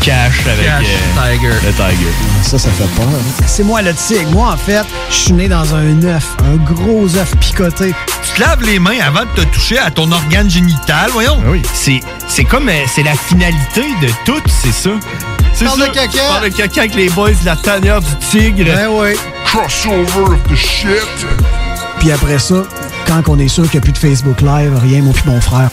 Cash avec Cash euh, Tiger. le Tiger. Ça, ça fait peur. hein. C'est moi le tigre. Moi, en fait, je suis né dans un œuf, un gros œuf picoté. Tu te laves les mains avant de te toucher à ton organe génital, voyons. Ah Oui. C'est, c'est comme euh, c'est la finalité de tout, c'est ça. C'est Parle ça. de caca. Tu parles de caca avec les boys de la tanière du tigre. Ben oui. Crossover of the shit. Puis après ça, quand on est sûr qu'il n'y a plus de Facebook Live, rien, moi puis mon frère,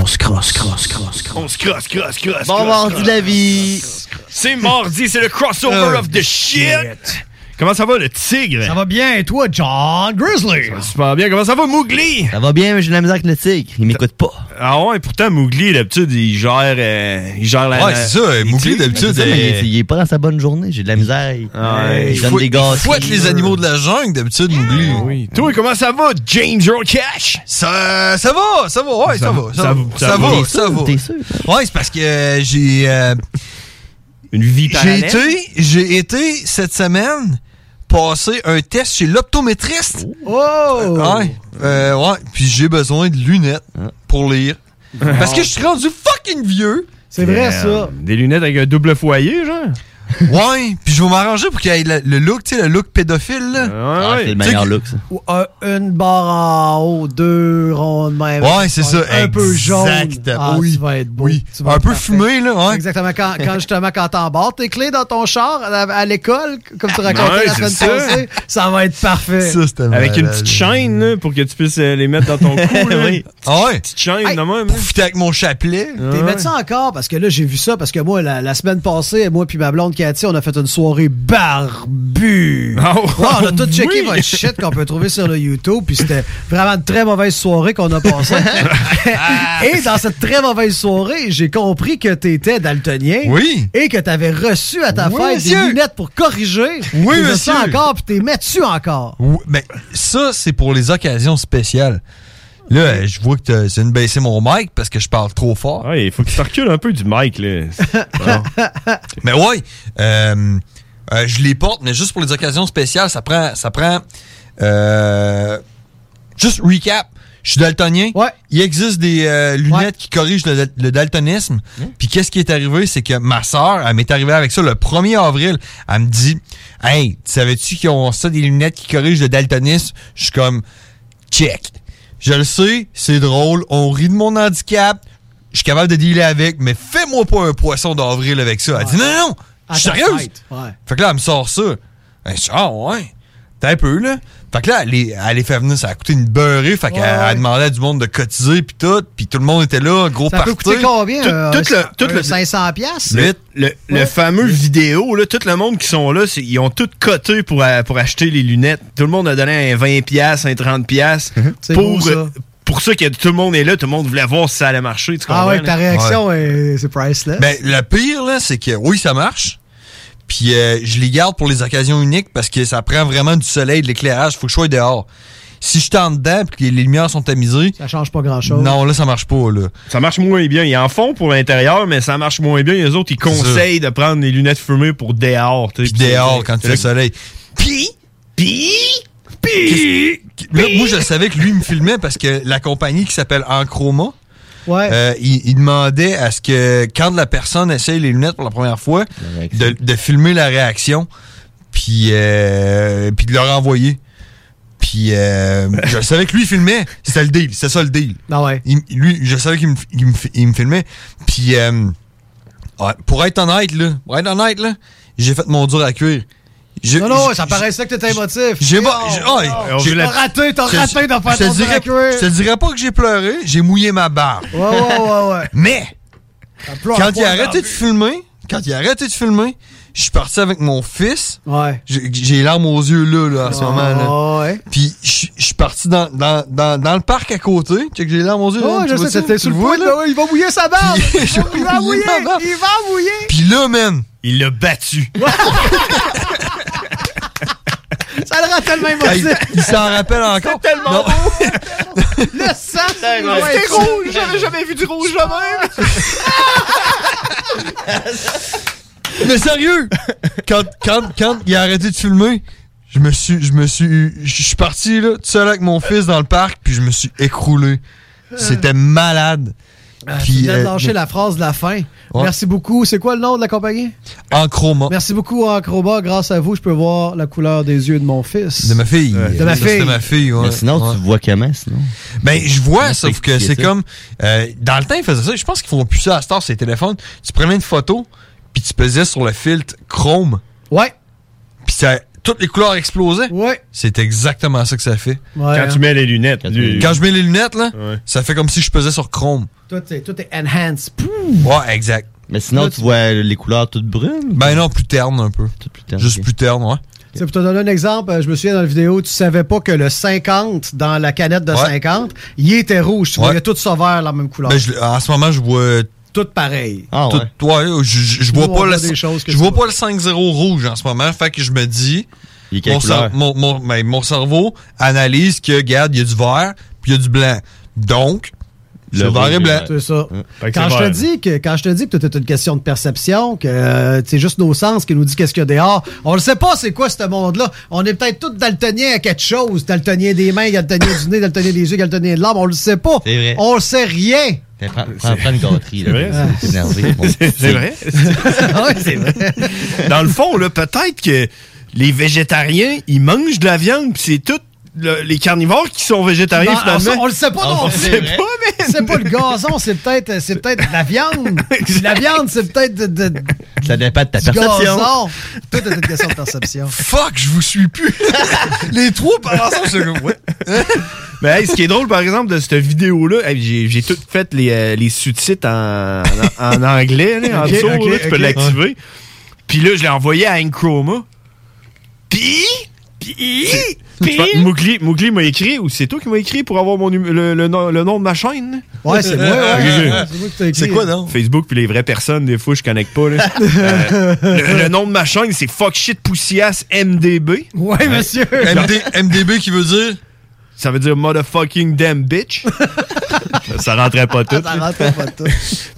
on se crosse, crosse, crosse, crosse. On se crosse, crosse, crosse. Bon crosse, mardi crosse. de la vie. C'est mardi, c'est le crossover of the shit. Comment ça va, le tigre? va bien, et toi, John Grizzly? Super bien. Comment ça va, Mougli? Ça va bien, mais j'ai de la misère avec le tigre. Il m'écoute pas. Ah ouais, pourtant, Mougli, d'habitude, il gère, euh, il gère la... Ouais, c'est ça. euh, Mougli, d'habitude, Ah. Ça, mais euh, il- il est pas dans sa bonne journée. J'ai de la misère. Il, Ouais. il donne fou- des il gâteaux. fouette les animaux de la jungle, d'habitude, Mougli. Ah Oui. Toi, comment ça va, James Earl Cash? Ça, ça va, ça va, ouais, ça, va, ça, ça va, va, ça ça va, T'es ça sûr? va. T'es sûr? Ouais, c'est parce que euh, j'ai euh, Une vie j'ai parallèle. été j'ai été cette semaine passer un test chez l'optométriste. Oh! Ouais, euh, ouais, puis j'ai besoin de lunettes Ah. pour lire parce que je suis rendu fucking vieux. C'est vrai, Euh, ça. Des lunettes avec un double foyer, genre? Ouais, puis je vais m'arranger pour qu'il y ait le, le look, tu sais, le look pédophile. là. Ah, c'est le meilleur look, ça. Ou un- une barre en haut, deux rondes même. Ouais, c'est ça, Un peu jaune. exact. Ah, Oui, Tu vas être beau. Oui, Tu vas un être peu parfait. fumé là, ouais. Exactement. Quand, quand justement, quand t'embarques tes clés dans ton char à, à l'école, comme tu racontais Ouais, la semaine c'est ça. passée, ça va être parfait. Ça, c'était Avec une malade. petite chaîne, là, pour que tu puisses euh, les mettre dans ton cou, là. Oui. Ah ouais. Petite chaîne, Hey, de même, là. Profiter avec mon chapelet. T'es Ouais. médecin encore? Parce que là, j'ai vu ça, parce que moi, la, la semaine passée, moi puis ma blonde Cathy, on a fait une soirée barbue. Ah ouais, Ouais, on a tout checké oui. votre shit qu'on peut trouver sur le YouTube, puis c'était vraiment une très mauvaise soirée qu'on a passée. et dans cette très mauvaise soirée, j'ai compris que t'étais daltonien. Oui. Et que t'avais reçu à ta Oui, fête monsieur. des lunettes pour corriger. Oui, T'es monsieur. encore, puis t'es mets-tu encore. Oui, mais ben, ça, c'est pour les occasions spéciales. Là, euh, je vois que t'as- c'est une baisser mon mic parce que je parle trop fort. Ouais, il faut que tu recules un peu du mic, là. Bon. Mais ouais, euh, euh, je les porte, mais juste pour les occasions spéciales, ça prend. Ça prend euh, juste recap. Je suis daltonien. Ouais. Il existe des euh, lunettes Ouais. qui corrigent le, le daltonisme. Puis qu'est-ce qui est arrivé, c'est que ma sœur, elle m'est arrivée avec ça le 1er avril. Elle me dit "Hey, tu savais-tu qu'ils ont ça des lunettes qui corrigent le daltonisme Je suis comme check. Je le sais, c'est drôle, on rit de mon handicap. Je suis capable de dealer avec, mais fais-moi pas un poisson d'avril avec ça. Elle dit "Non, non, je À suis ta sérieuse." fête. Ouais. Fait que là, elle me sort ça. Ben, je dis, ah ouais. T'as un peu, là. Fait que là, elle les, elle les fait venir, ça a coûté une beurrée. Fait qu'elle Ouais, ouais. elle demandait à du monde de cotiser, puis tout. Puis tout le monde était là, gros Ça party. peut coûter combien? Tout- euh, tout le- tout un le- 500 piastres? Le, le- le fameux vidéo, là, tout le monde qui sont là, c'est- ils ont tout coté pour, euh, pour acheter les lunettes. Tout le monde a donné un 20$, un 30$ C'est pour, beau, ça. euh, pour ça que tout le monde est là, tout le monde voulait voir si ça allait marcher. Tu comprends, Ah ouais, là? ta réaction, est- c'est priceless. Mais Ben, le pire, là, c'est que oui, ça marche. Puis euh, je les garde pour les occasions uniques parce que ça prend vraiment du soleil, de l'éclairage. Faut que je sois dehors. Si je suis en dedans, puis que les lumières sont tamisées, ça change pas grand-chose. non, là, ça marche pas, là. Ça marche moins bien. Ils en font pour l'intérieur, mais ça marche moins bien. Les autres, ils ça. conseillent de prendre les lunettes fumées pour dehors. tu sais. Puis dehors, quand tu Là, le soleil. Puis, Pi! Pi! là, moi, je savais que lui me filmait parce que la compagnie qui s'appelle Enchroma, Ouais. Euh, il, il demandait à ce que quand la personne essaye les lunettes pour la première fois, de, de filmer la réaction, puis euh, puis de leur envoyer. Puis euh, je savais que lui il filmait, c'était le deal, c'était ça le deal. Ah ouais. Il- lui, je savais qu'il me, il me, il me filmait. Puis euh, ouais, pour être honnête là, pour être honnête là, j'ai fait mon dur à cuire. J'ai- Non, non, j'ai- ça paraissait que t'étais émotif. J'ai pas, Non, j'ai- ah, non. On j'ai- veut T'as la- raté, t'as je- raté de faire je te ton dirais- direct. je te dirais pas que j'ai pleuré, j'ai mouillé ma barbe. Ouais, ouais, ouais, ouais. Mais Ça pleure quand pas il a arrêté de filmer, quand il a arrêté de filmer, je suis parti avec mon fils. Ouais. J'ai j'ai les larmes aux yeux là, là, en ce moment. Là. Ah ouais. Puis je je suis parti dans, dans, dans, dans le parc à côté. Tu sais que j'ai les larmes aux yeux. là, Oh, tu je vois sais, ça? c'était Tu sur le vois, point. là? là, Il va mouiller sa barbe. Je vais Il va mouiller mouiller. ma barbe. Il va mouiller. Puis là, man, Il l'a battu. Ça le rend tellement il, émotif. il s'en rappelle encore. tellement Non, Le sang. c'est ouais. ouais, C'est rouge. J'avais jamais vu du rouge jamais. Mais sérieux, quand, quand, quand il a arrêté de filmer, je me suis, je me suis, je suis parti là, tout seul avec mon fils dans le parc, puis je me suis écroulé. C'était malade. Ah, Puis, tu viens de euh, lâcher mais- la phrase de la fin. Ouais. Merci beaucoup. C'est quoi le nom de la compagnie? Enchroma. Merci beaucoup, Acrobat. Grâce à vous, je peux voir la couleur des yeux de mon fils. De ma fille. de ma Ça, c'est fille. De ma fille, ouais. Mais sinon, Ouais. tu vois comment, sinon? Ben, je vois, Comment sauf que t'expliquer c'est ça? comme. euh, dans le temps, ils faisaient ça. Je pense qu'ils font plus ça à Star, ces téléphones. Tu prenais une photo, puis tu pesais sur le filtre Chrome, Ouais, puis ça, toutes les couleurs explosaient. ouais. C'est exactement ça que ça fait. ouais. hein. Quand tu mets les lunettes. Quand lui- tu- Quand je mets les lunettes, là, Ouais. ça fait comme si je pesais sur Chrome. Tout, est, tout est enhanced. Pouf. Ouais, exact. Mais sinon, Là, tu vois les couleurs toutes brunes? Ben non, plus terne un peu. Toutes plus tard, Juste ok. plus terne, ouais. Tu sais, pour te donner un exemple, euh, je me souviens dans la vidéo, tu savais pas que le 50 dans la canette de Ouais. 50, il était rouge. Tu Ouais. voyais tout ça vert, la même couleur. Ben, je- en ce moment, je vois Tout pareil. Ah tout- ouais. ouais, je- je, je vois Nous, on pas le voit des choses que je tu vois vois. pas le 5-0 rouge en ce moment, fait que je me dis Il y a mon, quelle couleur? cer- mon- mon- ben, mon cerveau analyse que regarde, il y a du vert, puis il y a du blanc. Donc le rouge vert et et le blanc. vert. C'est ça. Fait que Quand c'est je te vert. dis que quand je te dis que tout est une question de perception, que euh, c'est juste nos sens qui nous dit qu'est-ce qu'il y a dehors, on ne sait pas c'est quoi ce monde-là. On est peut-être tous daltoniens à quelque chose, daltoniens des mains, daltoniens du nez, daltoniens des yeux, daltoniens de l'âme, on le sait pas. C'est vrai. On le sait rien. T'es- Prends, prends- prends une gâterie, C'est là. vrai, T'es énervé. mon petit. C'est vrai. Ouais, c'est vrai. Dans le fond, là, peut-être que les végétariens, ils mangent de la viande, puis c'est tout le- les carnivores qui sont végétariens, Non, on, finalement. on le sait pas Ah, non on plus. sait sait vrai. pas, mais... C'est pas le gazon, c'est peut-être euh, c'est peut-être de la viande. Exact. la viande, c'est peut-être de, de- du Ça dépend de ta perception. gazon. Tout est une question de perception. Fuck, je vous suis plus. les trois par ensemble, je suis comme, ouais. Mais hey, ce qui est drôle, par exemple, de cette vidéo-là, hey, j'ai, j'ai tout fait les, euh, les sous-titres en, en, en anglais, là, en Ok, dessous, ok, là, tu peux ok. l'activer. Puis là, je l'ai envoyé à Enchroma. Puis... Puis... puis- Mougli, Mougli m'a écrit, ou c'est toi qui m'as écrit pour avoir mon, numé- le, le nom, le nom de ma chaîne? Ouais, c'est moi. ouais. Ok. C'est moi qui t'ai écrit. C'est quoi non Facebook puis les vraies personnes, des fois, je connecte pas. Là. Euh, le, le nom de ma chaîne, c'est Fuck Shit Poussias MDB. Ouais, monsieur. MD MDB qui veut dire Ça veut dire Motherfucking Damn Bitch. ça rentrait pas tout. Ça rentrait pas tout.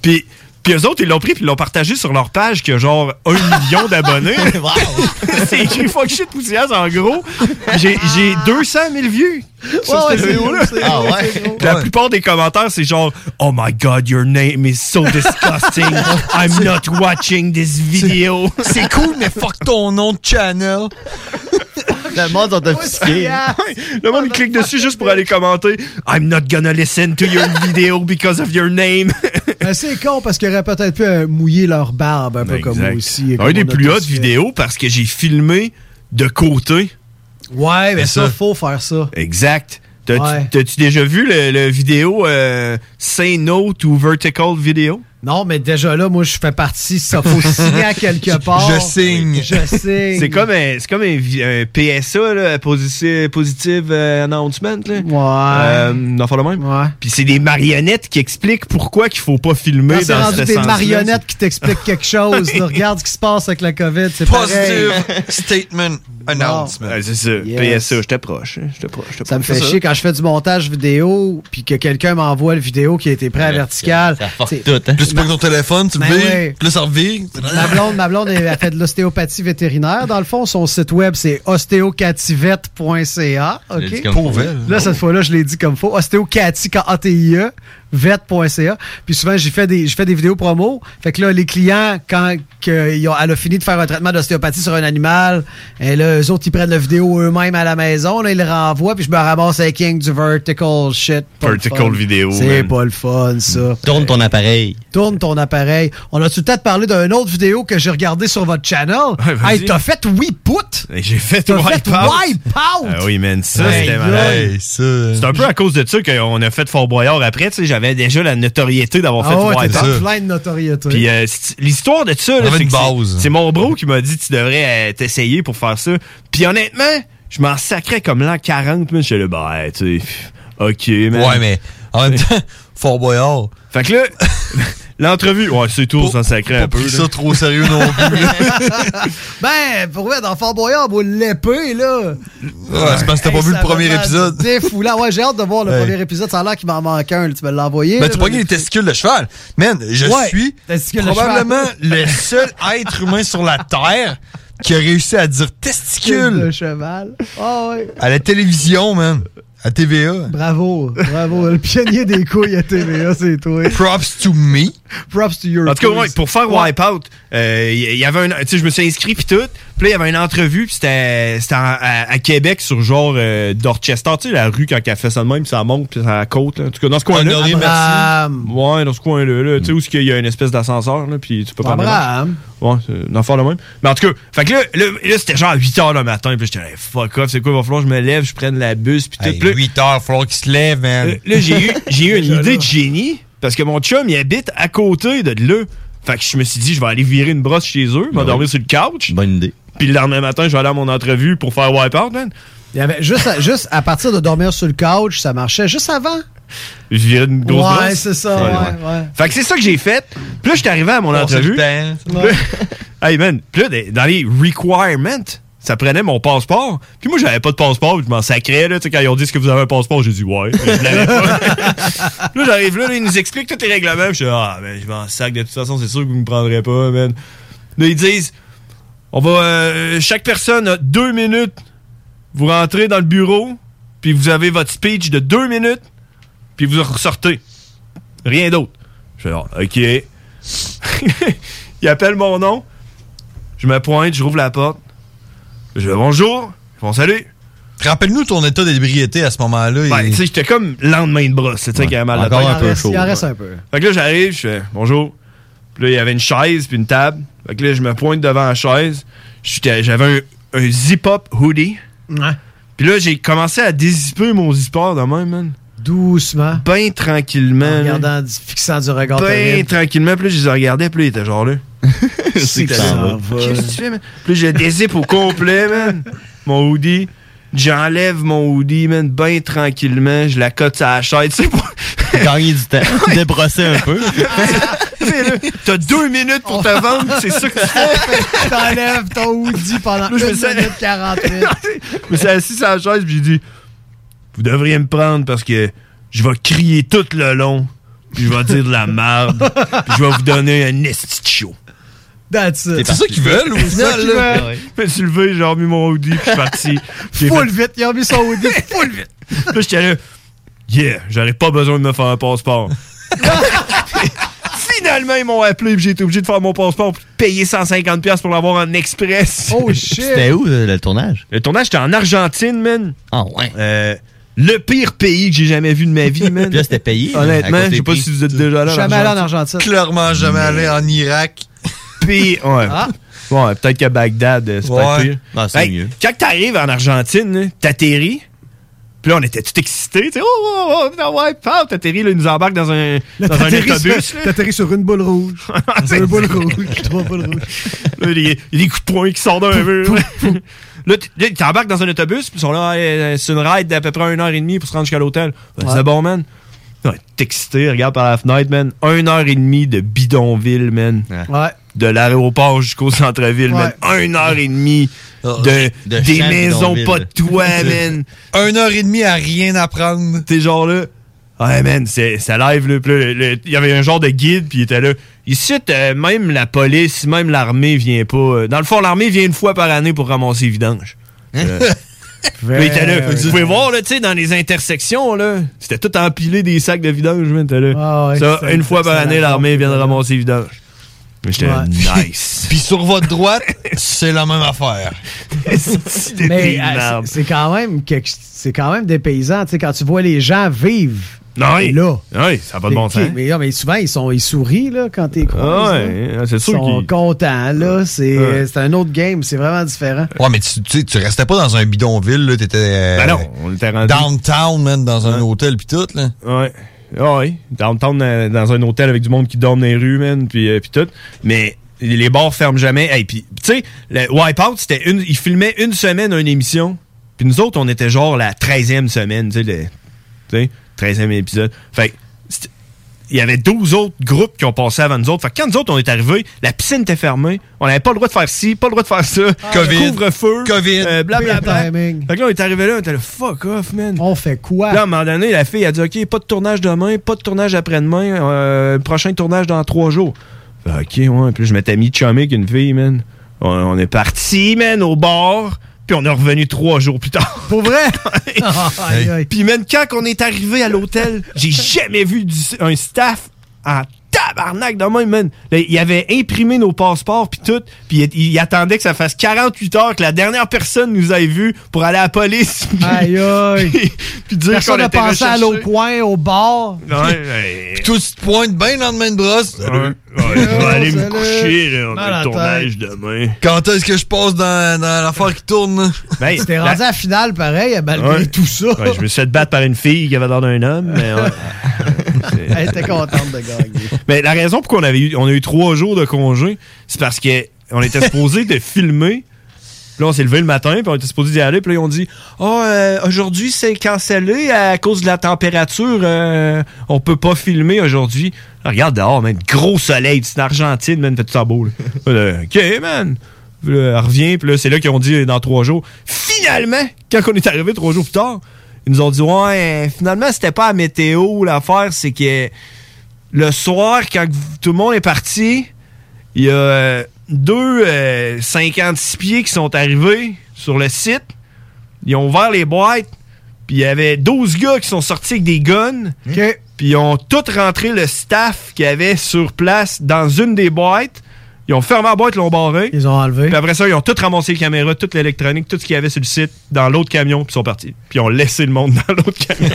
Puis, puis eux autres, ils l'ont pris puis ils l'ont partagé sur leur page qui a genre un million d'abonnés. c'est écrit Fuck Shit Poussias en gros. J'ai j'ai 200 000 vues sur Ouais, ouais, cette c'est vidéo-là. gros, c'est Ah gros, ouais. c'est gros. La Ouais. plupart des commentaires, c'est genre Oh my god, your name is so disgusting. I'm not watching this video. c'est cool mais fuck ton nom de channel. Le monde sont Ouais, intoxiqués. Le monde il clique dessus juste pour aller commenter I'm not gonna listen to your video because of your name. Ben, c'est con parce qu'ils auraient peut-être pu euh, mouiller leur barbe un peu comme Exact. nous aussi. et Un comme des on a plus tous hautes fait. vidéos parce que j'ai filmé de côté. Ouais, mais C'est ça, ça. faut faire ça. Exact. T'as-tu Ouais. t'as-tu déjà vu le, le vidéo euh, Say No to Vertical Video? Non, mais déjà là, moi, je fais partie. Ça faut signer à quelque part. Je signe. Je signe. C'est comme un, c'est comme un, vi- un PSA, là, positive, positive euh, announcement. Là. Ouais. Euh, non, faire le même. ouais. Puis c'est des marionnettes qui expliquent pourquoi qu'il faut pas filmer Quand c'est dans ce rendu des sens-là. marionnettes qui t'expliquent quelque chose. là, regarde ce qui se passe avec la COVID. C'est pareil. Positive statement announcement. Ouais, c'est ça. Yes. PSA, je t'approche. hein, Je t'approche. je Ça me t'approche. fait C'est chier quand je fais du montage vidéo puis que quelqu'un m'envoie le vidéo qui a été prêt à verticale. Ça fuck C'est- tout, hein. Plus tu prends ton téléphone, tu le Ben vires, ouais. puis là, ça revire. Ma blonde, ma blonde, elle a fait de l'ostéopathie vétérinaire. Dans le fond, son site web, c'est ostéocativette.ca. Je l'ai dit OK? comme Pauvre ça. elle. Là, cette fois-là, je l'ai dit comme faux. Ostéocati, K-A-T-I-E, vet.ca. Puis souvent, j'ai fait des, j'ai fait des vidéos promo. Fait que là, les clients, quand que, ils ont- elle a fini de faire un traitement d'ostéopathie sur un animal, et là, eux autres, ils prennent la vidéo eux-mêmes à la maison. Là, ils le renvoient. Puis je me ramasse avec King du vertical shit. Pas le Vertical fun. vidéo, C'est man. pas le fun, ça. Mm. Tourne ton appareil. Tourne ton appareil. On a tout le temps de parler d'une autre vidéo que j'ai regardée sur votre channel. Ouais, vas-y. hey, t'as fait oui put! Et J'ai fait T'as fait Wipeout. wipe out! Eh Ah oui, man, ça, Hey, c'était là. malade. Hey, ça. C'est un peu à cause de ça qu'on a fait Fort Boyard après. Tu sais, j'avais déjà la notoriété d'avoir Ah fait ouais, Wipeout. t'es en ça. pleine notoriété. Puis euh, c'est- l'histoire de ça, là, avait c'est une que c'est- base. c'est mon bro qui m'a dit tu devrais euh, t'essayer pour faire ça. Puis honnêtement, je m'en sacrais comme l'an 40, mais je le bah, hey, tu sais, pff, ok, man. Ouais, mais en même temps, Fort Boyard. Fait que là, l'entrevue, ouais, c'est tout, on s'en sacrait pas un peu. pris là. ça trop sérieux non plus. là. Ben, pour vrai, dans Fort Boyard, vous l'épée, là. Ouais, c'est parce que t'as pas Hey, vu ça le premier m'a épisode. Défoulant. Ouais, j'ai hâte de voir le Hey. premier épisode. Ça a l'air qu'il m'en manque un. là. Tu me l'as envoyé. Ben, là, tu j'en ai- pognes les testicules de cheval. Man, je Ouais, suis testicules de probablement le seul être humain sur la Terre qui a réussi à dire Le testicules cheval. Ah ouais. à la télévision, man. à TVA. Bravo, bravo. le pionnier des couilles à TVA, c'est toi. Props to me. Props to your En tout cas, quiz. ouais, pour faire Wipeout, euh, il y y avait un, tu sais, je me suis inscrit puis tout. Puis là, il y avait une entrevue, puis c'était, c'était en- à, à Québec sur genre euh, Dorchester, tu sais, la rue quand elle fait ça de même, puis ça monte, puis ça côte. là. En tout cas, dans ce coin-là. Honoré Abraham. Ouais, dans ce coin-là, là, tu sais, où il y a une espèce d'ascenseur, là, puis tu peux pas Abraham. Ouais, c'est d'en faire le même. Mais en tout cas, fait que là, là, là, c'était genre à 8 h le matin, puis j'étais, hey, fuck off, c'est quoi, il va falloir que je me lève, je prenne la bus, puis tout. Hey, Puis là, 8 heures, faut qu'il se lève, man. Là, là, j'ai eu, j'ai eu une idée de génie parce que mon chum, il habite à côté de là. Fait que je me suis dit, je vais aller virer une brosse chez eux, m'endormir sur le couch. Bonne idée. Puis le lendemain matin, je vais aller à mon entrevue pour faire Wipeout, man. Il y avait juste, à, juste à partir de dormir sur le couch, ça marchait juste avant. Je virais une grosse ouais, brosse. c'est ça. Ouais, ouais. Fait que c'est ça que j'ai fait. Puis là, je suis arrivé à mon On se le entrevue. temps. Hey, man. Puis là, dans les requirements, ça prenait mon passeport. Puis moi, j'avais pas de passeport. puis Je m'en sacrais, là. Tu sais, quand ils ont dit, est-ce que vous avez un passeport? J'ai dit, ouais. Je l'avais pas. là, j'arrive là, là, ils nous expliquent tous les règlements. puis Je suis, ah, ben, je vais en sac. De toute façon, c'est sûr que vous me prendrez pas, man. Là, ils disent, on va. euh, chaque personne a deux minutes. Vous rentrez dans le bureau, puis vous avez votre speech de deux minutes, puis vous ressortez. Rien d'autre. Je fais, ah, OK. il appelle mon nom. Je me pointe, je rouvre la porte. Je dis bonjour. Bon, salut. Rappelle-nous ton état d'ébriété à ce moment-là. Ben, et- tu sais, j'étais comme lendemain de brosse. C'est ça qui a mal à la Encore tête. Il en un peu reste- chaud, Il en ouais. reste un peu. Fait que là, j'arrive, je fais bonjour. Puis là, il y avait une chaise puis une table. Fait que là, je me pointe devant la chaise. J'étais- J'avais un, un zip-up hoodie. Ouais. Puis là, j'ai commencé à dézipper mon zipper de même, man. Doucement. Ben tranquillement. En là. regardant, du- fixant du regard Ben terrible. tranquillement. Puis là, je les regardais. Puis là, il était genre là. C'est que ça va. Qu'est-ce que tu fais, man? Puis là, je le dézippe au complet, man. Mon hoodie. J'enlève mon hoodie, man, bien tranquillement. Je la cote sur la chaise. Tu sais, pour- Gagner du temps. Débrosser un peu. tu sais, là, t'as deux minutes pour te vendre, c'est ça que tu fais. T'enlèves ton hoodie pendant Là, je me 1 sens- minute 48. Mais c'est assis sur la chaise, puis j'ai dit Vous devriez me prendre parce que je vais crier tout le long, puis je vais dire de la merde, puis je vais vous donner un esti de show. That's it. C'est ça qu'ils veulent, au final, qu'ils là. veulent. Ouais. Je me suis levé, j'ai remis mon hoodie, puis je suis parti. J'ai fait- Full vite. Il a mis son hoodie full vite. Là, j'étais là, yeah, j'aurais pas besoin de me faire un passeport. Finalement, ils m'ont appelé puis j'ai été obligé de faire mon passeport puis de payer 150$ pour l'avoir en express. Oh shit. C'était où euh, le tournage? Le tournage était en Argentine, man. Ah ouais. Euh, le pire pays que j'ai jamais vu de ma vie, man. Puis là, c'était payé. Honnêtement, je sais pas si vous êtes déjà Je là. suis en jamais allé en Argentine. Argentine. Clairement jamais allé en Irak. Pays- Ouais. Ah. Ouais, peut-être qu'à Bagdad, euh, c'est pas Ouais. pire. Non, c'est Hey, mieux. Quand t'arrives en Argentine, là, t'atterris. Puis là, on était tout excités. tu sais, Oh, oh, oh, no, ouais, pow, t'atterris, là, ils nous embarquent dans un, Là, dans un t'atterris autobus. sur- là. T'atterris sur une boule rouge. Sur une boule rouge. Trois boules rouges. Là, il y a- il y a des coups de poing qui sortent d'un mur. Là, t- là, t'embarques dans un autobus, puis ils sont là, euh, c'est une ride d'à peu près une heure et demie pour se rendre jusqu'à l'hôtel. Ben, Ouais. C'est bon, man. Ouais, T'es excité, regarde par la fenêtre, man. Une heure et demie de bidonville, man. Ouais. De l'aéroport jusqu'au centre-ville, man. Une heure et demie de, de des champs maisons bidonvilles. pas de toit, man. Un heure et demie à rien apprendre. T'es genre là. Ouais, man, c'est ça live, là. Puis là, le- le- Il y avait un genre de guide, puis il était là. Ici, t'as- même la police, même l'armée vient pas. euh, Dans le fond, l'armée vient une fois par année pour ramasser les vidanges. Euh, Puis il était là. Vous pouvez voir, là, tu sais, dans les intersections, là, c'était tout empilé des sacs de vidanges, man. T'es là. Ah ouais, ça, c'est- une fois par c'est année, la l'armée norme, vient de là. ramasser les vidanges. Mais j'étais là, Ouais. nice. Puis sur votre droite, c'est la même affaire. C'est des Mais euh, mardes. c'est c'est quand même quelque- c'est quand même des paysans, tu sais quand tu vois les gens vivre. Non, oui. là. Oui, ça n'a pas de bon Ok, sens. Mais, non, mais souvent ils sont ils sourient là quand t'es Ah croisé. ouais, c'est Ils sûr sont qu'il... contents là, c'est Ouais. c'est un autre game, c'est vraiment différent. Ouais, mais tu, tu, sais, tu restais pas dans un bidonville, là. T'étais. euh, Ben non, on était rendu... Downtown, man, dans un hôtel, pis tout, là. Ouais. Ah ouais. Downtown, euh, dans un hôtel avec du monde qui dort dans les rues, man, puis, euh, puis tout. Mais les bars ferment jamais. Hey, puis, tu sais, le Wipeout, c'était une... Ils filmaient une semaine une émission. Puis nous autres, on était genre la 13e semaine, tu sais, le... tu sais, 13e épisode. Fait que c'était- il y avait 12 autres groupes qui ont passé avant nous autres. Fait que quand nous autres, on est arrivés, la piscine était fermée. On n'avait pas le droit de faire ci, pas le droit de faire ça. Covid. Couvre-feu. Covid. euh, Blablabla. Pire timing. Fait que là, on est arrivé là, on était là, fuck off, man. On fait quoi Là, à un moment donné, la fille a dit OK, pas de tournage demain, pas de tournage après-demain, euh, prochain tournage dans trois jours. Fait, OK, ouais. Puis là, je m'étais mis chumé avec une fille, man. On, on est parti, man, au bar. Puis on est revenu trois jours plus tard. Pour vrai? Aïe, aïe. Puis même quand on est arrivé à l'hôtel, j'ai jamais vu du- un staff en tabarnak de même, man. Là, Il avait imprimé nos passeports puis tout, puis il, il attendait que ça fasse 48 heures que la dernière personne nous ait vus pour aller à la police. Aïe, aïe. puis, puis dire Personne qu'on n'a était pensé à l'autre recherchés. coin, au bar. Ouais, ouais. Toi, tu te pointes bien dans le main de brosse. Ouais, je vais aller me Salut. coucher, là, on Mal à a la le tournage demain. Quand est-ce que je passe dans, dans l'affaire qui tourne? Ben, T'es la- rendu à la finale, pareil, malgré Ouais. tout ça. Ouais, je me suis fait battre par une fille qui avait l'air d'un homme, mais, ouais. Elle était contente de gagner. Mais la raison pourquoi on avait eu, on a eu trois jours de congé, c'est parce que on était supposé de filmer. Puis là, on s'est levé le matin, puis on était supposé d'y aller. Puis là, ils ont dit Ah, euh, aujourd'hui, c'est cancellé à cause de la température. euh, on peut pas filmer aujourd'hui. Là, regarde dehors, man. Gros soleil, c'est en Argentine, man. Fait tout ça beau, là. Puis là, OK, man. Puis là, elle revient, puis là, c'est là qu'ils ont dit euh, dans trois jours. Finalement, quand on est arrivé trois jours plus tard, ils nous ont dit Ouais, euh, finalement, c'était pas la météo. L'affaire, c'est que le soir, quand tout le monde est parti, il y a euh, deux euh, 56 pieds qui sont arrivés sur le site. Ils ont ouvert les boîtes, puis il y avait 12 gars qui sont sortis avec des guns, OK. puis ils ont tout rentré le staff qu'il y avait sur place dans une des boîtes. Ils ont fermé la boîte, ils l'ont barré. Ils ont enlevé. Puis après ça, ils ont tout ramassé les caméras, toute l'électronique, tout ce qu'il y avait sur le site, dans l'autre camion, puis ils sont partis. Puis ils ont laissé le monde dans l'autre camion.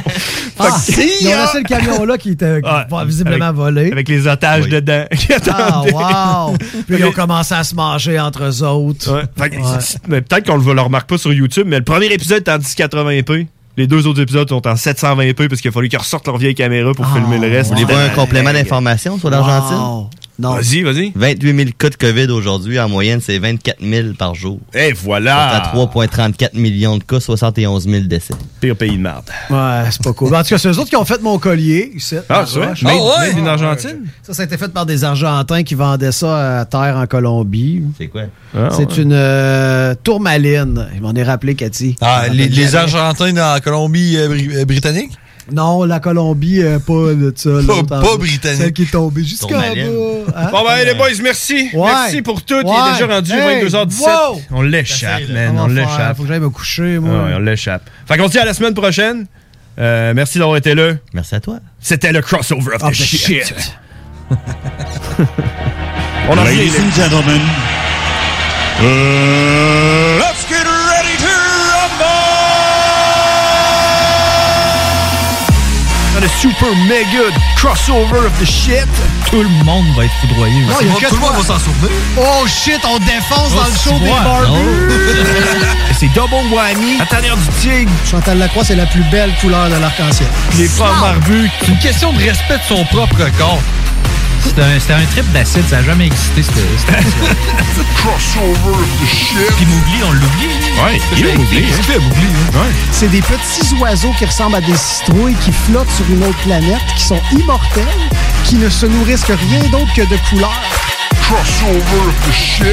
Ah, Fait que- hein? ils ont laissé le camion-là qui était Ouais. visiblement volé. Avec les otages dedans. qui Ah, attendaient. wow! Puis là, ils ont commencé à se manger entre eux autres. Ouais. Fait que- Ouais. mais peut-être qu'on le, le remarque pas sur YouTube, mais le premier épisode est en 1080p. Les deux autres épisodes sont en 720p parce qu'il a fallu qu'ils ressortent leur vieille caméra pour Ah, filmer le reste. Vous voulez voir un Ouais. complément d'information sur l'Argentine? Wow. Non. Vas-y, vas-y. 28 000 cas de COVID aujourd'hui. En moyenne, c'est 24 000 par jour. Et voilà. À 3,34 millions de cas, 71 000 décès. Pire pays de merde. Ouais, c'est pas cool. Ben, En tout cas, c'est eux autres qui ont fait mon collier. ici, Ah, par c'est vrai? roche. Mais Ah ouais? en Argentine? Ça, ça a été fait par des Argentins qui vendaient ça à terre en Colombie. C'est quoi? Ah, c'est une euh, tourmaline. Il m'en est rappelé, Cathy. Je Ah, m'en les, rappelle les jamais. Argentins dans la euh, Colombie-Britannique? Non, la Colombie, euh, pas de ça. Pas- l'autre en pas bas. britannique. Celle qui est tombée jusqu'en bas. Tourmaline. Hein? Bon, ben, les boys, merci. Ouais. Merci pour tout. Il Ouais. est déjà rendu Hey, 22h17. wow. On l'échappe, man. Comment On faire? l'échappe. Faut que j'aille me coucher, Ouais, moi. on l'échappe. Fait qu'on se dit à la semaine prochaine. Euh, merci d'avoir été là. Merci à toi. C'était le crossover of the, Of the shit. shit. On en revient, Ladies là. and gentlemen, uh, let's get ready to rumble! le super mega crossover of the shit. Tout le monde va être foudroyé. Non, Tout il le y a monde- que tout le monde va s'en souvenir. Oh shit, on défonce dans le c'est show des moi, barbus. C'est double whammy. La tanière du tigre. Chantal Lacroix, c'est la plus belle couleur de l'arc-en-ciel. Les femmes barbues. C'est une question de respect de son propre corps. C'était un, c'était un trip d'acide, ça n'a jamais existé. C'était, c'était... Crossover of the shit. Puis m'oublie, on l'oublie. Ouais, il est oublié, hein. C'est des petits oiseaux qui ressemblent à des citrouilles qui flottent sur une autre planète, qui sont immortels, qui ne se nourrissent que rien d'autre que de couleurs. Crossover of the shit.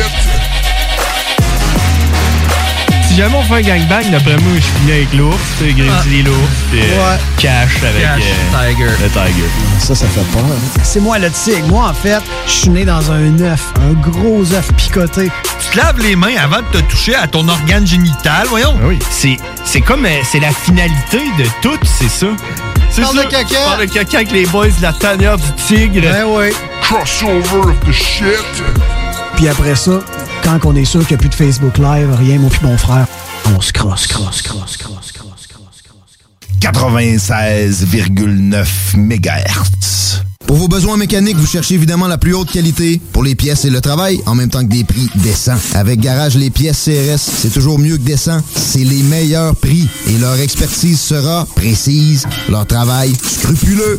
Si jamais on fait un gangbang, d'après moi, je finis avec l'ours, tu sais, Grizzly l'ours, puis euh, Ouais. Cash avec Cash, euh, Tiger. le Tiger. Ça, ça fait peur. hein. C'est moi le tigre. Moi, en fait, je suis né dans un œuf, un gros œuf picoté. Tu te laves les mains avant de te toucher à ton organe génital, voyons. Ah Oui. C'est, c'est comme, euh, c'est la finalité de tout, c'est ça. C'est Parle ça. de caca. Parle de caca avec les boys de la tanière du tigre. Ben oui. Crossover of the shit. Puis après ça, quand on est sûr qu'il n'y a plus de Facebook Live, rien, mon puis mon frère, on se crosse, crosse, crosse, crosse, crosse, crosse, crosse. 96,9 MHz. Pour vos besoins mécaniques, vous cherchez évidemment la plus haute qualité pour les pièces et le travail, en même temps que des prix décents. Avec Garage, les pièces CRS, c'est toujours mieux que décent. C'est les meilleurs prix et leur expertise sera précise, leur travail scrupuleux.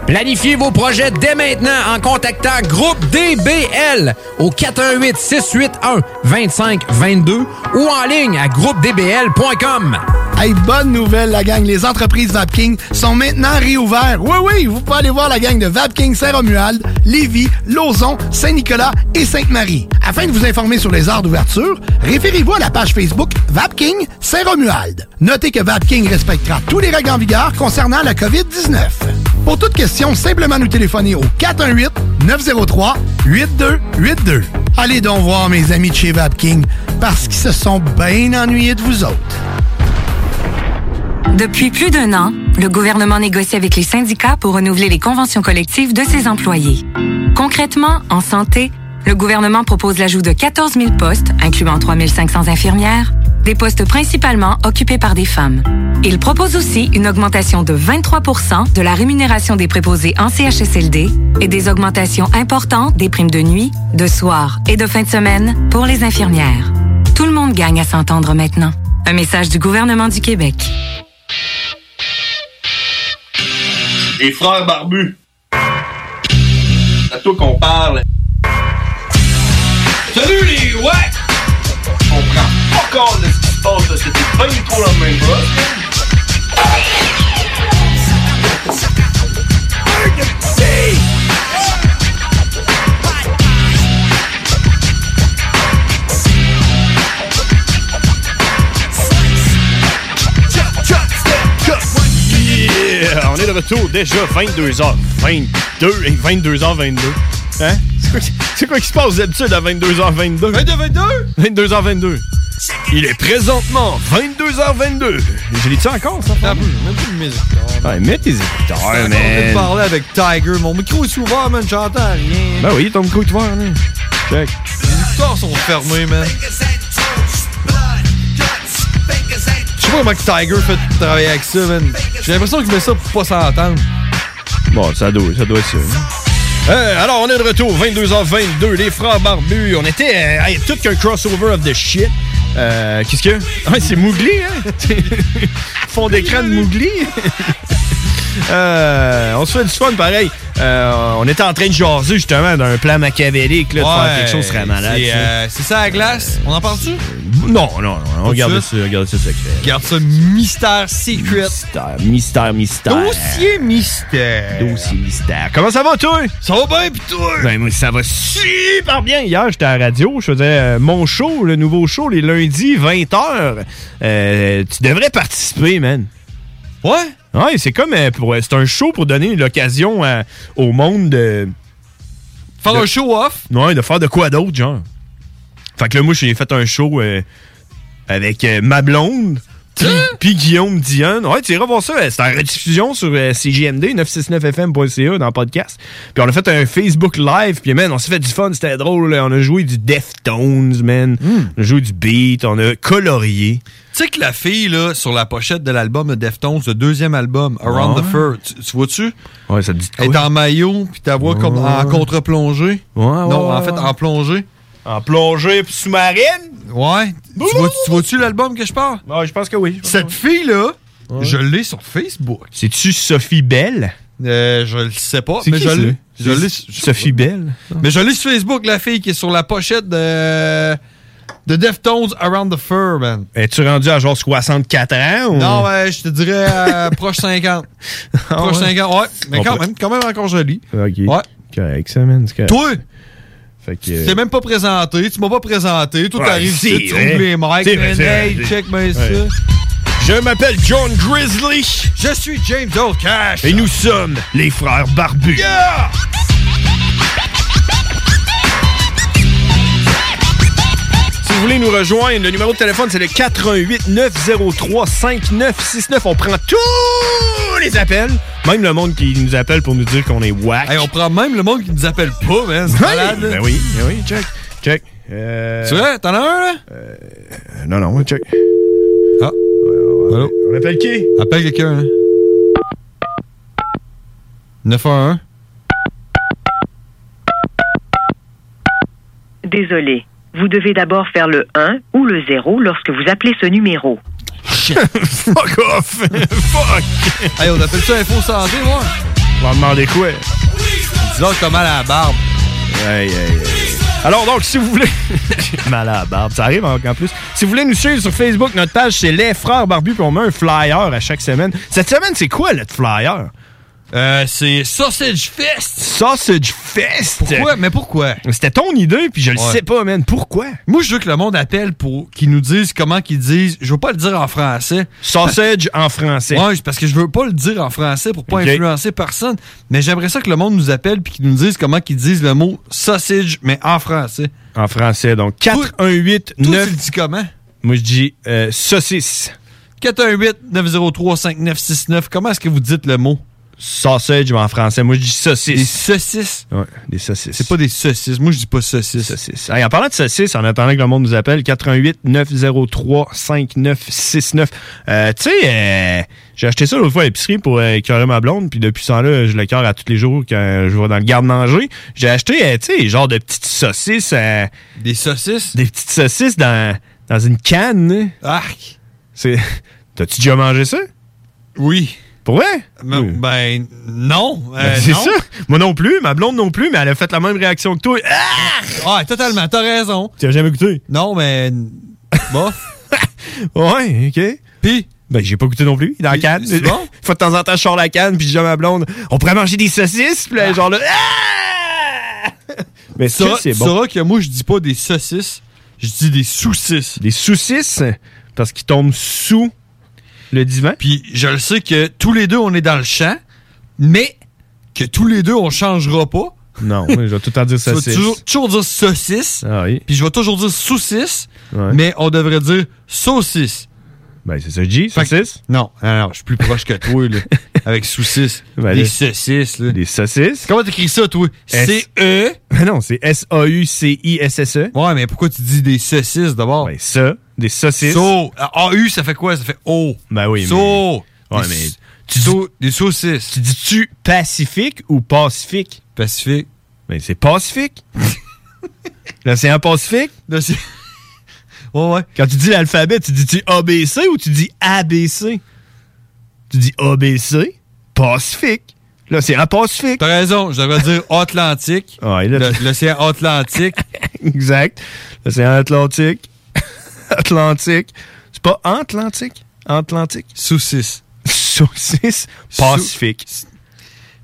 Planifiez vos projets dès maintenant en contactant Groupe DBL au 418 681 2522 ou en ligne à groupedbl.com. Hey, bonne nouvelle, la gang. Les entreprises Vapking sont maintenant réouvertes. Oui, oui, vous pouvez aller voir la gang de Vapking Saint-Romuald, Lévis, Lauson, Saint-Nicolas et Sainte-Marie. Afin de vous informer sur les heures d'ouverture, référez-vous à la page Facebook Vapking Saint-Romuald. Notez que Vapking respectera tous les règles en vigueur concernant la COVID-19. Pour toute question, simplement nous téléphoner au 418-903-8282. Allez donc voir mes amis de chez Vapking parce qu'ils se sont bien ennuyés de vous autres. Depuis plus d'un an, le gouvernement négocie avec les syndicats pour renouveler les conventions collectives de ses employés. Concrètement, en santé, le gouvernement propose l'ajout de 14 000 postes, incluant 3 500 infirmières, des postes principalement occupés par des femmes. Il propose aussi une augmentation de 23 de la rémunération des préposés en CHSLD et des augmentations importantes des primes de nuit, de soir et de fin de semaine pour les infirmières. Tout le monde gagne à s'entendre maintenant. Un message du gouvernement du Québec. Les frères barbus. C'est à toi qu'on parle. Salut les ouais! On prend pas compte de ce qui se passe, là. c'était pas du tout la même chose. Yeah! On est de retour déjà 22h. 22 et 22h22. Hein? C'est quoi, qui- c'est quoi qui se passe d'habitude à 22h22? 22h22? 22h22. Il est présentement 22h22. Je l'ai dit encore, ça? Ah, même plus de musique. Ouais, mets tes écouteurs, de man. parler avec Tiger. Mon micro est ouvert, man. J'entends rien. Ben oui, ton micro est ouvert, man. Check. Les écouteurs sont fermés, man. Je sais pas comment que Tiger fait travailler avec ça, man. J'ai l'impression qu'il met ça pour pas s'entendre. Bon, ça doit, ça doit être ça. hein. Euh, alors, on est de retour, 22h22, les frères barbus. On était euh, hey, tout qu'un crossover of the shit. Euh, Qu'est-ce que? Ah, c'est Mougli, hein? Fond d'écran de Mougli. Euh, on se fait du fun pareil. Euh, on était en train de jaser justement d'un plan machiavélique, là, de faire quelque chose serait malade. C'est ça. euh, c'est ça à glace? On en parle-tu? Non, non, non, on Tout garde de ça, on garde ça secret. Garde ça mystère secret. Mystère, mystère, mystère. Dossier mystère. Dossier mystère. Comment ça va, toi? Ça va bien, pis toi? Ben, moi, ça va super bien. Hier, j'étais à la radio, je faisais euh, mon show, le nouveau show, les lundis, 20h. tu devrais participer, man. Ouais? Ouais, c'est comme. euh, pour- c'est un show pour donner l'occasion à- au monde de. Faire un show-off? Ouais, de faire de quoi d'autre, genre. Fait que là, moi, j'ai fait un show euh, avec euh, ma blonde. puis- Puis Guillaume Dion. Ouais, tu iras voir ça. euh, C'est en rediffusion sur euh, CGMD 969fm.ca E dans le podcast. Puis on a fait un Facebook live. Puis man, on s'est fait du fun. C'était drôle. là. On a joué du Deftones, man. On a joué du beat. On a colorié. Tu sais que la fille, là, sur la pochette de l'album de Deftones, le deuxième album, Around Ah Ouais. the Fur, tu, tu vois-tu? Ouais, ça te dit de quoi? Elle est en maillot, puis ta voix comme en contre-plongée. Ouais, Non, ouais, en fait, ouais. en plongée. En plongée sous-marine? Ouais. Tu vois- tu vois-tu l'album que je parle? Ouais, je pense que oui. Cette fille-là, je l'ai sur Facebook. C'est-tu Sophie Bell? Euh, je le sais pas, C'est mais qui, je ça? l'ai. Je l'ai C'est Sophie Bell? Mais je lis sur Facebook la fille qui est sur la pochette de, de Deftones Around the Fur, man. Es-tu rendu à genre 64 ans? Ou... Non, ouais, je te dirais euh, proche 50. proche Ah ouais? 50, Ah, ouais. Mais On quand peut- même, quand même encore joli. Ok. Ouais. Correct, ça, man. c'est correct. Toi, Fait que. euh, tu t'es même pas présenté, tu m'as pas présenté. Toi, Ouais, t'arrives c'est ici, tu vrai. trouves les mics, C'est vrai, man. c'est vrai, Hey, c'est- check, ben ça. Ouais. Je m'appelle John Grizzly. Je suis James Oldcash. Et nous sommes les frères barbus. Yeah! Si vous voulez nous rejoindre, le numéro de téléphone, c'est le 418 903 5969. On prend tous les appels, même le monde qui nous appelle pour nous dire qu'on est whack. on prend même le monde qui nous appelle pas, man. hein, c'est malade, là. Ben oui, ben oui, check, check. Euh, Tu vois, t'en as un, là? euh, Non, non, check. Ah. On appelle qui? Appelle quelqu'un, hein. là. 911. Désolé. Vous devez d'abord faire le 1 ou le 0 lorsque vous appelez ce numéro. Fuck off! Fuck! Hey, on appelle ça info santé, moi. On va demander quoi? Dis-donc, t'as mal à la barbe. Aïe, aïe, aïe. Alors, donc, si vous voulez. J'ai mal à la barbe, ça arrive en en plus. Si vous voulez nous suivre sur Facebook, notre page, c'est Les Frères Barbus, puis on met un flyer à chaque semaine. Cette semaine, c'est quoi le flyer? Euh, c'est Sausage Fest! Sausage Fest! Pourquoi? Mais pourquoi? C'était ton idée, puis je le Ouais. sais pas, man. Pourquoi? Moi, je veux que le monde appelle pour qu'ils nous disent comment qu'ils disent. Je veux pas le dire en français. Sausage en français. Ouais, c'est parce que je veux pas le dire en français pour pas Ok. influencer personne. Mais j'aimerais ça que le monde nous appelle puis qu'ils nous disent comment qu'ils disent le mot sausage, mais en français. En français, donc 418 9. Tu dis comment? Moi, je dis euh, saucisse. 418-903-5969. Comment est-ce que vous dites le mot? Sausage mais en français. Moi, je dis saucisse. Des saucisses. Ouais, des saucisses. C'est pas des saucisses. Moi, je dis pas saucisses. Saucisses. Hey, en parlant de saucisses, en attendant que le monde nous appelle, 88 903 5969. Euh, tu sais, euh, j'ai acheté ça l'autre fois à l'épicerie pour euh, écœurer ma blonde, puis depuis ce temps-là, je le cœur à tous les jours quand je vais dans le garde-manger. J'ai acheté, euh, tu sais, genre de petites saucisses. euh, des saucisses? Des petites saucisses dans, dans une canne. Arc! C'est... T'as-tu déjà mangé ça? Oui. Pour vrai? Ben, ben, non. euh, Ben, c'est non. ça. Moi non plus, ma blonde non plus, mais elle a fait la même réaction que toi. Ah! Ouais, totalement. T'as raison. Tu as jamais goûté? Non, mais. Bof. ouais, ok. Puis? Ben, j'ai pas goûté non plus, dans la canne. c'est bon? Faut de temps en temps, je sors la canne, puis je dis à ma blonde, on pourrait manger des saucisses, puis là, genre là. Ah! Mais Tu ça, sauras- c'est tu bon. sauras que moi, je dis pas des saucisses. Je dis des saucisses. Des saucisses? Parce qu'ils tombent sous le divan. Puis je le sais que tous les deux, on est dans le champ, mais que tous les deux, on changera pas. Non, je vais tout le temps dire Tu vas saucisses. toujours, toujours dire saucisse. Ah oui. Puis je vais toujours dire saucisse, Ouais. mais on devrait dire saucisse. Ben, c'est ça, G, Fait que- saucisses? Non, non, non, je suis plus proche que toi, là, avec saucisse. Ben, des là- saucisses, là. Des saucisses? Comment t'écris ça, toi? S- C-E. Mais non, c'est S-A-U-C-I-S-S-E. Ouais, mais pourquoi tu dis des saucisses d'abord? E. Ben, ça, des saucisses. So. A-U, ça fait quoi? Ça fait O. Ben oui, So. mais- Ouais, Des- mais- so- Des saucisses. Tu dis-tu Pacifique ou Pacifique? Pacifique. Ben, c'est Pacifique. L'océan Pacifique? L'océan... Ouais, ouais. Quand tu dis l'alphabet, tu dis-tu ABC ou tu dis ABC? Tu dis ABC, Pacifique. L'océan Pacifique. T'as raison, je devrais dire Atlantique. Ouais, là, Le- L'océan Atlantique. exact. L'océan Atlantique. Atlantique. C'est pas Atlantique? Atlantique? Saucisse. Saucisse Pacifique.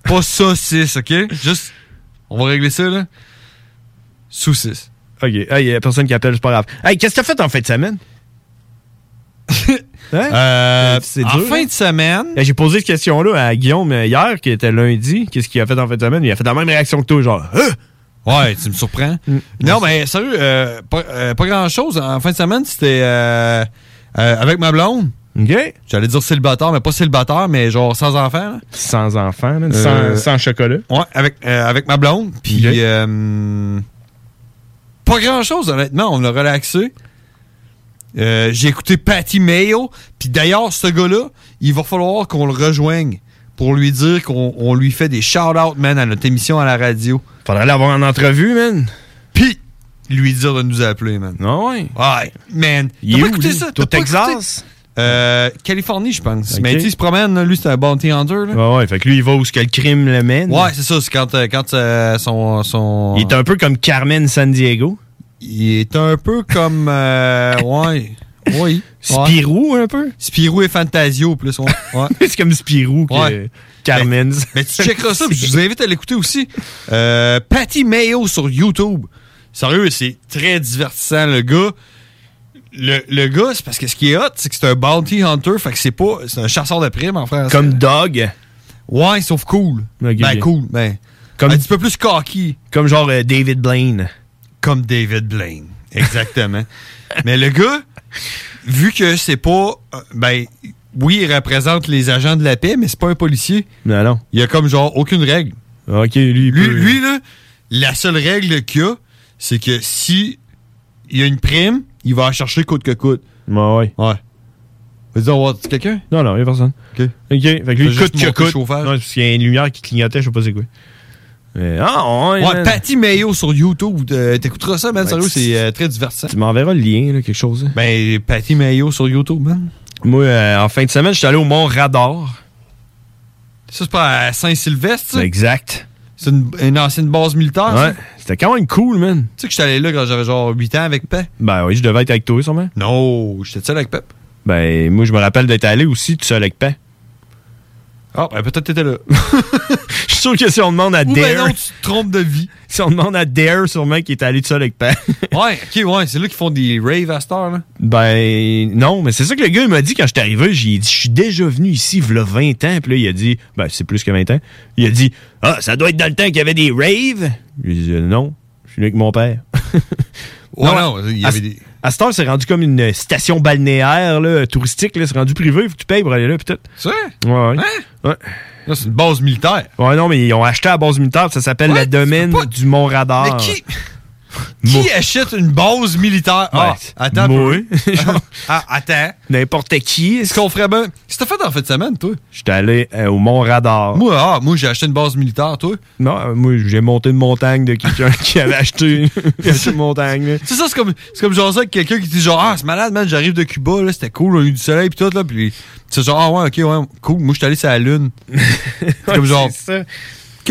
Pas saucisse, OK? Juste, on va régler ça, là. Saucisse. OK. Hey, il y a personne qui appelle, c'est pas grave. Hey, qu'est-ce que t'as fait en fin de semaine? Hein? Euh, C'est en dur, fin hein? de semaine, Hey, J'ai posé cette question-là à Guillaume euh, hier, qui était lundi. Qu'est-ce qu'il a fait en fin de semaine? Il a fait la même réaction que toi, genre, Hein? Mm. Ouais, tu me surprends. non, mais sérieux, euh, pas, euh, pas grand-chose. En fin de semaine, c'était euh, euh, avec ma blonde. OK? J'allais dire célibataire, mais pas célibataire, mais genre sans enfant. là. Sans enfant, là, Euh, sans, sans chocolat. Ouais, avec, euh, avec ma blonde. Puis, Ok. euh, pas grand-chose, honnêtement. On a relaxé. Euh, J'ai écouté Patty Mayo. Puis d'ailleurs, ce gars-là, il va falloir qu'on le rejoigne pour lui dire qu'on on lui fait des shout-out, man, à notre émission à la radio. Faudrait l'avoir en entrevue, man. Puis, lui dire de nous appeler, man. Non, ouais. Ouais, man. Il T'as est pas où, écouté lui? ça? T'es au T'as pas Texas? écouté? Euh, Californie, je pense. Ok. Mais tu sais, il se promène, là. lui, c'est un bounty hunter. Là. Ouais, ouais, fait que lui, il va où ce que le crime le mène. Ouais, c'est ça. C'est quand, euh, quand euh, son, son. Il est un peu comme Carmen San Diego. Il est un peu comme. euh, ouais. Oui. Ouais. Spirou, un peu. Spirou et Fantasio, plus. Ouais. ouais. c'est comme Spirou que Ouais. Carmen. Mais tu checkeras ça, puis je vous invite à l'écouter aussi. Euh, Patty Mayo sur YouTube. Sérieux, c'est très divertissant, le gars. Le, le gars, c'est parce que ce qui est hot, c'est que c'est un bounty hunter, fait que c'est pas. C'est un chasseur de primes en France. comme Dog. Ouais, sauf cool. Ok, ben, ok. cool, ben. Comme- un petit peu plus cocky. Comme genre euh, David Blaine. Comme David Blaine. Exactement. Mais le gars, vu que c'est pas. euh, Ben, oui, il représente les agents de la paix, mais c'est pas un policier. Non, non. Il y a comme genre aucune règle. OK, lui, lui, lui, là, la seule règle qu'il a, c'est que si il y a une prime, il va la chercher coûte que coûte. Bah Ouais, ouais. Ouais. Vas-y, on va voir quelqu'un? Non, non, il n'y a personne. OK. OK. Fait que T'as lui, coûte juste que monté le coûte. chauffage. Non, c'est parce qu'il y a une lumière qui clignotait, je sais pas c'est quoi. Mais, ah, on- ouais, man. Patty Mayo sur YouTube. euh, T'écouteras ça, man. Ouais, sérieux, tu- c'est euh, très divertissant. Tu m'enverras le lien, là, quelque chose. hein. Ben, Patty Mayo sur YouTube, man. Moi, euh, en fin de semaine, je suis allé au Mont-Radar. Ça, c'est pas à Saint-Sylvestre, ça? Ben, Exact. C'est une, une ancienne base militaire, ça? Ouais. C'était quand même cool, man. Tu sais que j'étais allé là quand j'avais genre 8 ans avec Pep? Ben oui, je devais être avec toi, sûrement. Non, j'étais seul avec Pep. Ben, moi, je me rappelle d'être allé aussi tout seul avec Pan. Ah, ben peut-être t'étais là. Je suis sûr que si on demande à Ou Dare. ben non, tu te trompes de vie. Si on demande à Dare, sûrement qu'il est allé tout seul avec Pan. ouais, ok, ouais, c'est là qu'ils font des raves à cette heure, là. Ben non, mais c'est ça que le gars il m'a dit quand j'étais arrivé. J'ai dit, je suis déjà venu ici, v'là 20 ans. Puis là, il a dit, ben c'est plus que 20 ans. Il a dit, ah, ça doit être dans le temps qu'il y avait des raves. J'ai dit, non, je suis venu avec mon père. Ouais, non, il y à, avait des- à cette heure, c'est rendu comme une station balnéaire là, touristique. là, C'est rendu privé, faut que tu payes pour aller là, puis tout. C'est vrai? Hein? Ouais, ouais. Ouais. c'est une base militaire. Ouais, non, mais ils ont acheté la base militaire, puis ça s'appelle la domaine du Mais Mont-Radar. qui. Qui achète une base militaire? Ah, Ouais. attends. un Moi. peu. ah, attends. N'importe qui. Ce qu'on ferait bien. C'était fait en fin de semaine, toi? J'étais allé euh, au Mont-Radar. Moi, ah, moi j'ai acheté une base militaire, toi. Non, euh, moi, j'ai monté une montagne de quelqu'un qui avait acheté qui avait acheté une montagne. là. C'est ça, c'est comme, c'est comme genre ça avec quelqu'un qui dit genre, ah, c'est malade, man, j'arrive de Cuba, là, c'était cool, on a eu du soleil, pis tout, là, pis c'est genre, ah, ouais, ok, ouais, cool, moi, je suis allé sur la Lune. c'est comme genre, C'est ça.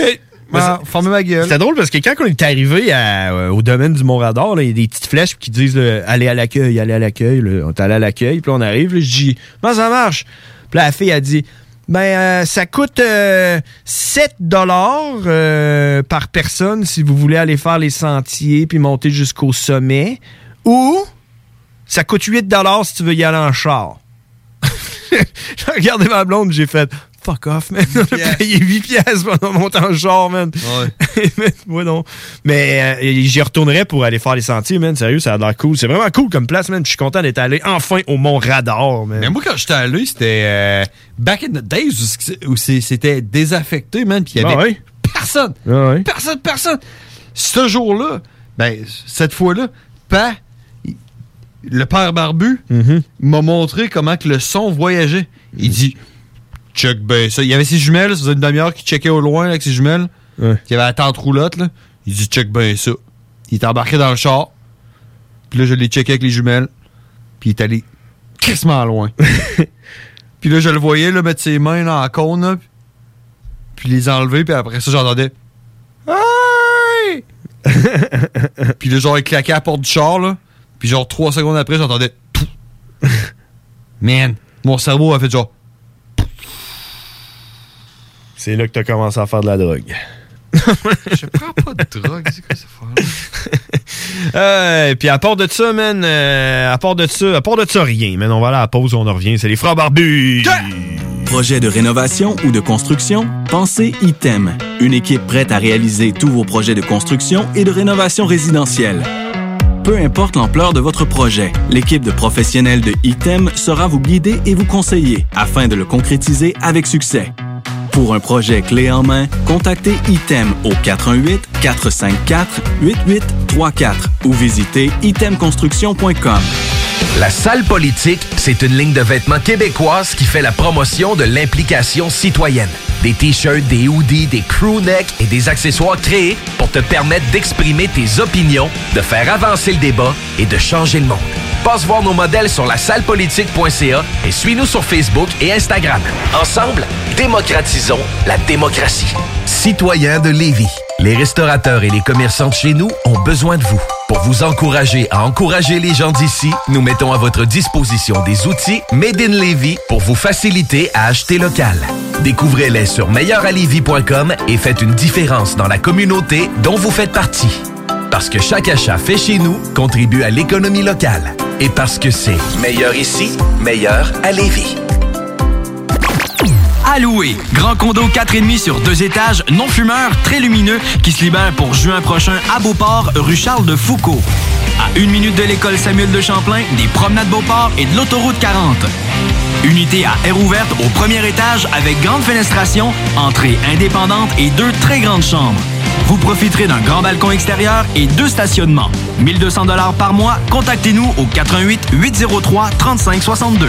ok, ben, fermez ma gueule. C'était drôle parce que quand on est arrivé à, euh, au domaine du Mont-Radar, là, il y a des petites flèches qui disent euh, allez à l'accueil, allez à l'accueil. là. On est allé à l'accueil, puis là, on arrive. là, je dis comment ça marche Puis là, la fille a dit ben euh, ça coûte euh, 7 dollars euh, par personne si vous voulez aller faire les sentiers puis monter jusqu'au sommet, ou ça coûte 8 dollars si tu veux y aller en char. j'ai regardé ma blonde, j'ai fait fuck off, man. On a payé 8 piastres pendant mon temps en char, man. Mais Moi non. Mais euh, j'y retournerai pour aller faire les sentiers, man. Sérieux, ça a l'air cool. C'est vraiment cool comme place, man. Je suis content d'être allé enfin au Mont Radar, man. Mais moi, quand j'étais allé, c'était euh, back in the days où c'est- où c'est- c'était désaffecté, man, pis il y Ah avait ouais? personne. Ah ouais? Personne, personne. Ce jour-là, ben, cette fois-là, pas le père barbu Mm-hmm. m'a montré comment que le son voyageait. Il dit check ben ça. Il y avait ses jumelles, ça faisait une demi-heure qu'il checkait au loin là, avec ses jumelles. Il y avait la tente roulotte, là. Il dit check ben ça. Il est embarqué dans le char. Puis là, je l'ai checké avec les jumelles. Puis il est allé crissement loin. puis là, je le voyais là, mettre ses mains dans la cône, là, puis les enlever, puis après ça, j'entendais. Hey! puis là, genre, il claquait à la porte du char, là. Puis genre, trois secondes après, j'entendais. Pouf. Man, mon cerveau a fait genre. C'est là que t'as commencé à faire de la drogue. Drogue, c'est quoi ça? Euh, puis à part de ça, man, euh, à part de ça, à part de ça, rien, man. On va aller à la pause, on en revient. C'est les frères barbus. Projet de rénovation ou de construction? Pensez ITEM, une équipe prête à réaliser tous vos projets de construction et de rénovation résidentielle. Peu importe l'ampleur de votre projet, l'équipe de professionnels de ITEM sera vous guider et vous conseiller afin de le concrétiser avec succès. Pour un projet clé en main, contactez ITEM au 418-454-8834 ou visitez itemconstruction.com. La salle politique, c'est une ligne de vêtements québécoise qui fait la promotion de l'implication citoyenne. Des t-shirts, des hoodies, des crewnecks et des accessoires créés pour te permettre d'exprimer tes opinions, de faire avancer le débat et de changer le monde. Passe voir nos modèles sur la sallepolitique.ca et suis-nous sur Facebook et Instagram. Ensemble, démocratisons la démocratie. Citoyens de Lévis, les restaurateurs et les commerçants de chez nous ont besoin de vous. Pour vous encourager à encourager les gens d'ici, nous mettons à votre disposition des outils Made in Lévis pour vous faciliter à acheter local. Découvrez-les sur meilleuralevis.com et faites une différence dans la communauté dont vous faites partie. Parce que chaque achat fait chez nous contribue à l'économie locale. Et parce que c'est meilleur ici, meilleur à Lévis. Alloué, grand condo 4,5 sur deux étages, non fumeur, très lumineux, qui se libère pour juin prochain à Beauport, rue Charles de Foucault. À une minute de l'école Samuel de Champlain, des promenades Beauport et de l'autoroute 40. Unité à air ouverte au premier étage avec grande fenestration, entrée indépendante et deux très grandes chambres. Vous profiterez d'un grand balcon extérieur et deux stationnements. 1200 dollars par mois, contactez-nous au 88 803 3562.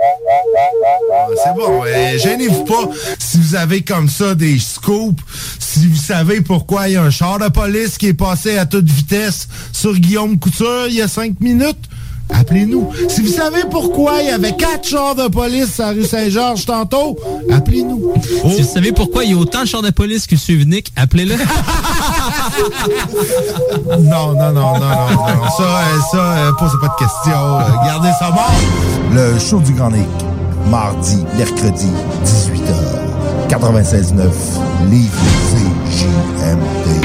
Ah, C'est bon, euh, gênez-vous pas si vous avez comme ça des scoops, si vous savez pourquoi il y a un char de police qui est passé à toute vitesse sur Guillaume Couture il y a cinq minutes. Appelez-nous. Si vous savez pourquoi il y avait quatre chars de police à rue Saint-Georges tantôt, appelez-nous. Si vous savez pourquoi il y a autant de chars de police que suivent Nick, appelez-le. Non, non, non, non, non, non. Ça, euh, ça, euh, posez pas de questions. Euh, Gardez ça mort. Le show du Grand Nick, mardi, mercredi, 18h, 96.9, Lévis, CJMD.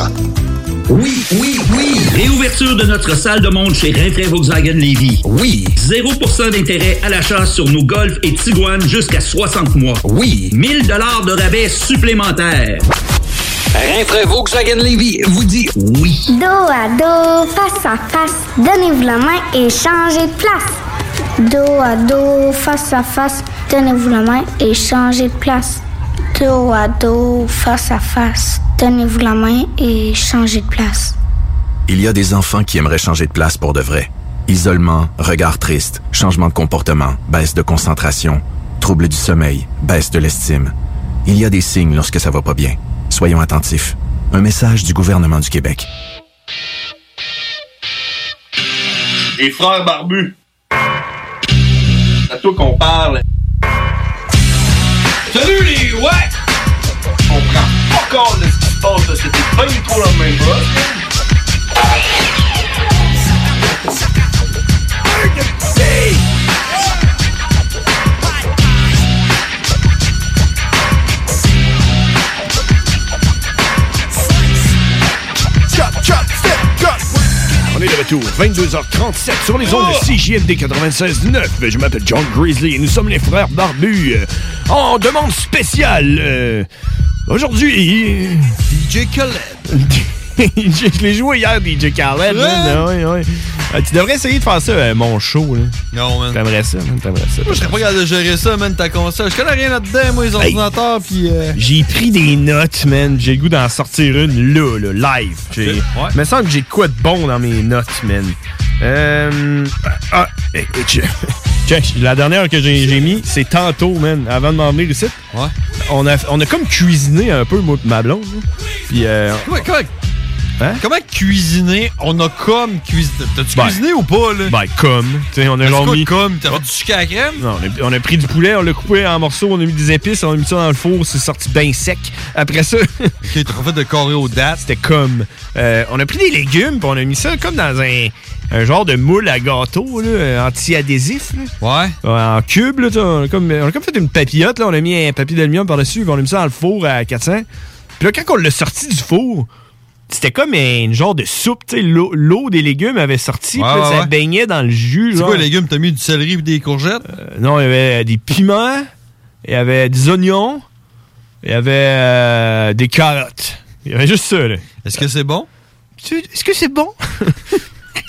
Oui, oui, oui. Réouverture de notre salle de monde chez Rainfray Volkswagen Levy. Oui. 0% d'intérêt à l'achat sur nos Golf et Tiguan jusqu'à 60 mois. Oui. 1000 dollars de rabais supplémentaires. Rainfray Volkswagen Levy vous dit oui. Dos à dos, face à face, donnez-vous la main et changez de place. Dos à dos, face à face, donnez-vous la main et changez de place. Dos à dos, face à face, donnez-vous la main et changez de place. Il y a des enfants qui aimeraient changer de place pour de vrai. Isolement, regard triste, changement de comportement, baisse de concentration, trouble du sommeil, baisse de l'estime. Il y a des signes lorsque ça va pas bien. Soyons attentifs. Un message du gouvernement du Québec. Les frères barbus. C'est à toi qu'on parle. Salut les ouais! On prend pas compte de ce qui se passe, là. c'était pas du tout la même chose. Chop, chop, step, cut. On est de retour, 22h37 sur les ondes de CJMD 96.9. Je m'appelle John Grizzly et nous sommes les frères barbus euh, en demande spéciale. euh, Aujourd'hui, DJ Khaled. je l'ai joué hier, DJ Khaled. hein, man, ouais, ouais. Euh, tu devrais essayer de faire ça, euh, mon show. Là. Non, man. T'aimerais ça, man, t'aimerais ça. Moi, je serais pas capable de gérer ça, man, ta console. Je connais rien là-dedans, moi, les ordinateurs, puis... euh, J'ai pris des notes, man. J'ai le goût d'en sortir une là, là live. J'ai... Il me semble que j'ai de quoi de bon dans mes notes, man. Euh... Ah, écoute, je- check, la dernière que j'ai, j'ai mis, c'est tantôt, man, avant de m'emmener le site. Ouais. On a, on a comme cuisiné un peu, moi pis ma blonde. là. Puis, euh, Comment, comment, Hein? comment cuisiner? On a comme cuisiné. T'as-tu Ben, cuisiné ou pas, là? ben, comme. Tu sais, on a T'as-tu genre quoi de mis- comme? T'as fait du sucre à la crème? Non, on a, on a pris du poulet, on l'a coupé en morceaux, on a mis des épices, on a mis ça dans le four, c'est sorti bien sec. Après ça. Ok, t'as refait de carré aux dates. C'était comme. euh, on a pris des légumes, puis on a mis ça comme dans un, un genre de moule à gâteau, là, euh, anti-adhésif. Ouais. En cube, là, tu sais, on, a comme, on a comme fait une papillote, là, on a mis un papier d'aluminium par-dessus, puis on a mis ça dans le four à 400. Puis là, quand on l'a sorti du four, c'était comme une genre de soupe, tu sais, l'eau- l'eau des légumes avait sorti, Ouais, puis là, ouais, ça ouais. baignait dans le jus. C'est genre. quoi, les légumes? T'as mis du céleri et des courgettes? Non, il y avait euh, des piments, il y avait des oignons, il y avait euh, des carottes. Il y avait juste ça, là. Est-ce que c'est bon? Est-ce que c'est bon?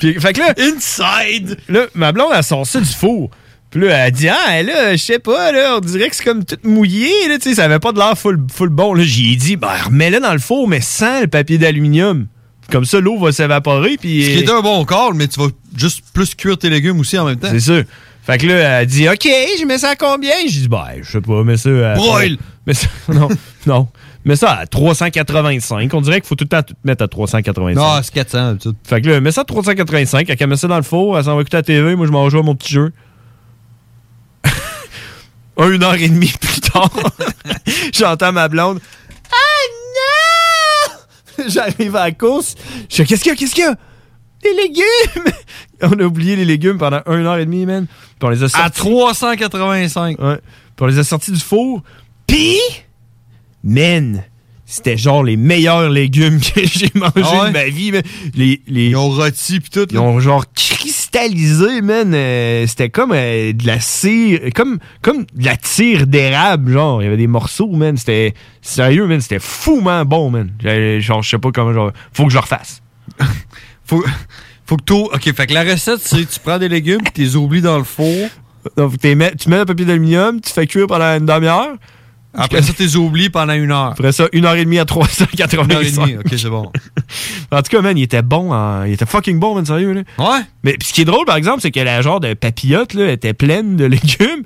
Puis, fait que là. Inside! Là, ma blonde, elle sort ça du four. Puis là, elle dit, ah, là, je sais pas, là, on dirait que c'est comme tout mouillé, là, tu sais, ça avait pas de l'air full, full bon. Là, j'ai dit, ben, remets-le dans le four, mais sans le papier d'aluminium. Comme ça, l'eau va s'évaporer, puis. Ce qui est un bon corps, mais tu vas juste plus cuire tes légumes aussi en même temps. C'est sûr. Fait que là, elle dit, OK, je mets ça à combien? J'ai dit, ben, je sais pas, mais ça. à- Broil! Mais ça, non, non. Mais ça à 385. On dirait qu'il faut tout le temps tout mettre à 385. Non, c'est 400 d'habitude. Fait que là, mets ça à 385. Elle met ça dans le four, elle s'en va écouter la TV. Moi, je m'en vais jouer à mon petit jeu. Une heure et demie plus tard, j'entends ma blonde. Ah non! J'arrive à la course. Je fais, qu'est-ce qu'il y a? Qu'est-ce qu'il y a? Les légumes! On a oublié les légumes pendant une heure et demie, man. Puis on les a sortis. À 385. Ouais. Puis on les a sortis du four. Puis, man, c'était genre les meilleurs légumes que j'ai mangés Ah ouais? de ma vie. man. Les, Ils ont rôti puis tout. Ils ont genre cristallisé, man. Euh, c'était comme euh, de la cire, comme, comme de la tire d'érable, genre. Il y avait des morceaux, man. C'était sérieux, man. C'était foument bon, man. J'ai- Genre, je sais pas comment, genre, faut que je le refasse. faut, faut que tout. OK, fait que la recette, c'est tu prends des légumes, tu les oublies dans le four. tu mets le papier d'aluminium, tu fais cuire pendant une demi-heure. Après ça, tu les oublies pendant une heure. Après ça, une heure et demie à 385. Une heure et demie, OK, c'est bon. En tout cas, man, il était bon. en- Il était fucking bon, man, sérieux. Là. Ouais. Mais puis ce qui est drôle, par exemple, c'est que la genre de papillote là, était pleine de légumes.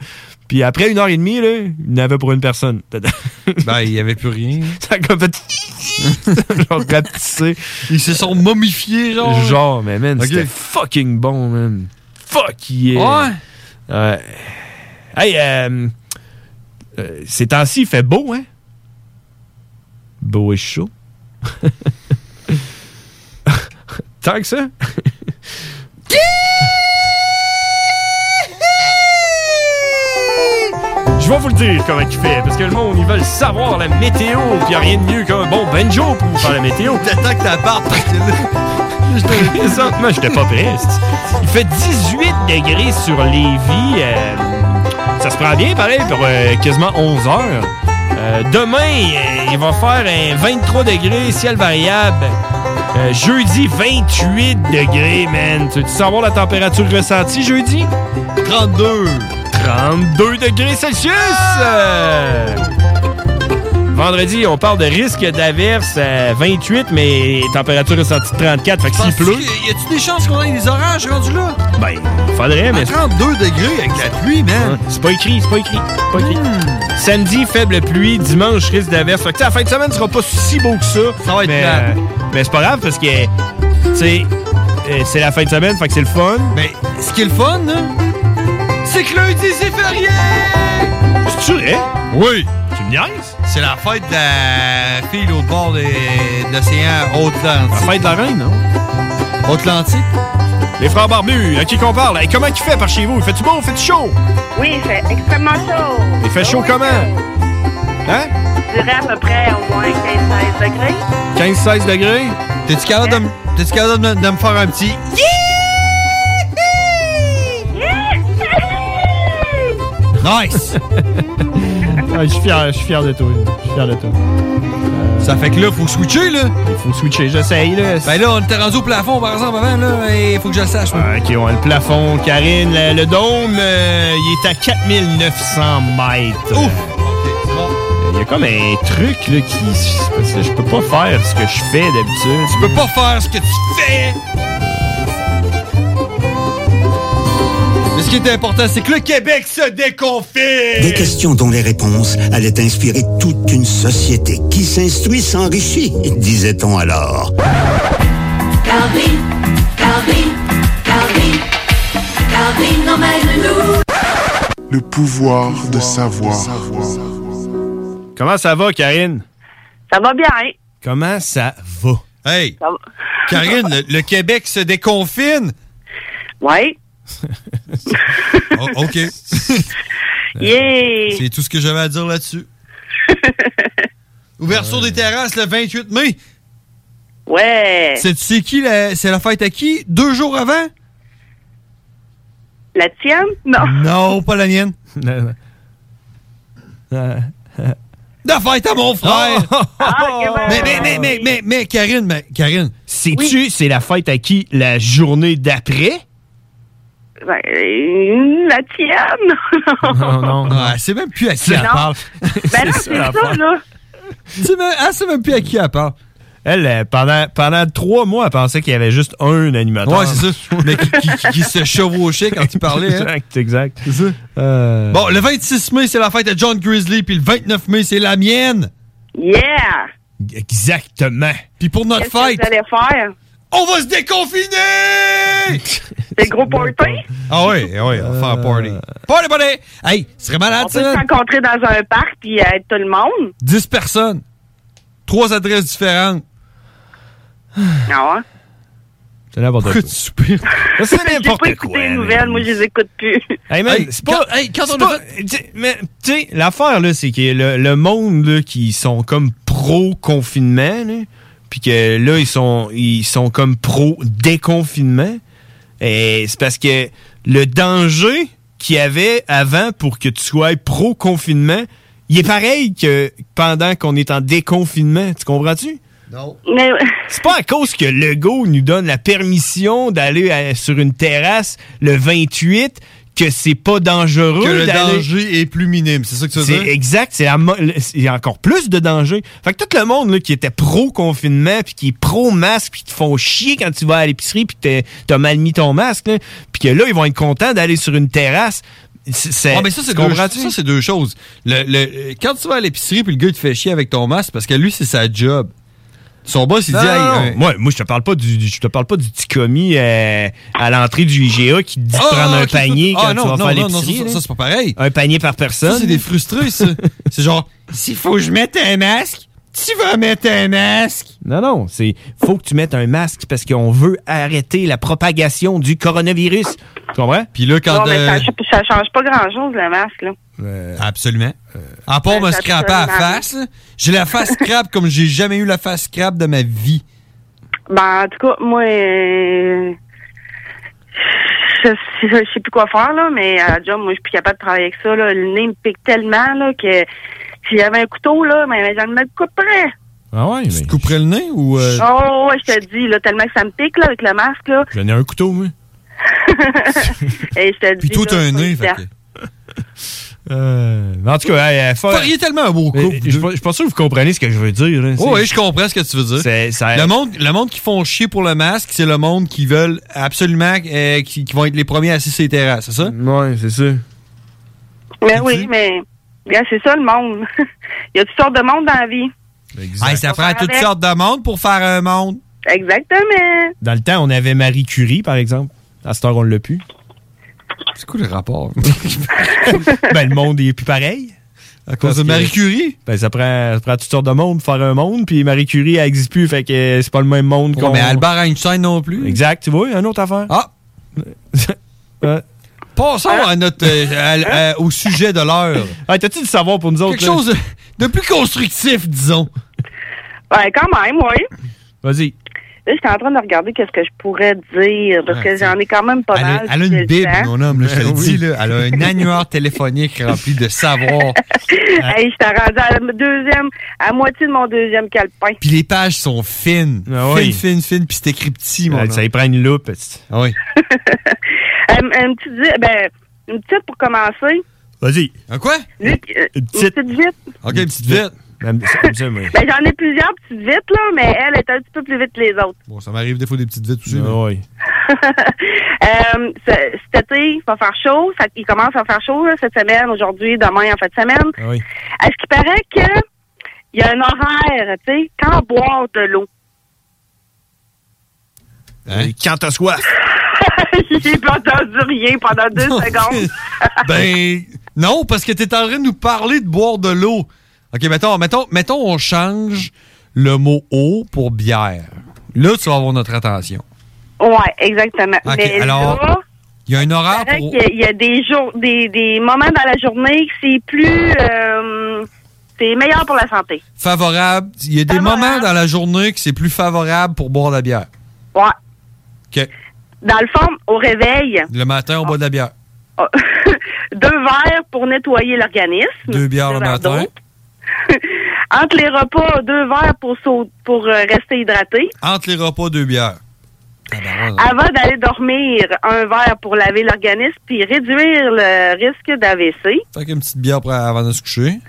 Puis après une heure et demie, là, il n'avait pour une personne. Ben, il n'y avait plus rien. Ça a comme fait... genre rapetissé. Ils se sont momifiés, genre. Genre, mais man, Ok. c'était fucking bon, man. Fuck yeah. Ouais. Hey, euh, euh, ces temps-ci, il fait beau, hein? Beau et chaud. Tant que ça. Je vais vous le dire comment il fait, parce que le monde, ils veulent savoir la météo, puis y a rien de mieux qu'un bon banjo pour vous faire la météo. T'attends que t'as part, parce que là, présentement, j'étais pas prêt. c'est- Il fait 18 degrés sur Lévis. euh, ça se prend bien, pareil, pour euh, quasiment 11 heures. Euh, demain, euh, il va faire un 23 degrés, ciel variable. Euh, jeudi, 28 degrés, man. Tu veux savoir la température ressentie jeudi? 32. 32 degrés Celsius! Euh, Vendredi, on parle de risque d'averse à 28, mais température ressentie de 34, fait que s'il pleut, Y a-tu des chances qu'on ait des orages rendus là? ben, faudrait, mais... 32 degrés avec la pluie, man. Hmm. C'est pas écrit, c'est pas écrit. c'est Pas écrit. Samedi, faible pluie. Dimanche, risque d'averse. Fait que, tu sais, la fin de semaine sera pas si beau que ça. Ça va être Mais, euh, plate. mais c'est pas grave parce que, tu sais, euh, c'est la fin de semaine, fait que c'est le fun. Mais Ben, ce qui est le fun, là, c'est que lundi, c'est férié! C'est Oh, vrai? Oui. Tu me niaises? C'est la fête de la fille l'autre bord de de l'océan Atlantique. La fête de la reine, non? Atlantique? Les frères barbus, à qui qu'on parle? Et comment il fait par chez vous? Il fait-tu beau? Fait-tu chaud? Oui, il fait extrêmement chaud. Il fait chaud comment? Hein? Je dirais à peu près au moins 15-16 degrés. 15-16 degrés? T'es-tu capable, de, me- t'es-tu capable de, me- de me faire un petit... Nice! Ah, je suis fier, je suis fier de toi. Je suis fier de toi. Euh, Ça fait que là, faut switcher, là. Il faut switcher, j'essaye, là. Ben là, on était rendu au plafond, par exemple, avant, là, et faut que je le sache. moi. OK, on a le plafond, Karine. Le, le dôme, euh, il est à 4900 mètres. Ouf! Il y a comme un truc là, qui. c'est parce que Je peux pas faire ce que je fais d'habitude. Tu peux pas faire ce que tu fais! Mais ce qui est important, c'est que le Québec se déconfine! Des questions dont les réponses allaient inspirer toute une société qui s'instruit s'enrichit, disait-on alors. Calvin, Calvin, Calvin, Calvin emmène-nous. Le pouvoir de savoir. Comment ça va, Karine? Ça va bien, hein? Comment ça va? Hey! Karine, le, le Québec se déconfine! Oui. Oh, OK. Yeah! C'est tout ce que j'avais à dire là-dessus. Ouverture des terrasses le 28 mai. Ouais! C'est tu sais qui la, c'est la fête à qui Deux jours avant La tienne? Non. Non, pas la mienne. La fête à mon frère. Ah. mais, mais, mais, mais, mais, mais, Karine, mais, Karine. Sais-tu, c'est la fête à qui la journée d'après? Ben, euh, la tienne. Non, non, non. Ah, Elle sait même plus à qui Non. elle parle. ben là, c'est ça, là. Tu sais même- Elle sait même plus à qui elle parle. Elle, euh, pendant, pendant trois mois, elle pensait qu'il y avait juste un animateur. Ouais, c'est ça. Mais qui, qui- qui- qui se chevauchait quand tu parlais. hein. Exact, exact. Euh, C'est ça. Bon, le 26 mai, c'est la fête de John Grizzly, puis le 29 mai, c'est la mienne. Yeah! Exactement. Puis pour notre Qu'est-ce que fête, vous allez faire? On va se déconfiner! C'est le gros party? Ah oui, ah oui, on va faire un party. Party, party! Hey, ce serait malade, On peut ça! se rencontrer dans un parc puis euh, être tout le monde. 10 personnes, trois adresses différentes. Non, hein? C'est n'importe quoi. soupires? C'est J'ai pas n'importe écouté quoi. les man. nouvelles, moi, je les écoute plus. Hey, man, c'est pas. c'est pas- tu sais, mais, tu sais, l'affaire, là, c'est que le, le monde, là, qui sont comme pro-confinement, là, puis que là, ils sont, ils sont comme pro-déconfinement, et c'est parce que le danger qu'il y avait avant pour que tu sois pro-confinement, il est pareil que pendant qu'on est en déconfinement. Tu comprends-tu? Non. C'est pas à cause que Legault nous donne la permission d'aller à- sur une terrasse le 28 que c'est pas dangereux. Que le d'aller- danger est plus minime, c'est ça que tu veux C'est dire? exact, c'est la mo- le- il y a encore plus de danger. Fait que tout le monde là, qui était pro confinement puis qui est pro masque puis qui te font chier quand tu vas à l'épicerie puis que t'es- t'as mal mis ton masque là, puis que là ils vont être contents d'aller sur une terrasse. C'est- Ah, mais ça, c'est tu deux, comprends-tu? ça, c'est deux choses. Le, le- quand tu vas à l'épicerie puis le gars, il te fait chier avec ton masque parce que lui, c'est sa job. Son boss, il Non, dit, non, hey, euh, non. moi, moi, je te parle pas du, du- je te parle pas du petit commis euh, à l'entrée du IGA qui te dit de Ah, prendre ah, un ok, ça- panier ah, quand non, tu vas non, faire non, non, l'épicerie. ça, ça, là. c'est pas pareil. Un panier par personne. Ça, c'est des frustrés, ça. c'est genre, s'il faut que je mette un masque, tu vas mettre un masque. Non, non, c'est faut que tu mettes un masque parce qu'on veut arrêter la propagation du coronavirus. Tu comprends? Puis là, quand. Non, mais euh, ça, ça change pas grand-chose, le masque, là. Euh, Absolument. à part me ça scraper à la absolument. face, là, j'ai la face crabe comme j'ai jamais eu la face crabe de ma vie. Ben, en tout cas, moi, euh, je, je, je sais plus quoi faire, là, mais à la job, moi, je suis plus capable de travailler avec ça, là. Le nez me pique tellement, là, que s'il y avait un couteau, là, mais j'en me le couperais. Ah ouais, mais. Tu te couperais le nez ou. euh, Oh, ouais, je te dis, là, tellement que ça me pique, là, avec le masque, là. J'en ai un couteau, moi. Et je te dis. Puis toi, là, t'as un c'est pas nez, fait évident. que- Euh, en tout cas, hey, euh, faut- Vous feriez tellement un beau Mais, Je suis pas- je suis pas sûr que vous comprenez ce que je veux dire. là. Oh, C'est- oui, je comprends ce que tu veux dire. C'est- ça- Le monde, le monde qui font chier pour le masque, c'est le monde qui veulent absolument, euh, qui, qui vont être les premiers assis sur les terrasses, c'est ça? Oui, c'est ça. Mais Ben oui, mais. regarde, c'est ça, le monde. Il y a toutes sortes de monde dans la vie. ça prend Avec- toutes sortes de monde pour faire un monde. Exactement. Dans le temps, on avait Marie Curie, par exemple. À cette heure, on l'a plus. C'est quoi le rapport? ben, le monde est plus pareil. À cause de Marie Curie? Ben, ça prend, ça prend toutes sortes de monde pour faire un monde, puis Marie Curie, elle existe plus, fait que euh, c'est pas le même monde qu'on... mais Albert Einstein non plus. Exact, tu vois, une autre affaire. Ah! Passons Hein? à notre, euh, à- à- au sujet de l'heure. Ah, T'as-tu du savoir pour nous autres? Quelque là? chose de plus constructif, disons. Ben, quand même, oui. Vas-y. Là, j'étais en train de regarder qu'est-ce que je pourrais dire, parce que j'en ai quand même pas Ah, Elle a, mal. elle a j'ai une le bible, temps. mon homme, là, je te le Ben Oui. dis. Là, elle a un annuaire téléphonique rempli de savoir. Hey, je t'ai rendu à la deuxième, à moitié de mon deuxième calepin. Puis les pages sont fines. Ben oui. Fines, fines, fines. Puis c'est écrit petit, mon Ah, homme. Ça y prend une loupe. c'est- Ah oui. Un, Euh, un petit di- ben, une petite pour commencer. Vas-y. Un quoi? Luc, euh, Une petite, vite. OK, une petite vite. Ben, c'est comme ça, moi. Ben, j'en ai plusieurs petites vites, là, mais elle est un petit peu plus vite que les autres. Bon, ça m'arrive des fois des petites vites aussi. Ben mais- Euh, ce- cet été, il va faire chaud. Ça- il commence à faire chaud, là, cette semaine, aujourd'hui, demain, en fin de semaine. Ah oui. Est-ce qu'il paraît que il y a un horaire, tu sais, quand boire de l'eau? Euh, Quand t'as soif. J'ai pas entendu rien pendant deux secondes. Ben, non, parce que tu es en train de nous parler de boire de l'eau. OK, mettons, mettons, mettons, on change le mot eau pour bière. Là, tu vas avoir notre attention. Ouais, exactement. OK, Mais alors, là, il y a un horaire paraît Ah, pour. qu'il y a- il y a des jours, des, des moments dans la journée que c'est plus, euh, c'est meilleur pour la santé. favorable. Il y a des moments dans la journée que c'est plus favorable pour boire de la bière. Ouais. OK. Dans le fond, au réveil, Le matin, on Ah. boit de la bière. oh, deux verres pour nettoyer l'organisme. Deux bières le matin. Entre les repas, deux verres pour, sau- pour euh, rester hydraté. Entre les repas, deux bières. Avant d'aller dormir, un verre pour laver l'organisme puis réduire le risque d'AVC. Fait qu'une petite bière après- avant de se coucher.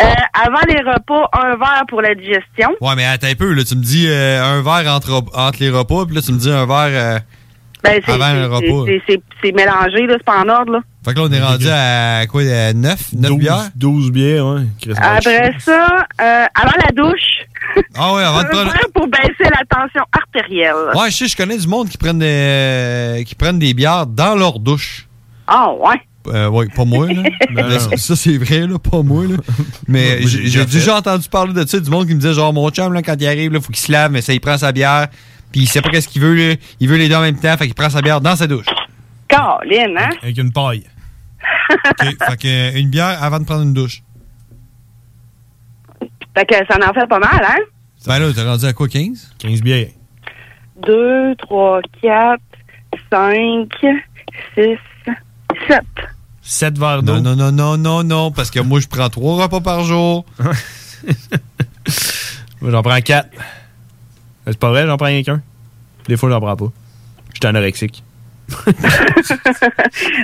Euh, avant les repas, un verre pour la digestion. Ouais, mais attends un peu, là, tu me dis euh, un verre entre, entre les repas, puis là, tu me dis un verre euh, Ben, c'est- avant un c'est- repas. c'est- c'est- C'est mélangé, là, c'est pas en ordre. Là. Fait que là, on est rendu à quoi, à 9, 9 bières? 12 bières, ouais. Après ça, euh, avant la douche, Ah ouais, avant de un prendre... verre pour baisser la tension artérielle. Ouais, je sais, je connais du monde qui prennent des, euh, qui prennent des bières dans leur douche. Ah, ouais. Euh, ouais, pas moi, là. Ben, Mais ça, ça, c'est vrai, là, pas moi, là. Mais Moi, j'ai j'ai j'ai déjà déjà entendu parler de ça, du monde qui me disait, genre, mon chum, là, quand il arrive, là, faut qu'il se lave, mais ça, il prend sa bière, puis il sait pas qu'est-ce qu'il veut, là. Il veut les deux en même temps, fait qu'il prend sa bière dans sa douche. Caroline, hein? Avec une paille. OK, fait que, euh, une bière avant de prendre une douche. Fait que ça en fait pas mal, hein? Ben là, t'es rendu à quoi, 15? 15 bières. 2, 3, 4, 5, 6, 7. 7 verres d'eau. Non, non, non, non, non, parce que moi, je prends 3 repas par jour. Moi, j'en prends 4. C'est pas vrai, j'en prends rien qu'un. Des fois, j'en prends pas. Je suis anorexique.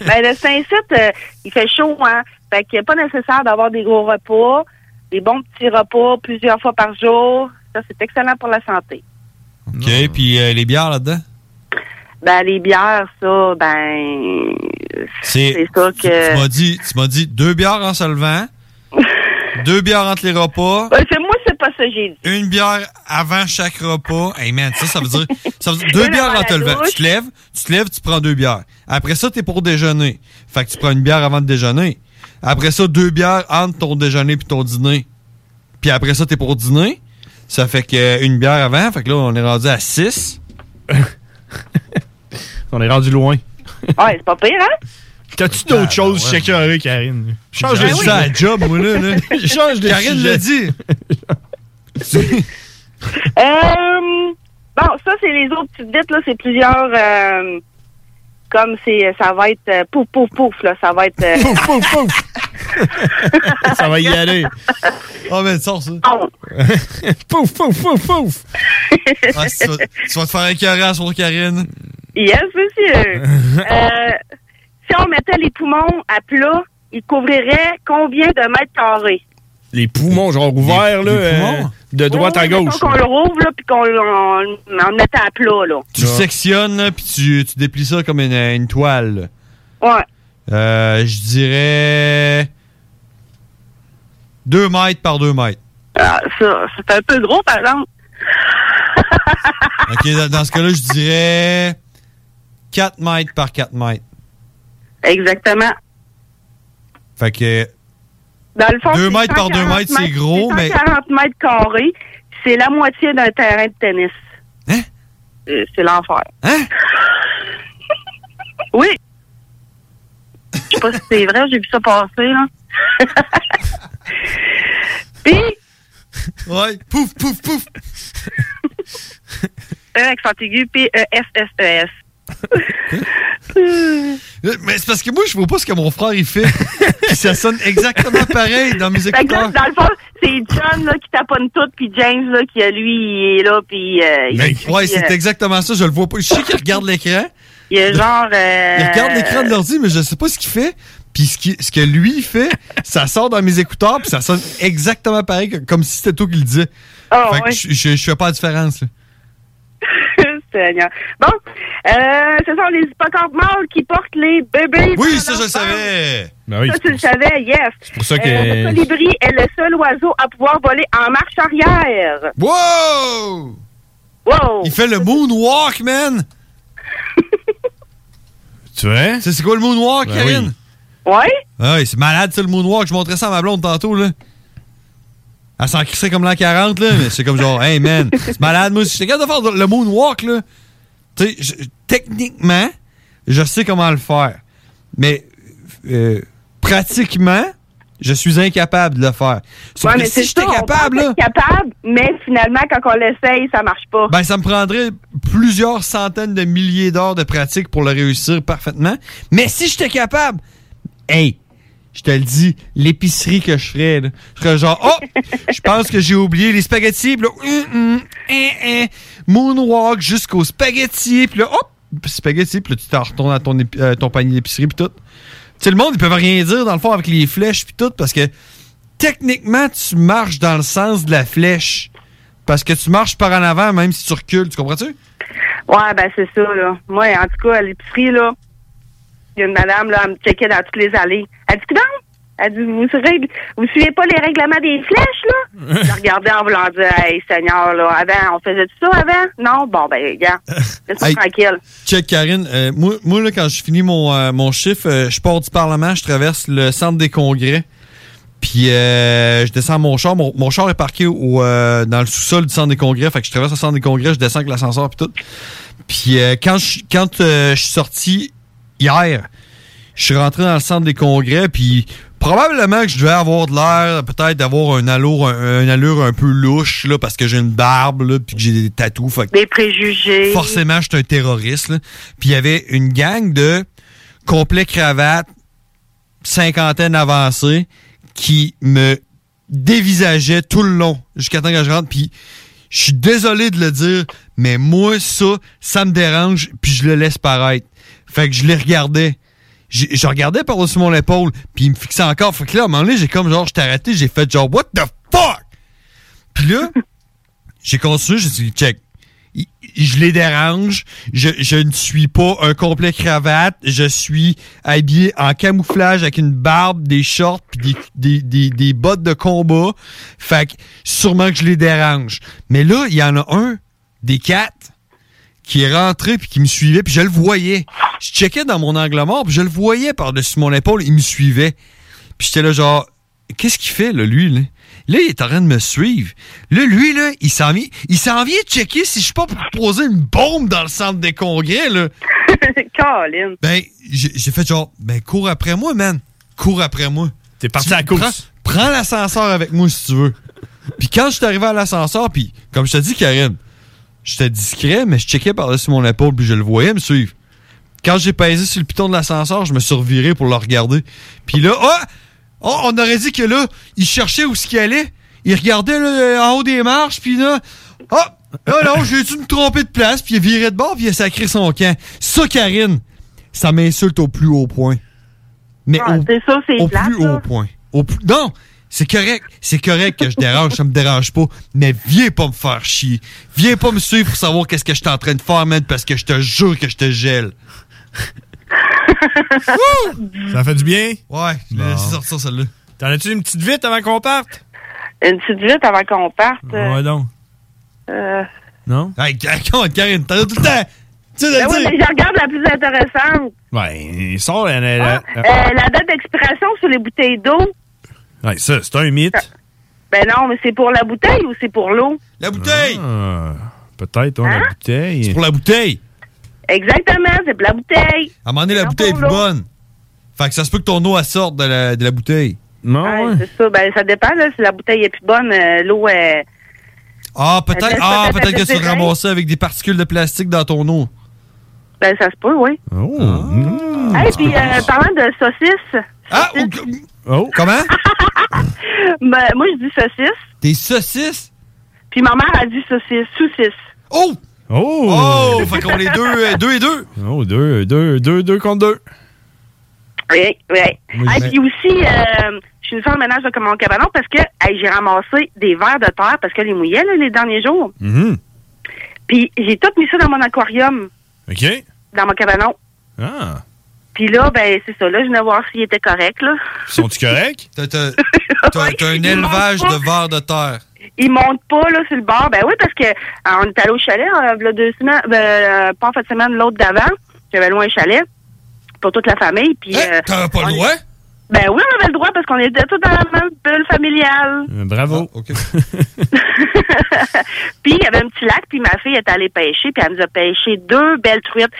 Ben, le saint il fait chaud, hein? Fait qu'il n'est pas nécessaire d'avoir des gros repas, des bons petits repas plusieurs fois par jour. Ça, c'est excellent pour la santé. OK, puis euh, les bières là-dedans? Ben, les bières, ça, ben, C'est c'est ça Tu tu m'as que... dit, tu m'as dit deux bières en se levant, deux bières entre les repas. c'est moi, c'est pas ça que j'ai dit. Une bière avant chaque repas. Hey man, ça, ça veut dire, ça veut dire deux Une bières avant en te la levant. douche. Tu te lèves, tu te lèves, tu prends deux bières. Après ça, t'es pour déjeuner. Fait que tu prends une bière avant de déjeuner. Après ça, deux bières entre ton déjeuner puis ton dîner. Puis après ça, t'es pour dîner. Ça fait que euh, une bière avant. Fait que là, on est rendu à six. On est rendu loin. Ouais, c'est pas pire, hein? T'as-tu Ah, d'autres choses chacun avec Karine? Change de J'ai sujet. rendu à la job, moi, là. là. Change de Karine sujet. l'a dit. Euh, bon, ça, c'est les autres petites dites, là. C'est plusieurs. euh, comme c'est, ça va être euh, pouf, pouf, pouf, là. Ça va être. euh, Pouf, pouf, pouf! ça va y aller. Oh, mais sors ça. pouf, pouf, pouf, pouf! Ah, tu, vas, tu vas te faire écœurer à soir, Karine. yes, monsieur. Euh, si on mettait les poumons à plat, ils couvriraient combien de mètres carrés? Les poumons, genre ouverts, là. euh, de droite à Mettons gauche. qu'on le rouvre, là, puis qu'on on, on le mettait à plat, là. Tu sectionnes, là, puis tu, tu déplies ça comme une, une toile. Ouais. Euh, je dirais. 2 mètres par 2 mètres. Ah, ça, c'est un peu gros, par exemple. OK, dans, dans ce cas-là, je dirais. 4 mètres par 4 mètres. Exactement. Fait que. Dans le fond, Deux c'est mètres par deux 140 mètres, c'est gros, c'est mais- 140 mètres carrés, c'est la moitié d'un terrain de tennis. Hein? C'est l'enfer. Hein? oui. Je sais pas si c'est vrai, j'ai vu ça passer, là. Puis, Ouais, pouf, pouf, pouf. E, accent aigu, P-E-S-S-E-S. Euh, Mais c'est parce que moi, je vois pas ce que mon frère, il fait. Puis ça sonne exactement pareil dans mes Fait que là, écouteurs. dans le fond, c'est John là, qui taponne tout, puis James, là, qui, lui, il est là, puis... euh, il- Mais, ouais, c'est euh, exactement ça, je le vois pas. Je sais qu'il regarde l'écran. Il est genre... euh, Il regarde l'écran de l'ordi, mais je sais pas ce qu'il fait. Puis ce, qui- ce que lui fait, ça sort dans mes écouteurs, puis ça sonne exactement pareil, que- comme si c'était toi qui le disais. Ah, fait que ouais. je, je, je fais pas la différence. là. Seigneur. Bon, euh, ce sont les hippocampes mâles qui portent les bébés. Oui, dans ça, leur je ventre. le savais. Ça, tu le savais, yes. C'est pour ça que- le colibri est le seul oiseau à pouvoir voler en marche arrière. Wow! Wow! Il fait le moonwalk, man! tu vois? C'est c'est quoi le moonwalk, Ben Karine? Ouais? Ah oui, c'est malade, ça, le moonwalk. Je montrais ça à ma blonde tantôt, là. Elle s'en crissait comme l'an 40, là. Mais c'est comme genre, hey, man, c'est malade. Moi, si j'étais capable de faire le moonwalk, là. Tu sais, je- techniquement, je sais comment le faire. Mais euh, pratiquement, je suis incapable de le faire. Sauf Ouais, que mais si c'est j'étais ça, on capable, pense là, être capable, mais finalement, quand on l'essaye, ça marche pas. ben, ça me prendrait plusieurs centaines de milliers d'heures de pratique pour le réussir parfaitement. Mais si j'étais capable, hey, je te le dis, l'épicerie que je ferais, là, je serais genre, oh, je pense que j'ai oublié les spaghettis, puis là, hum, hum, hein, hein, moonwalk jusqu'aux spaghettis, puis là, hop, spaghettis, puis là, tu t'en retournes à ton, épi- euh, ton panier d'épicerie, puis tout. Tu sais, le monde, ils peuvent rien dire, dans le fond, avec les flèches, puis tout, parce que techniquement, tu marches dans le sens de la flèche. Parce que tu marches par en avant, même si tu recules, tu comprends-tu? Ouais, ben c'est ça, là. Moi, en tout cas, à l'épicerie, là, il y a une madame, là, elle me checkait dans toutes les allées. Elle dit, non? Elle dit, vous, règle- vous suivez pas les règlements des flèches, là? Je la regardais en voulant dire, hey, Seigneur, là, avant, on faisait tout ça avant? Non? Bon, ben, regarde, laisse-moi Hey. tranquille. Check, Karine, euh, moi, moi, là, quand je finis mon, euh, mon chiffre, euh, je pars du Parlement, je traverse le centre des congrès, puis euh, je descends mon char. Mon, mon char est parqué au, euh, dans le sous-sol du centre des congrès, fait que je traverse le centre des congrès, je descends avec l'ascenseur, puis tout. Puis euh, quand, je, quand euh, je suis sorti hier, je suis rentré dans le centre des congrès, puis probablement que je devais avoir de l'air, peut-être d'avoir un allure, un, une allure un peu louche, là, parce que j'ai une barbe, là, puis que j'ai des tatous. Fait que- Des préjugés. Forcément, j'étais un terroriste. là. Puis il y avait une gang de complet cravate, cinquantaine avancée, qui me dévisageait tout le long jusqu'à temps que je rentre. Puis je suis désolé de le dire, mais moi, ça, ça me dérange, puis je le laisse paraître. Fait que je les regardais. J'ai- Je regardais par-dessus mon épaule, puis il me fixait encore. Fait que là, à un moment donné, j'ai comme genre, je t'ai arrêté, j'ai fait genre, what the fuck? Puis là, j'ai continué, j'ai dit, check. I- Je les dérange. Je, je ne suis pas un complet cravate. Je suis habillé en camouflage avec une barbe, des shorts, puis des, des, des, des bottes de combat. Fait que sûrement que je les dérange. Mais là, il y en a un des quatre qui est rentré puis qui me suivait puis je le voyais. Je checkais dans mon angle mort puis je le voyais par-dessus mon épaule, il me suivait. Puis j'étais là genre qu'est-ce qu'il fait là lui là? Là, il est en train de me suivre. Là, lui, là, il s'en vient, il s'en vient checker si je suis pas pour poser une bombe dans le centre des congrès, là. Colin. Ben, j'ai j'ai fait genre, ben, cours après moi, man. Cours après moi. T'es parti à la course. Prends, prends l'ascenseur avec moi si tu veux. Puis quand je suis arrivé à l'ascenseur, puis comme je te dis, Karine, j'étais discret, mais je checkais par-dessus mon épaule, puis je le voyais me suivre. Quand j'ai pesé sur le piton de l'ascenseur, je me suis reviré pour le regarder. Puis là, ah! Oh, on aurait dit que là, il cherchait où ce qu'il allait. Il regardait là, euh, en haut des marches, puis là, ah! Ah non, j'ai dû me tromper de place, puis il virait de bord, puis il a sacré son camp. Ça, Karine, ça m'insulte au plus haut point. Mais Ah, au, au plate, plus là. haut point. Au plus- non, c'est correct. C'est correct que je dérange, ça me dérange pas. Mais viens pas me faire chier. Viens pas me suivre pour savoir qu'est-ce que je suis en train de faire, man, parce que je te jure que je te gèle. Ça fait du bien? Ouais, je l'ai laissé sortir celle-là. T'en as-tu une petite vite avant qu'on parte? Une petite vite avant qu'on parte. euh, Ouais, donc. euh, Non? Hey, raconte, Karine, t'en as tout le temps! Tu ben oui, mais je regarde la plus intéressante. Ouais, il sort. la- la- la- Ah. Euh, la date d'expiration sur les bouteilles d'eau. Ouais, ça, c'est un mythe. Ben non, mais c'est pour la bouteille ou c'est pour l'eau? La bouteille! Ah, Peut-être, hein, la bouteille. C'est pour la bouteille. Exactement, c'est pour la bouteille. À un moment donné, la bouteille est plus bonne. Fait que ça se peut que ton eau elle sorte de la, de la bouteille. Non, Ah Ouais, C'est ça, ben ça dépend, là, si la bouteille est plus bonne, euh, l'eau est... Ah, Elle peut-être laisse ah, peut-être peut-être que la tu te désirée. ramasses avec des particules de plastique dans ton eau. Ben ça se peut, oui. Oh! hey, puis euh, parlant de saucisses... Ah, Oh. Comment? ben, moi, je dis saucisses. Des saucisses? Puis ma mère a dit saucisses, saucisses. Oh! Oh! Oh, fait qu'on est deux, euh, deux et deux. Oh, deux, deux, deux, deux contre deux. Oui, oui. Oui, Ah, mais- puis aussi, euh, je suis une femme de ménage de mon cabanon parce que hey, j'ai ramassé des verres de terre parce que les mouillait là, les derniers jours. Mm-hmm. Puis j'ai tout mis ça dans mon aquarium, OK. dans mon cabanon. Ah. Puis là, ben c'est ça, là, je venais voir s'il était correct, là. Sont-tu corrects? T'as t'as- t'as- t'as un élevage de vers de terre. Il monte pas, là, sur le bord. Ben oui, parce que euh, on est allé au chalet, euh, v'là deux semaines, ben, euh, pas en fin de semaine, l'autre d'avant. J'avais loin un chalet pour toute la famille. Puis, euh, T'as Hein? pas le droit? ben oui, on avait le droit parce qu'on était tous dans la même bulle familiale. Bravo. OK. Puis il y avait un petit lac, puis ma fille est allée pêcher, puis elle nous a pêché deux belles truites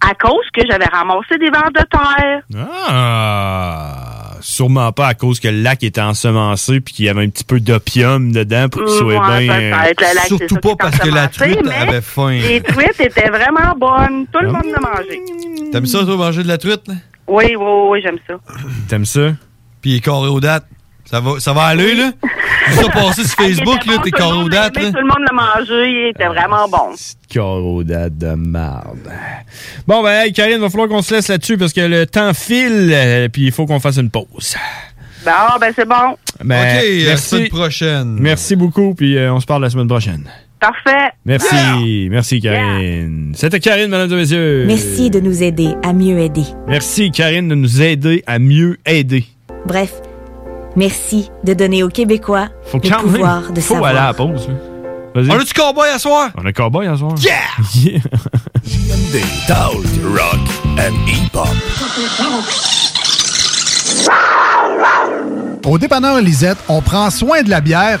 à cause que j'avais ramassé des vers de terre. Ah! Sûrement pas à cause que le lac était ensemencé puis qu'il y avait un petit peu d'opium dedans pour qu'il soit Ouais, bien. euh, peut-être, le lac, c'est Surtout ça pas qui parce que s'est la commencé, truite mais avait faim. Les truites étaient vraiment bonnes. Tout le Ah. monde l'a mangé. T'as mis ça, toi, manger de la truite? là? Oui, oui, oui, j'aime ça. T'aimes ça? puis il est carré aux dates. Ça va, ça va aller, là? Tu ça passer sur Ah, il Facebook, était là, bon, t'es tout le carré monde aux dates, l'aimait, là? Tout le monde l'a mangé, il était vraiment bon. Carodade de marde. Bon, ben, hey, Karine, va falloir qu'on se laisse là-dessus parce que le temps file, euh, puis il faut qu'on fasse une pause. Bon, ben c'est bon. Ben, OK, à la merci. semaine prochaine. Merci beaucoup, puis euh, on se parle la semaine prochaine. Parfait. Merci, Ah! merci, Karine. C'était Karine, mesdames et messieurs. Merci de nous aider à mieux aider. Merci, Karine, de nous aider à mieux aider. Bref, merci de donner aux Québécois Faut le quand pouvoir même. de faut aller à la savoir. pause. là. Vas-y. On a du cowboy à soir? On a cowboy à soir. Yeah! Des Taold Rock and Hip-Hop. Au dépanneur Lisette, on prend soin de la bière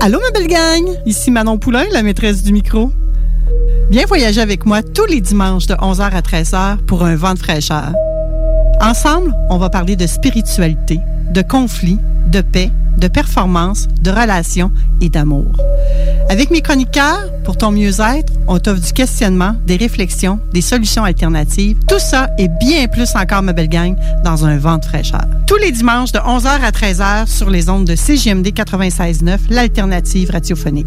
Allô, ma belle gang! Ici Manon Poulain, la maîtresse du micro. Viens voyager avec moi tous les dimanches de 11h à 13h pour un vent de fraîcheur. Ensemble, on va parler de spiritualité, de conflits, de paix, de performance, de relations et d'amour. Avec mes chroniqueurs, pour ton mieux-être, on t'offre du questionnement, des réflexions, des solutions alternatives, tout ça et bien plus encore, ma belle gang, dans un vent de fraîcheur. Tous les dimanches de 11h à 13h sur les ondes de CGMD 96.9, l'alternative radiophonique.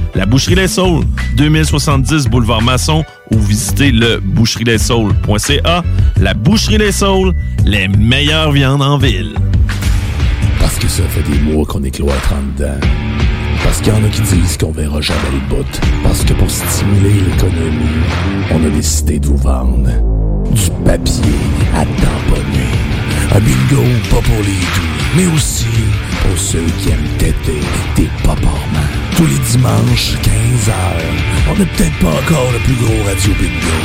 La Boucherie Les Saules, 2070 Boulevard Masson, ou visitez le boucherieslessaules.ca. La Boucherie Les Saules, les meilleures viandes en ville. Parce que ça fait des mois qu'on est cloître en dedans. Parce qu'il y en a qui disent qu'on verra jamais le bout. Parce que pour stimuler l'économie, on a décidé de vous vendre du papier à tamponner. Un bingo pas pour les doux, mais aussi pour ceux qui aiment têter des paparmans. Tous les dimanches, 15h, on n'est peut-être pas encore le plus gros radio bingo.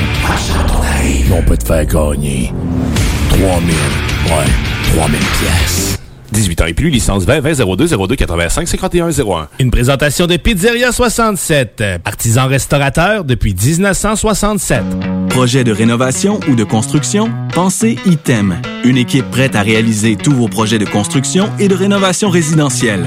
On arrive, on peut te faire gagner 3000, ouais, 3000 pièces. 18 ans et plus, licence Eh, 20 20 02 02 85 51 01. Une présentation de Pizzeria 67, euh, artisan restaurateur depuis 1967. Projet de rénovation ou de construction, pensez ITEM. Une équipe prête à réaliser tous vos projets de construction et de rénovation résidentielle.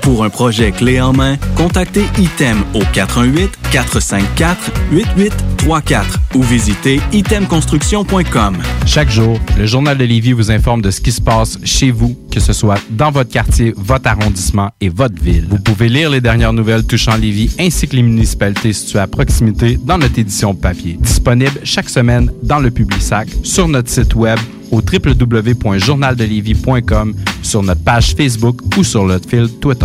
Pour un projet clé en main, contactez ITEM au 418-454-8834 ou visitez itemconstruction.com. Chaque jour, le Journal de Lévis vous informe de ce qui se passe chez vous, que ce soit dans votre quartier, votre arrondissement et votre ville. Vous pouvez lire les dernières nouvelles touchant Lévis ainsi que les municipalités situées à proximité dans notre édition papier. Disponible chaque semaine dans le Publisac, sur notre site web au www.journaldelévis.com, sur notre page Facebook ou sur notre fil Twitter.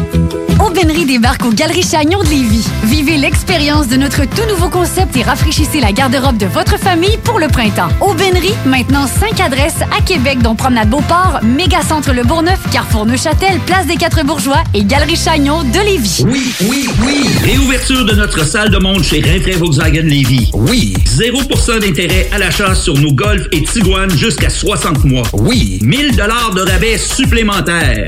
Aubainerie débarque aux Galeries Chagnon de Lévis. Vivez l'expérience de notre tout nouveau concept et rafraîchissez la garde-robe de votre famille pour le printemps. Aubainerie, maintenant 5 adresses à Québec, dont Promenade Beauport, Mégacentre Le Bourgneuf, Carrefour Neuchâtel, Place des Quatre Bourgeois et Galerie Chagnon de Lévis. Oui, oui, oui. Réouverture de notre salle de monde chez Rinfrae Volkswagen Lévis. Oui. 0% d'intérêt à l'achat sur nos Golf et Tiguan jusqu'à 60 mois. Oui. 1000 dollars de rabais supplémentaires.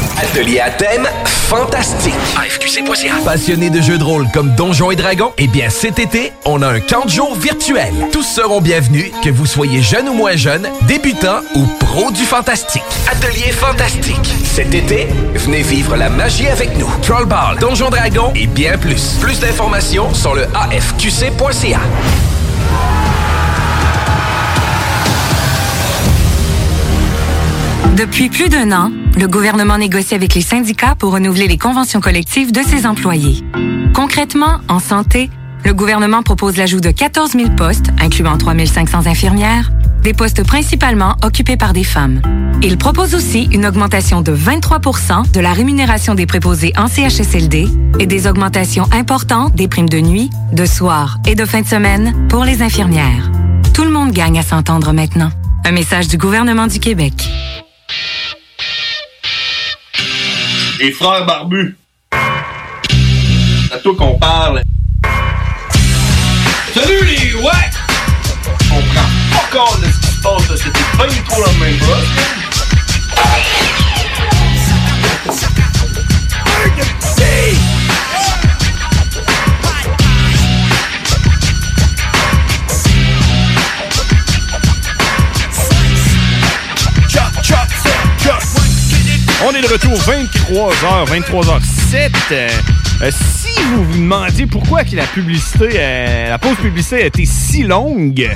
Atelier à thème fantastique. AFQC.ca. Passionnés de jeux de rôle comme Donjons et Dragons, eh bien cet été, on a un camp de jour virtuel. Tous seront bienvenus, que vous soyez jeune ou moins jeune, débutant ou pro du fantastique. Atelier fantastique. Cet été, venez vivre la magie avec nous. Trollball, Donjons Dragons et bien plus. Plus d'informations sur le AFQC.ca. Depuis plus d'un an, le gouvernement négocie avec les syndicats pour renouveler les conventions collectives de ses employés. Concrètement, en santé, le gouvernement propose l'ajout de 14 000 postes, incluant 3 500 infirmières, des postes principalement occupés par des femmes. Il propose aussi une augmentation de 23 de la rémunération des préposés en CHSLD et des augmentations importantes des primes de nuit, de soir et de fin de semaine pour les infirmières. Tout le monde gagne à s'entendre maintenant. Un message du gouvernement du Québec. Les frères barbus. C'est à toi qu'on parle. Salut les ouais! On prend pas compte de ce qui se passe, là. c'était pas du tout la même Chop, chop, chop. On est de retour 23h, 23h07. Euh, si vous vous demandiez pourquoi que la publicité, euh, la pause publicité a été si longue,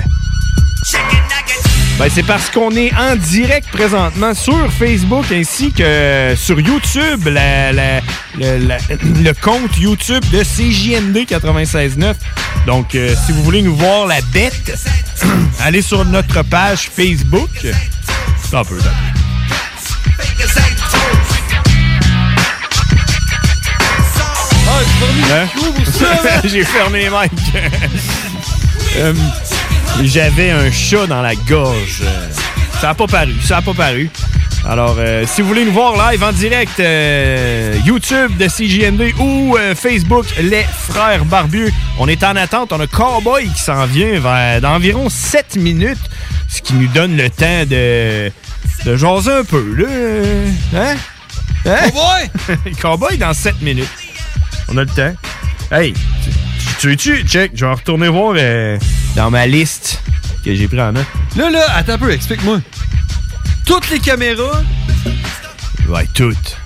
ben c'est parce qu'on est en direct présentement sur Facebook ainsi que sur YouTube, la- la- le- la- le compte YouTube de CJMD 96.9. Donc, euh, si vous voulez nous voir la bête, allez sur notre page Facebook. Attends un peu, attends un peu. Hein? J'ai fermé les mics. Euh, J'avais un chat dans la gorge. Ça n'a pas paru, ça n'a pas paru. Alors, euh, si vous voulez nous voir live en direct, euh, YouTube de CJMD ou euh, Facebook Les Frères Barbus, on est en attente. On a Cowboy qui s'en vient vers, dans environ 7 minutes, ce qui nous donne le temps de, de jaser un peu. Là. Hein? Hein? Cowboy! Cowboy dans 7 minutes. On a le temps. Hey, tu, tu, tu check, je vais retourner voir euh, dans ma liste que j'ai pris en main. Là, là, attends un peu, explique-moi. Toutes les caméras Ouais, toutes.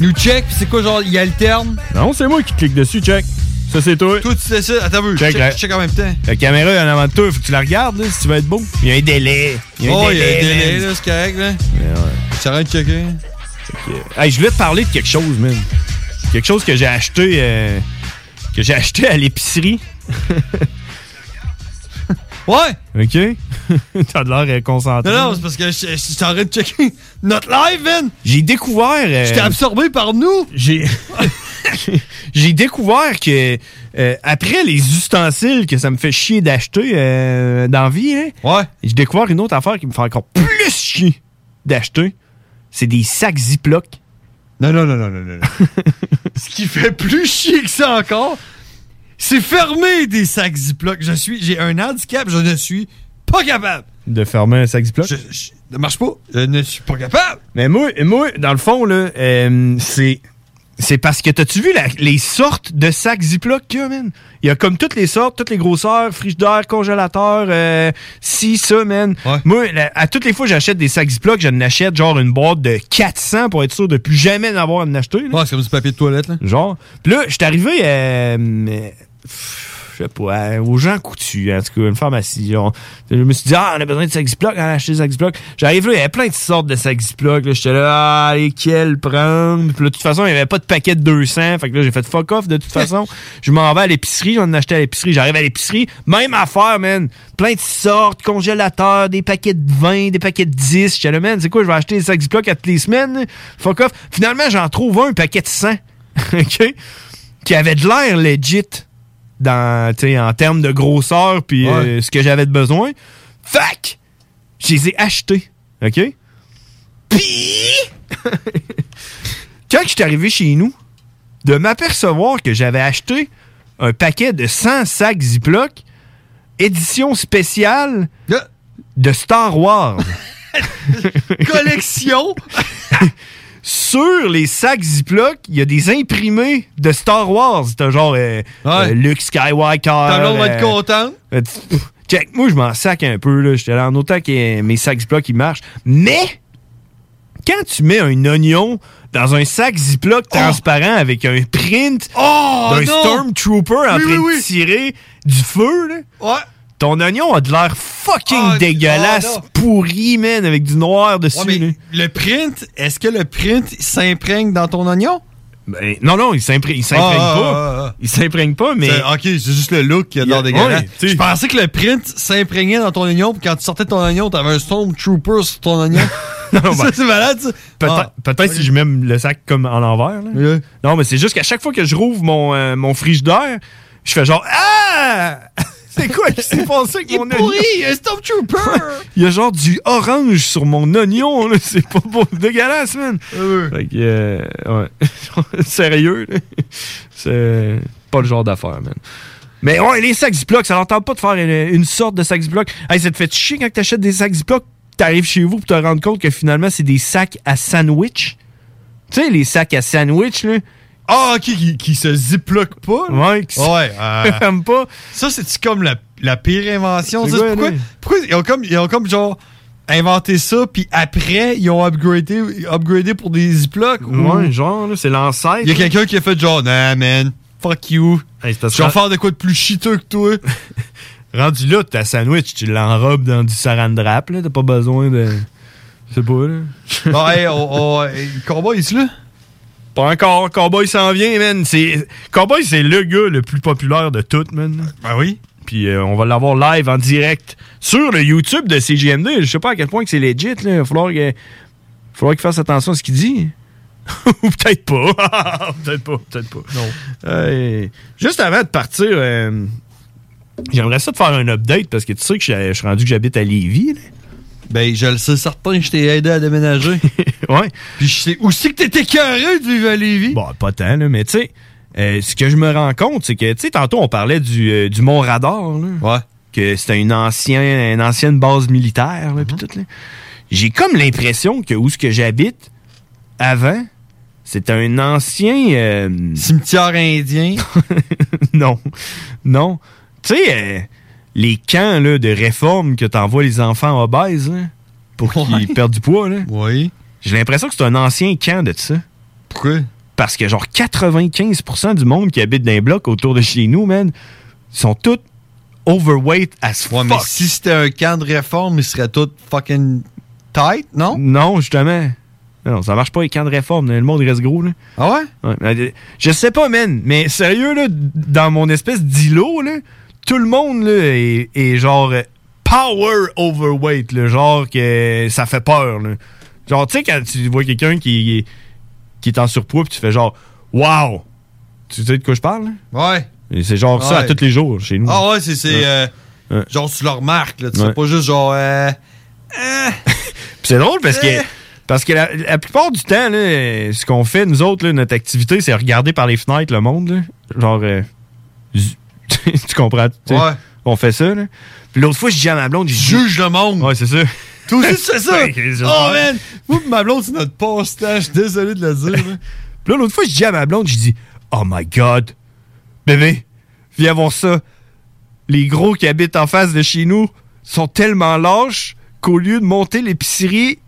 nous check, puis c'est quoi, genre, ils alternent? Non, c'est moi qui clique dessus, check. Ça, c'est toi. Toi, tu sais ça. Attends un peu, Check, check, là. check, en même temps. La caméra est en avant de toi, faut que tu la regardes, là, si tu veux être beau. Il y a un délai. Il y a un oh, il y a délai, un délai, man. là, c'est correct, là. Ça arrête de checker. Hey, je voulais te parler de quelque chose, man. Quelque chose que j'ai acheté euh, que j'ai acheté à l'épicerie. ouais! OK? T'as de l'air euh, concentré. Non, non, c'est parce que je je- je suis en train de checker notre live, man! J'ai découvert. euh, J'étais absorbé par nous! J'ai. J'ai découvert que euh, après les ustensiles que ça me fait chier d'acheter euh, dans la vie, hein, j'ai découvert une autre affaire qui me fait encore plus chier d'acheter. C'est des sacs Ziploc. Non, non, non, non, non, non. Ce qui fait plus chier que ça encore, c'est fermer des sacs Ziploc. Je suis, j'ai un handicap, je ne suis pas capable. De fermer un sac Ziploc? Ça marche pas. Je ne suis pas capable. Mais moi, moi dans le fond, là, euh, c'est. C'est parce que t'as-tu vu la- les sortes de sacs Ziploc qu'il y a, man? Il y a comme toutes les sortes, toutes les grosseurs, frigidaire, congélateur, euh, si, ça, man. Moi, la- à toutes les fois que j'achète des sacs Ziploc, je n'achète genre une boîte de 400 pour être sûr de plus jamais en avoir à en acheter. c'est comme du papier de toilette, là. Genre. Puis là, je suis arrivé, euh, euh, pff, je sais pas, euh, aux gens coutus, en tout cas, une pharmacie. genre. Je me suis dit, ah, on a besoin de sacs Ziploc, on a acheté des sacs Ziploc. J'arrive là, il y avait plein de sortes de sacs Ziploc. là. J'étais là, ah, lesquels prendre? Puis là, de toute façon, il n'y avait pas de paquet de 200. Fait que là, j'ai fait fuck off, de toute façon. je m'en vais à l'épicerie, j'en ai acheté à l'épicerie. J'arrive à l'épicerie, même affaire, man. Plein de sortes, congélateurs, des paquets de 20, des paquets de 10. J'étais là, man, c'est quoi, je vais acheter des sacs Ziploc à toutes les semaines? là? Fuck off. Finalement, j'en trouve un, un paquet de 100. OK? Qui avait de l'air legit dans, tu sais, en termes de grosseur puis euh, ce que j'avais de besoin. Fac! Je les ai achetés. OK? Puis! Quand je suis arrivé chez nous, de m'apercevoir que j'avais acheté un paquet de 100 sacs Ziploc, édition spéciale de Star Wars. Collection! sur les sacs Ziploc, il y a des imprimés de Star Wars. T'as genre euh, euh, Luke Skywalker. Ta blonde va être euh, contente. euh, tu- Check, moi je m'en sac un peu. là. J'étais là en autant que euh, mes sacs Ziploc ils marchent. Mais quand tu mets un oignon dans un sac Ziploc transparent avec un print Oh, d'un non! Stormtrooper en Oui, train oui, oui. de tirer du feu, là, Ouais. ton oignon a de l'air fucking dégueulasse, oh, non. pourri, man, avec du noir dessus. Ouais, mais là. le print, est-ce que le print s'imprègne dans ton oignon? Ben, non, non, il s'impré- il s'imprègne Ah, pas. ah, ah, ah. Il s'imprègne pas, mais. C'est- Ok, c'est juste le look qui a de l'air Ouais, dégueulasse. tu sais. Je pensais que le print s'imprégnait dans ton oignon, puis quand tu sortais de ton oignon, t'avais un Stormtrooper sur ton oignon. ça, ben, c'est malade, ça. Peut-être Ah. peut-être si je mets le sac comme en l'envers. là. Non, mais c'est juste qu'à chaque fois que je rouvre mon, euh, mon frigidaire, je fais genre Ah! C'est quoi qui s'est passé avec mon oignon? pourri, un Stormtrooper! Il y a genre du orange sur mon oignon, là. C'est pas beau. Dégueulasse, man. Fait que, euh, ouais. Sérieux, là. C'est pas le genre d'affaire, man. Mais ouais, les sacs Ziploc, ça leur tente pas de faire une, une sorte de sacs Ziploc. Hey, ça te fait chier quand t'achètes des sacs Ziploc, t'arrives chez vous pour te rendre compte que finalement, c'est des sacs à sandwich. Tu sais, les sacs à sandwich, là. Ah, ok, qui, qui se ziploque pas. là. Ouais, qui se- ouais. euh, aime pas. Ça, c'est-tu comme la, la pire invention? C'est Ça, quoi, pourquoi, là? pourquoi ils ont comme, ils ont comme genre inventé ça, puis après, ils ont upgradé, upgradé pour des ziplocs? Ouais, genre, là, c'est l'ancêtre. Il y a quelqu'un qui a fait genre, nah, man, fuck you. parce Je vais que- faire de quoi de plus chiteux que toi. Rendu là, ta sandwich, tu l'enrobes dans du saran wrap, là. T'as pas besoin de. Je sais pas, là. bon, hey, on, on- hey, oh, Cowboy, est là? Pas encore. Cowboy s'en vient, man. C'est... Cowboy, c'est le gars le plus populaire de tout, man. Ben oui. Puis euh, on va l'avoir live en direct sur le YouTube de CGMD. Je sais pas à quel point que c'est legit, là. Il va falloir que- falloir qu'il fasse attention à ce qu'il dit. Ou peut-être pas. Ah, peut-être pas, peut-être pas. Non. Euh, juste avant de partir, euh, j'aimerais ça te faire un update parce que tu sais que je je suis rendu que j'habite à Lévis. là. Ben, je le sais certain, je t'ai aidé à déménager. ouais. Puis je sais aussi que t'étais carré du vivre à Lévis. Bon, pas tant, là, mais tu sais, euh, ce que je me rends compte, c'est que, tu sais, tantôt, on parlait du, euh, du Mont Radar, là. Ouais. Que c'était une, ancien, une ancienne base militaire, là, puis tout, là. J'ai comme l'impression que où ce que j'habite, avant, c'était un ancien... Cimetière indien? non. Non. Tu sais, euh, les camps là, de réforme que t'envoies les enfants obèses, là, pour qu'ils perdent du poids, là. Oui. J'ai l'impression que c'est un ancien camp de ça. Pourquoi? Parce que genre 95% du monde qui habite dans les blocs autour de chez nous, man, sont tous overweight as fuck. mais si c'était un camp de réforme, il serait tout fucking tight, non? Non, justement. Non, ça marche pas les camps de réforme. Le monde reste gros, là. Ah ouais? euh, Je sais pas, man, mais sérieux, là, dans mon espèce d'îlot, là, tout le monde, là, est, est genre euh, power overweight, le genre que ça fait peur, là. Genre, tu sais, quand tu vois quelqu'un qui, qui est en surpoids, puis tu fais genre, wow! Tu sais de quoi je parle, là? Ouais. C'est genre ça à Ouais. tous les jours chez nous. Ah ouais, c'est. c'est, euh, Genre, tu le remarques, là. Tu sais Ouais. pas juste genre. euh, Puis c'est drôle parce que, parce que la, la plupart du temps, là, ce qu'on fait, nous autres, là, notre activité, c'est regarder par les fenêtres le monde. là. Genre, euh, z- tu comprends? tu sais, On fait ça. Là. Puis l'autre fois, je dis à ma blonde, juge le monde. Ouais, c'est ça. Toi aussi, tu fais ça? Ouais, qu'est-ce que oh, je fais? man! Moi, pis ma blonde, c'est notre passe-temps. Je suis désolé de le dire. là. Puis là, l'autre fois, je dis à ma blonde, je dis Oh my God, bébé, viens voir ça. Les gros qui habitent en face de chez nous sont tellement lâches qu'au lieu de monter l'épicerie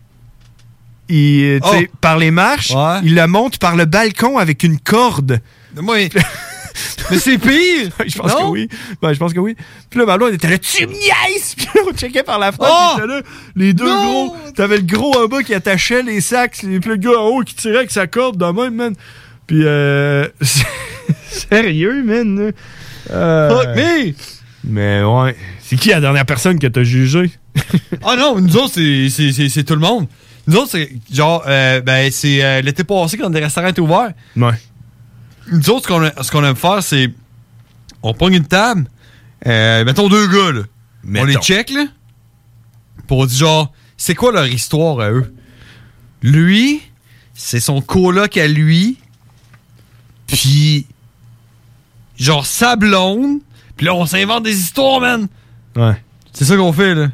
ils, euh, tu sais, Oh. par les marches, ils la montent par le balcon avec une corde. Mais c'est pire! je pense Non? que oui. Ben, je pense que oui. Puis là, ma blonde était là, tu me niaises! Puis là, on checkait par la fenêtre, Oh! il était là, les deux gros. T'avais le gros en bas qui attachait les sacs, et puis le gars en haut qui tirait avec sa corde de même, man. Puis, euh, sérieux, man. là. Euh, Fuck me! Mais ouais. C'est qui la dernière personne que t'as jugée? Ah non, nous autres, c'est- c'est c'est- c'est tout le monde. Nous autres, c'est genre, euh, ben, c'est euh, l'été passé quand les restaurants étaient ouverts. Ouais. Nous autres, ce qu'on a- ce qu'on aime faire, c'est. On prend une table, euh, mettons deux gars, là. On les check, là. Pour dire, genre, c'est quoi leur histoire à eux? Lui, c'est son coloc à lui. Puis. Genre, sa blonde. Puis là, on s'invente des histoires, man. Ouais. C'est ça qu'on fait, là.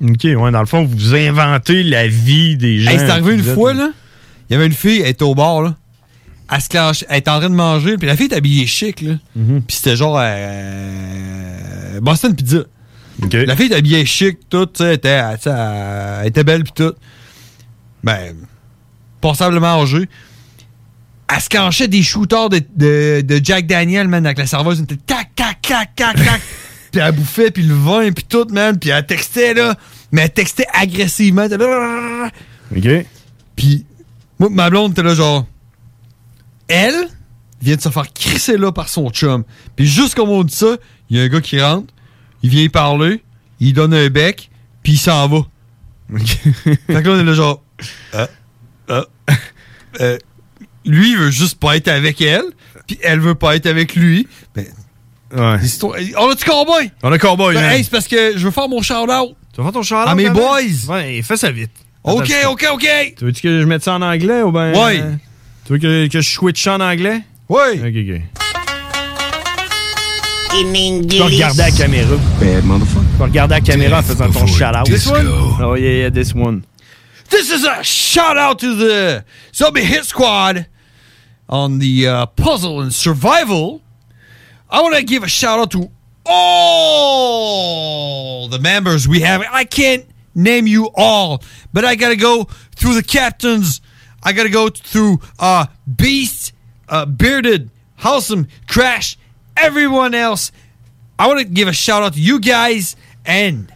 Ok, ouais, dans le fond, vous inventez la vie des gens. Hey, c'est arrivé qui une vous êtes- fois, là. Il y avait une fille, elle était au bar, là. Elle, se clenche- elle était en train de manger, puis la fille était habillée chic, là. Puis c'était genre. euh, Boston Pizza. La fille était habillée chic, tout, tu sais, elle était, elle, tu sais, elle- elle était belle, puis tout. Ben. Passablement âgée. Elle se clenchait des shooters de, de- de Jack Daniel, man, avec la serveuse. Elle était tac, tac, tac, tac, tac. puis elle bouffait, puis le vin, puis tout, man. Puis elle textait, là. Mais elle textait agressivement. Elle était- OK. Puis, moi, ma blonde était là, genre. Elle vient de se faire crisser là par son chum. Puis, juste comme on dit ça, il y a un gars qui rentre, il vient y parler, il donne un bec, puis il s'en va. fait que là, on est là, genre. Ah, ah, euh, lui, il veut juste pas être avec elle, puis elle veut pas être avec lui. Ben, l'histoire- On a-tu cowboy? On a cowboy, Ben, man. hey, c'est parce que je veux faire mon shout-out. Tu vas faire ton shout-out, À mes quand même? boys! Ouais, fais ça vite. Ok, Attends, ok, ok! Tu veux-tu que je mette ça en anglais ou ben. Ouais. euh, tu veux que, que je switch ça en anglais? Oui! Ok, ok. Tu vas regarder la caméra. Ben, Bad motherfucker. Tu vas regarder la caméra en faisant ton shout-out. This one? Oh yeah, yeah, this one. This is a shout out to the Zombie Hit Squad on the uh, puzzle and survival. I want to give a shout out to all the members we have. I can't name you all, but I got to go through the captains. I got to go through uh, Beast, uh, Bearded, Wholesome, Crash, everyone else. I want to give a shout out to you guys and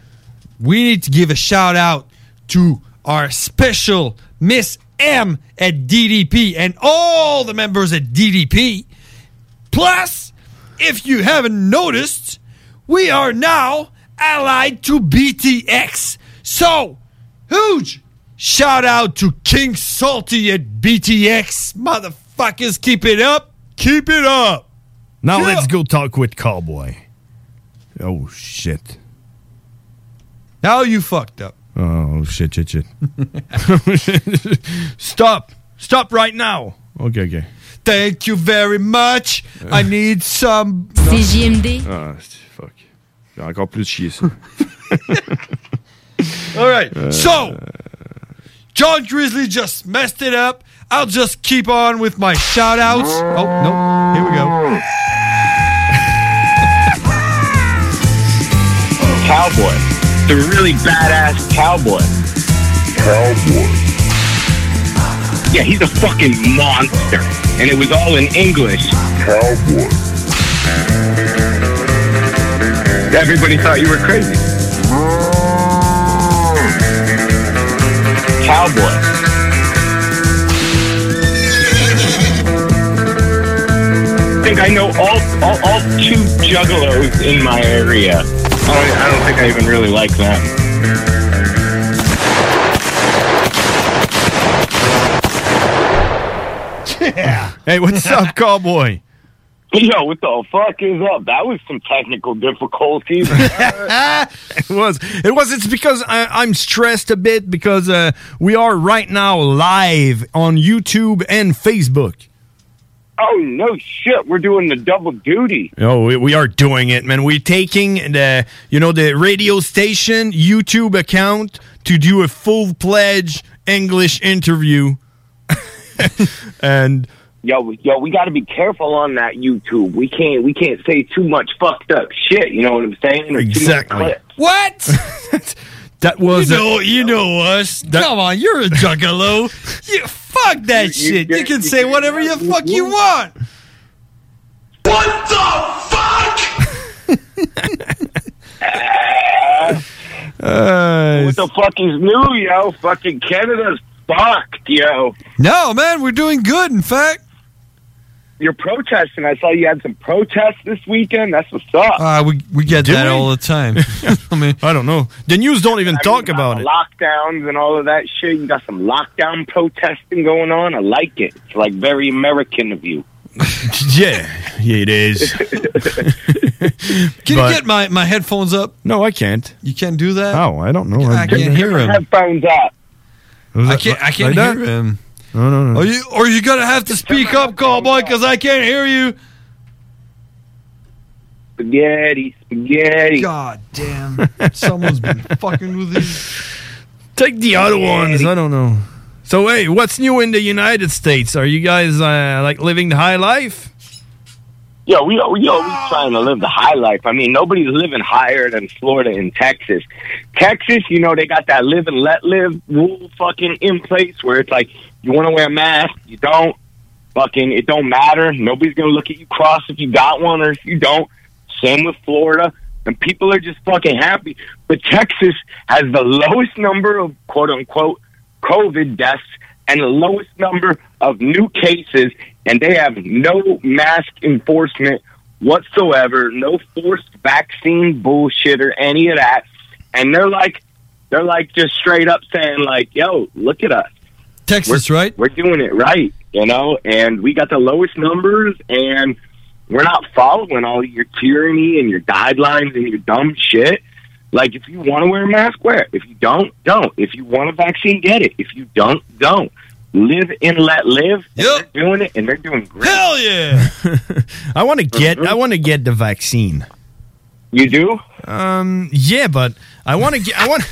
we need to give a shout out to our special Miss M at DDP and all the members at DDP. Plus, if you haven't noticed, we are now allied to BTX. So, huge shout out to King Salty at BTX. Motherfuckers, keep it up. Keep it up. Now Yeah. let's go talk with Cowboy. Oh shit. Now you fucked up. Oh, shit, shit, shit. Stop! Stop right now! OK, OK. Thank you very much. I need some. CJMD. Ah, c'est- fuck. J'ai encore plus de chier, ça. All right. Euh, Uh, so, John Grizzly just messed it up. I'll just keep on with my shout outs. Oh, no. Here we go. Cowboy. The really badass cowboy. Cowboy. Yeah, he's a fucking monster. And it was all in English. Cowboy. Everybody thought you were crazy. Cowboy. I think I know all, all, all two juggalos in my area. I don't, I don't think I even really like them. Yeah. Hey, what's up, cowboy? Yo, what the fuck is up? That was some technical difficulties. it was. It was. It's because I, I'm stressed a bit because uh, we are right now live on YouTube and Facebook. oh no shit, we're doing the double duty. Oh, we, we are doing it, man. We're taking the you know the radio station YouTube account to do a full pledge English interview, and Yo, yo, we got to be careful on that YouTube. We can't, we can't say too much fucked up shit. You know what I'm saying? Or too much Exactly. clip. What? that was you know, you know us. Come on, you're a juggalo. you, fuck that shit. You, can say whatever you fuck you want. What the Uh, what the fuck is new, yo? Fucking Canada's fucked, yo. No, man, we're doing good. In fact, you're protesting. I saw you had some protests this weekend. That's what's up. Uh, we we get Do that we? all the time. I mean, I don't know. The news don't even talk Oh, about it. Lockdowns and all of that shit. You got some lockdown protesting going on. I like it. It's like very American of you. Yeah, yeah, it is. Can But- you get my, my headphones up? No, I can't. You can't do that. Oh, I don't know. I can't hear him. Headphones up. I can't. I can't Like hear that? him. No, no, no. Are you or you gonna have to speak up, cowboy? Because I can't hear you. Spaghetti, spaghetti. God damn! Someone's been fucking with these. Take the other ones. I don't know. So, hey, what's new in the United States? Are you guys uh, like living the high life? Yo, we yo, we always trying to live the high life. I mean, nobody's living higher than Florida and Texas. Texas, you know, they got that live and let live rule fucking in place where it's like you want to wear a mask, you don't. Fucking, it don't matter. Nobody's gonna look at you cross if you got one or if you don't. Same with Florida. And people are just fucking happy. But Texas has the lowest number of quote unquote COVID deaths and the lowest number of new cases, and they have no mask enforcement whatsoever, no forced vaccine bullshit or any of that. And they're like, they're like just straight up saying like, "Yo, look at us, Texas, we're, right? We're doing it right, you know." And we got the lowest numbers, and we're not following all your tyranny and your guidelines and your dumb shit. Like, if you want to wear a mask, wear it. If you don't, don't. If you want a vaccine, get it. If you don't, don't. Live and let live. And They're doing it, and they're doing great. Hell yeah! I want to get. I want to get the vaccine. You do? Um. Yeah, but I want to get. I want.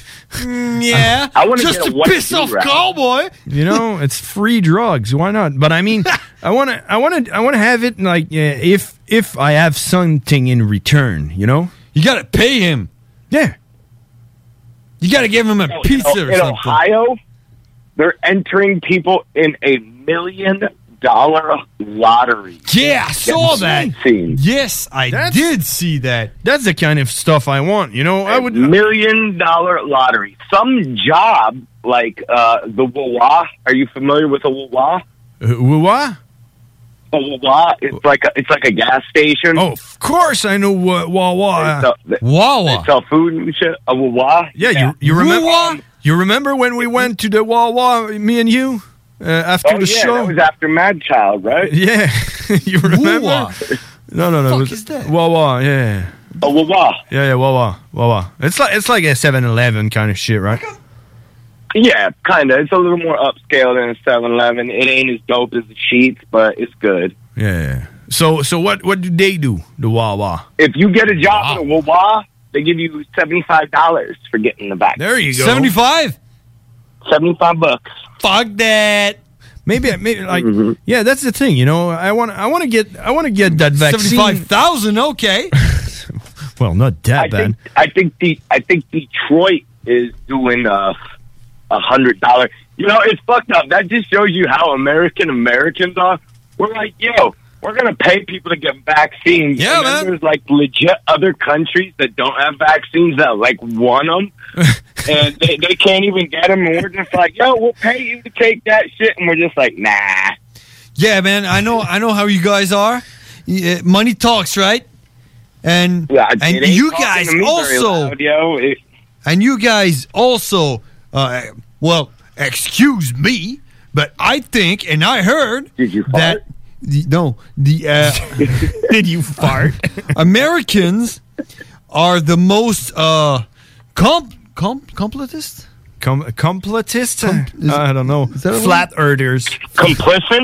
yeah. I wanna just get a to what piss do off round. cowboy. You know, it's free drugs. Why not? But I mean, I want to. I want to. I want to have it like uh, if if I have something in return. You know. You gotta pay him. Yeah. You gotta give him a pizza in, or in something. Ohio, they're entering people in a million dollar lottery. Yeah, I saw that. Yes, I did see that. That's the kind of stuff I want. You know, I would million dollar lottery. Some job like uh, the Wawa. Are you familiar with a Wawa? Uh, What? A Wawa. It's like a, it's like a gas station. Oh, of course I know what Wawa. Wawa. They sell food and shit. A Wawa. Yeah, you you remember? You remember when we went to the Wawa, me and you, uh, after Oh, the yeah, show? that was after Mad Child, right? Yeah, you remember? Wawa. No, no, no. Fuck it was- is that? Wawa, yeah. A Wawa. Yeah, yeah, Wawa, Wawa. It's like it's like a 7-Eleven kind of shit, right? Yeah, kind of. It's a little more upscale than a 7-Eleven. It ain't as dope as the sheets, but it's good. Yeah. So so what what do they do? The Wawa. If you get a job in a Wawa, they give you $75 for getting the vaccine. There you go. 75? 75 bucks. Fuck that. Maybe maybe like Mm-hmm. yeah, that's the thing. You know, I want I want to get I want to get that vaccine. 75,000, Okay. well, not that bad. I think the I think Detroit is doing a a hundred dollar. You know, it's fucked up. That just shows you how American Americans are. We're like, yo, we're gonna pay people to get vaccines. Yeah, and then There's like legit other countries that don't have vaccines that like want them, and they, they can't even get them. And we're just like, yo, we'll pay you to take that shit, and we're just like, nah. Yeah, man, I know, I know how you guys are. Y- uh, Money talks, right? And it and ain't you talking guys to me very also, loud, yo. It- and you guys also. Uh, well, excuse me, but I think, and I heard that the, no, the uh, did you fart? Americans are the most uh, comp comp complotist. Com- complotist? I don't know. that a Flat earthers. Complicit?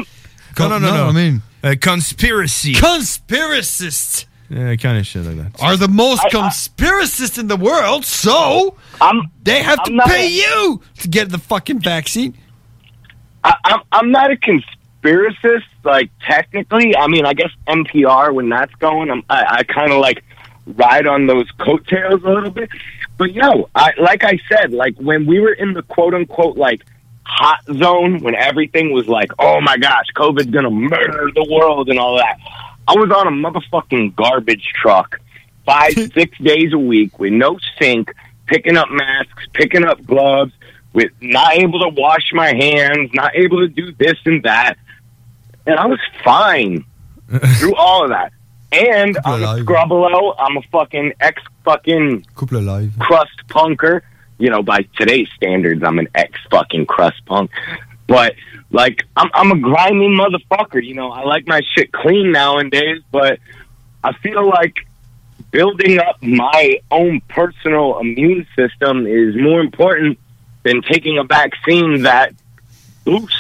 No, no, no, No, no. I mean- uh, conspiracy. Conspiracists yeah, kind of shit like that. are the most conspiracists in the world, so they have I'm to not- pay you to get the fucking vaccine. I, I'm, I'm not a conspiracist, like technically. I mean, I guess NPR when that's going, I'm, I, I kind of like ride on those coattails a little bit. But no, I, like I said, like when we were in the quote unquote like hot zone, when everything was like, oh my gosh, COVID's gonna murder the world and all that. I was on a motherfucking garbage truck five, six days a week with no sink, picking up masks, picking up gloves, with not able to wash my hands, not able to do this and that. And I was fine through all of that. And I'm a scrubbelo. I'm a fucking ex fucking Couple alive. crust punker. You know, by today's standards, I'm an ex fucking crust punk. But like, I'm I'm a grimy motherfucker. You know, I like my shit clean nowadays, but I feel like building up my own personal immune system is more important than taking a vaccine that boosts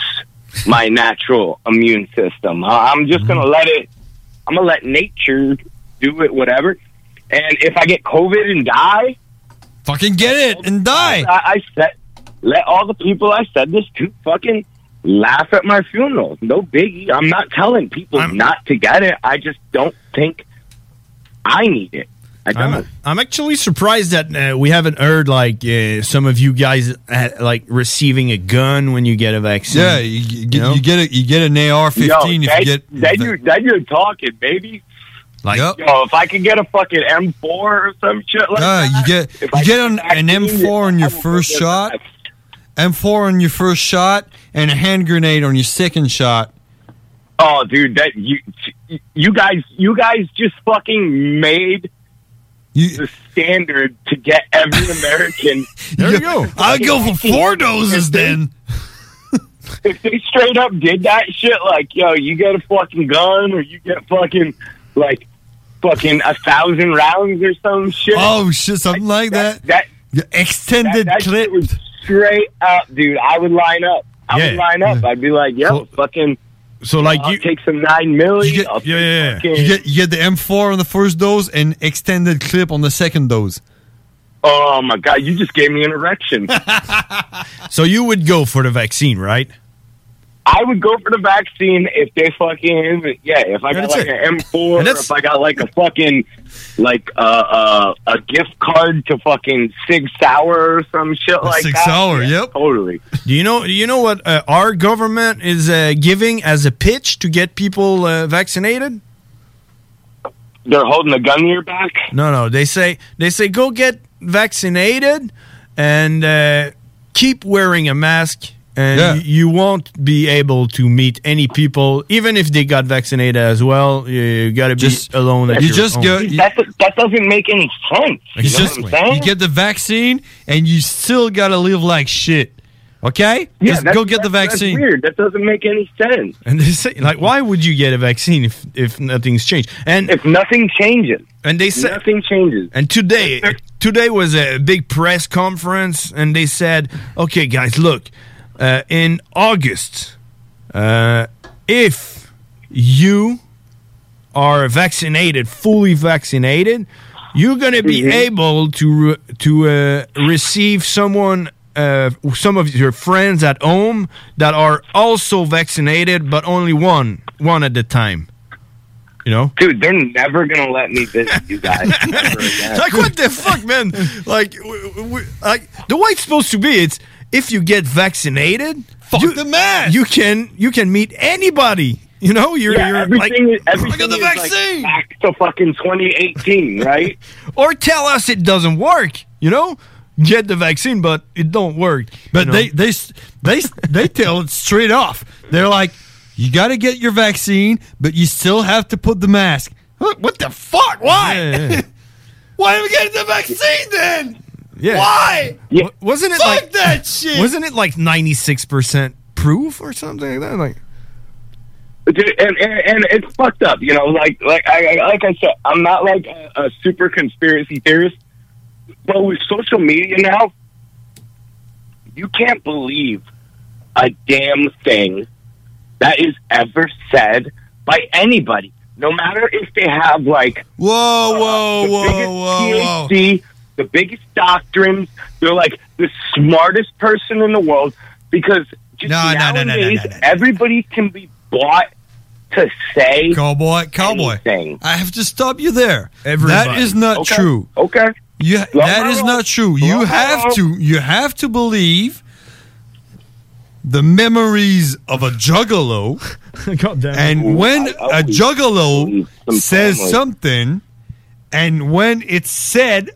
my natural immune system. I- I'm just gonna let it. I'm gonna let nature do it, whatever. And if I get COVID and die, fucking get it and die. I, I said, let all the people I said this to fucking laugh at my funeral. No biggie. I'm not telling people not to get it. I just don't think I need it. I don't. I'm, I'm actually surprised that uh, we haven't heard like uh, some of you guys uh, like receiving a gun when you get a vaccine. Yeah, you, you get you get, a, you get an AR-15 Yo, if that, you get that you that you're talking, baby. Like, yo, if I could get a fucking M4 or some shit like Ah, that, you get you get an, an M4 on your first shot, M4 on your first shot, and a hand grenade on your second shot. Oh, dude, that you you guys you guys just fucking made the standard to get every American. there you go. I'll go for four doses then. If they straight up did that shit, like yo, you get a fucking gun or you get fucking like fucking a thousand rounds or some shit. Oh shit, something like that. That extended that, that clip was straight up, dude. I would line up. I would Yeah. line up. I'd be like, yo, fucking. So like I'll take some nine million. I'll take fucking- You get you get the M4 on the first dose and extended clip on the second dose. Oh my god, you just gave me an erection. So you would go for the vaccine, right? I would go for the vaccine if they fucking yeah. If I got That's like it. an M four, if I got like a fucking like uh, uh, a gift card to fucking Sig Sauer or some shit like Sig that. Sauer, yep, totally. Do you know? Do you know what uh, our government is uh, giving as a pitch to get people uh, vaccinated? They're holding a gun to your back. No, no. They say they say go get vaccinated and uh, keep wearing a mask, and Yeah. y- you won't be able to meet any people, even if they got vaccinated as well. You gotta be alone. At you your just own. go. You, that, that doesn't make any sense. You You, know just, what I'm saying? you get the vaccine and you still gotta live like shit. Okay, Yeah, just that's- go get the that's- that's vaccine. weird. That doesn't make any sense. And they say, like, why would you get a vaccine if, if nothing's changed? And if nothing changes, and they say nothing changes. And today, today was a big press conference, and they said, "Okay, guys, look, uh, in August, uh, if you are vaccinated, fully vaccinated, you're going to be able to re- to uh, receive someone, uh, some of your friends at home that are also vaccinated, but only one one at a time. You know, Dude, they're never gonna let me visit you guys ever again. like what the fuck, man? Like, w- w- like the way it's supposed to be, it's if you get vaccinated, fuck you, the man. You can you can meet anybody. You know, you're Yeah, you're like everything is- look at the everything is, like, vaccine. back to fucking 2018, right? or tell us it doesn't work. You know, get the vaccine, but it don't work. But they, they s- they s- they tell it straight off. They're like, you got to get your vaccine, but you still have to put the mask. Huh, What the fuck? Why? Why are we getting the vaccine then? Yeah. Why? Yeah. Wasn't it Fuck like that shit? Wasn't it like ninety six percent proof or something like that? Like Dude, and, and and it's fucked up, you know. Like like I I- like I said, I'm not like a, a super conspiracy theorist, but with social media now, you can't believe a damn thing that is ever said by anybody, no matter if they have like uh, whoa whoa whoa whoa PhD, the biggest doctrines. They're like the smartest person in the world because just nowadays everybody can be bought to say cowboy cowboy. I have to stop you there. That Everybody. is not Okay. true. Okay. You, that is not true. You have to you have to believe the memories of a juggalo. And Ooh, when I a always juggalo some says family. something, and when it's said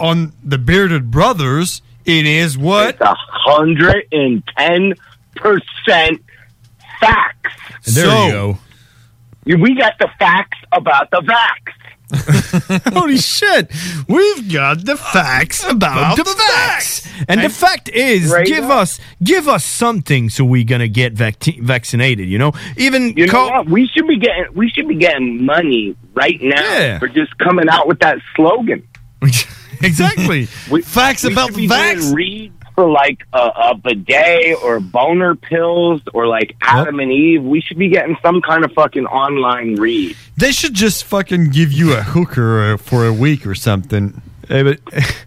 on the Bearded Brothers, it is what a hundred and ten percent facts. There you go. We got the facts about the vax. Holy shit! We've got the facts about, About the, the facts. and, the And fact is, right give up. us give us something so we're gonna get vac- vaccinated. You know, even You know what? We should be getting we should be getting money right now Yeah. for just coming out with that slogan. exactly. Facts about the vax. Read for like a, a bidet or boner pills or like Adam and Eve. We should be getting some kind of fucking online read. they should just fucking give you a hooker uh, for a week or something. Hey, but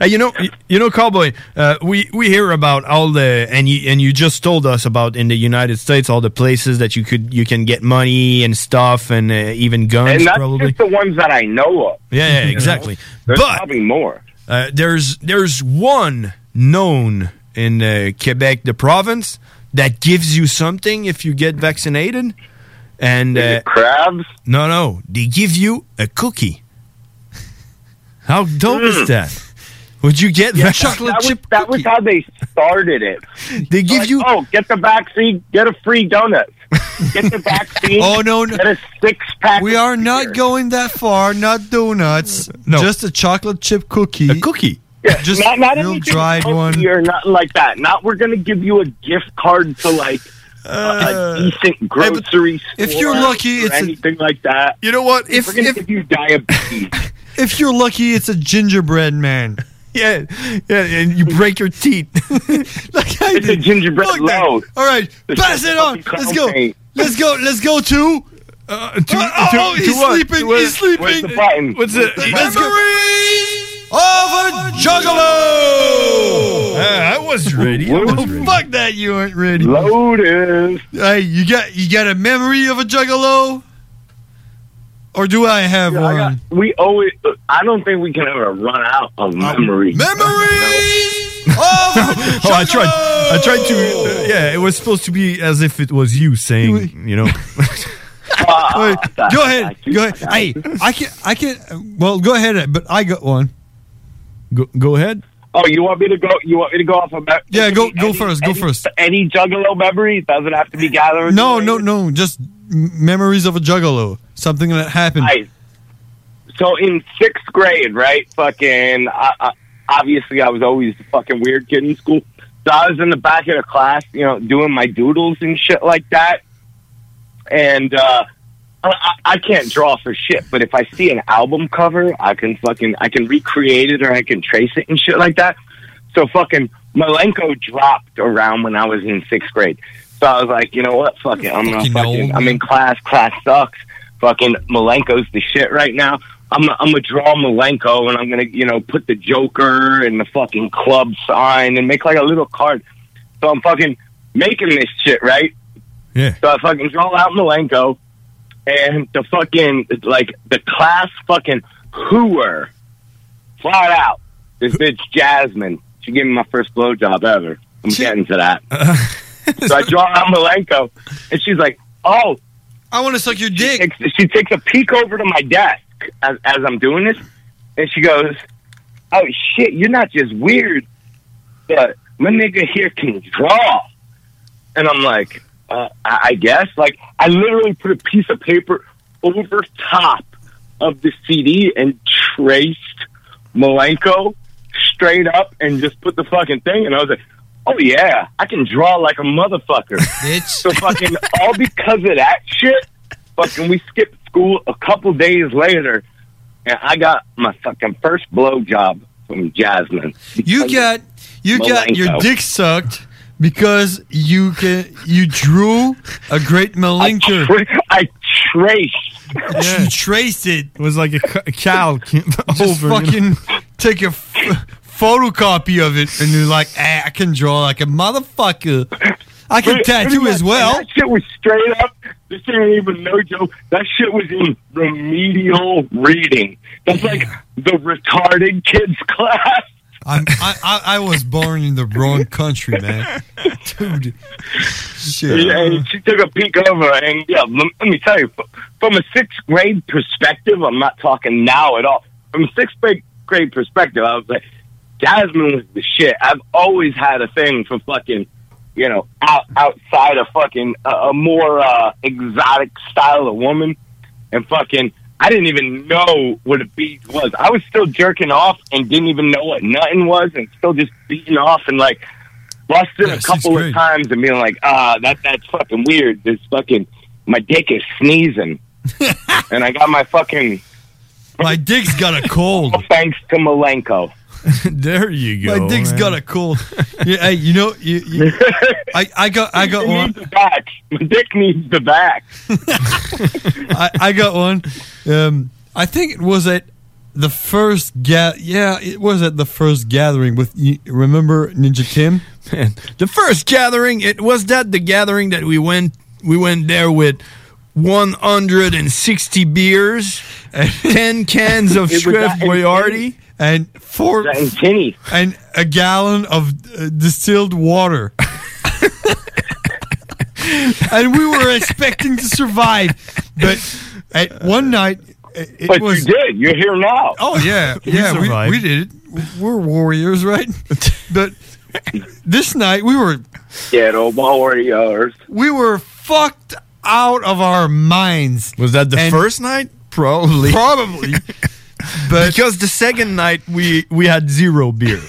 Uh, you know, you- you know, cowboy. Uh, we we hear about all the and you and you just told us about in the United States all the places that you could you can get money and stuff and uh, even guns and that's probably. just the ones that I know of. Yeah, yeah, You know? exactly. There's But- probably more. Uh, there's there's one known in uh, Quebec, the province, that gives you something if you get vaccinated. And uh, crabs? No, no, they give you a cookie. How dope Hmm. is that? Would you get Yeah, vac- that was, That was how they started it. They give you oh, get the vaccine, get a free donut. Get the vaccine. Oh no, no. Get a six pack. We are not going that far. Not donuts. No, just a chocolate chip cookie. A cookie. Yeah, just not, not real anything dried healthy one. or nothing like that. Not we're gonna give you a gift card to like a- a decent grocery if store you're lucky, or it's a- anything like that. You know what? If we're gonna give you diabetes, If you're lucky, it's a gingerbread man. yeah, yeah, and you break your teeth. like I it's a gingerbread loaf. All right, It's pass a it on. fucking Let's go. cupcake. Let's go. Let's go to. Uh, to, oh, oh, to- he's to what? sleeping. To what? he's sleeping. Where's the button? What's it? Let's go. Of a juggalo. I was ready. oh, fuck that! You aren't ready. Lotus. Hey, you got you got a memory of a juggalo, or do I have I one? got- we always. uh, I don't think we can ever run out of memories. Memories. oh, I tried. I tried to. uh, yeah, it was supposed to be as if it was you saying, you know. Wait, go ahead. Go ahead. Hey, I can. I can. Well, go ahead. But I got one. Go, go ahead. Oh, you want me to go? You want me to go off of? Me- yeah, go go first. Go first. Any juggalo memory doesn't have to be gathered. No, no, no. Just m- memories of a juggalo. Something that happened. I, so in sixth grade, right? Fucking, I, I, obviously, I was always the fucking weird kid in school. So I was in the back of the class, you know, doing my doodles and shit like that. And uh, I, I can't draw for shit, but if I see an album cover, I can fucking I can recreate it or I can trace it and shit like that. So fucking Malenko dropped around when I was in sixth grade. So I was like, you know what, fuck it, I'm gonna Fucking fucking old. I'm in class, class sucks. Fucking Malenko's the shit right now. I'm gonna- I'm gonna draw Malenko and I'm gonna you know put the Joker and the fucking club sign and make like a little card. So I'm fucking making this shit right. Yeah. So I fucking draw out Malenko and the fucking like the class fucking hooer flat out. This bitch Jasmine. She gave me my first blowjob ever. I'm getting to that. so I draw out Malenko and she's like, Oh I wanna suck your dick. She takes, she takes a peek over to my desk as as I'm doing this and she goes, Oh shit, you're not just weird, but my nigga here can draw. And I'm like, uh, I, I guess. Like, I literally put a piece of paper over top of the CD and traced Malenko straight up and just put the fucking thing. And I was like, oh yeah, I can draw like a motherfucker. Bitch. So fucking all because of that shit, fucking we skipped school a couple days later and I got my fucking first blowjob from Jasmine. You got you got your Malenko. dick sucked because you can you drew a great malinker. I, traced. You traced it. It was like a, c- a calc Just over. fucking take a f- photocopy of it and you're like, ah, I can draw like a motherfucker. I Pretty- can pretty tattoo much. as well. And That shit was straight up. This ain't even no joke. That shit was in remedial reading. That's like the retarded kids class. I'm, I, I I was born in the wrong country, man, dude. Shit. Yeah, and she took a peek over, and yeah, let, let me tell you, fr- from a sixth grade perspective, I'm not talking now at all. From a sixth grade, grade perspective, I was like, Jasmine was the shit. I've always had a thing for fucking, you know, out outside of fucking a, a more uh, exotic style of woman, and fucking. I didn't even know what a beat was. I was still jerking off and didn't even know what nothing was, and still just beating off and like Lost it a couple of times and being like, ah, that that's fucking weird. This fucking my dick is sneezing, and I got my fucking my dick's got a cold. Thanks to Malenko. there you My dick's got a cold. Yeah, hey, you know, you, you, I, I got, I got It one. needs the back. My dick needs the back. I, I got one. Um, I think it was at the first ga- Yeah, it was at the first gathering with. You remember Ninja Tim? Man, the first gathering, it was that the gathering that we went we went there with 160 beers, 10 cans of Swift Boyardi. and four and a gallon of uh, distilled water. and we were expecting to survive, but at one night it it But was. you did. You're here now. Oh yeah, yeah, we, we did it. We're warriors, right? But this night we were Ghetto warriors. we were fucked out of our minds. Was that the And- first night? Probably. Probably. But because the second night we we had zero beer.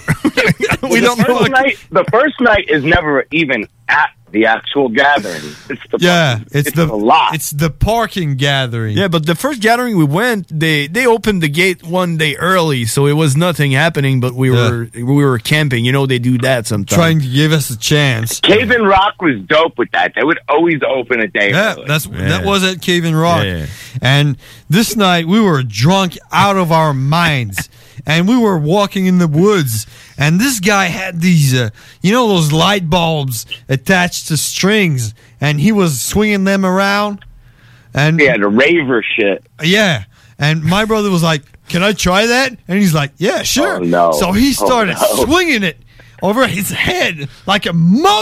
we don't know. Night, the first night is never even at the actual gathering. It's the Yeah, it's, the a lot. It's the parking gathering. Yeah, but the first gathering we went, they they opened the gate one day early, so it was nothing happening. But we were we were camping. You know they do that sometimes. Trying to give us a chance. Cave and Rock was dope with that. They would always open a day. Yeah, early. that's that was at Cave and Rock, and this night we were drunk out of our minds, and we were walking in the woods, and this guy had these, uh, you know, those light bulbs attached to strings, and he was swinging them around, and yeah, the raver shit. Yeah, and my brother was like, "Can I try that?" And he's like, "Yeah, sure." Oh, no. So he Oh, started no. swinging it. Over his head like a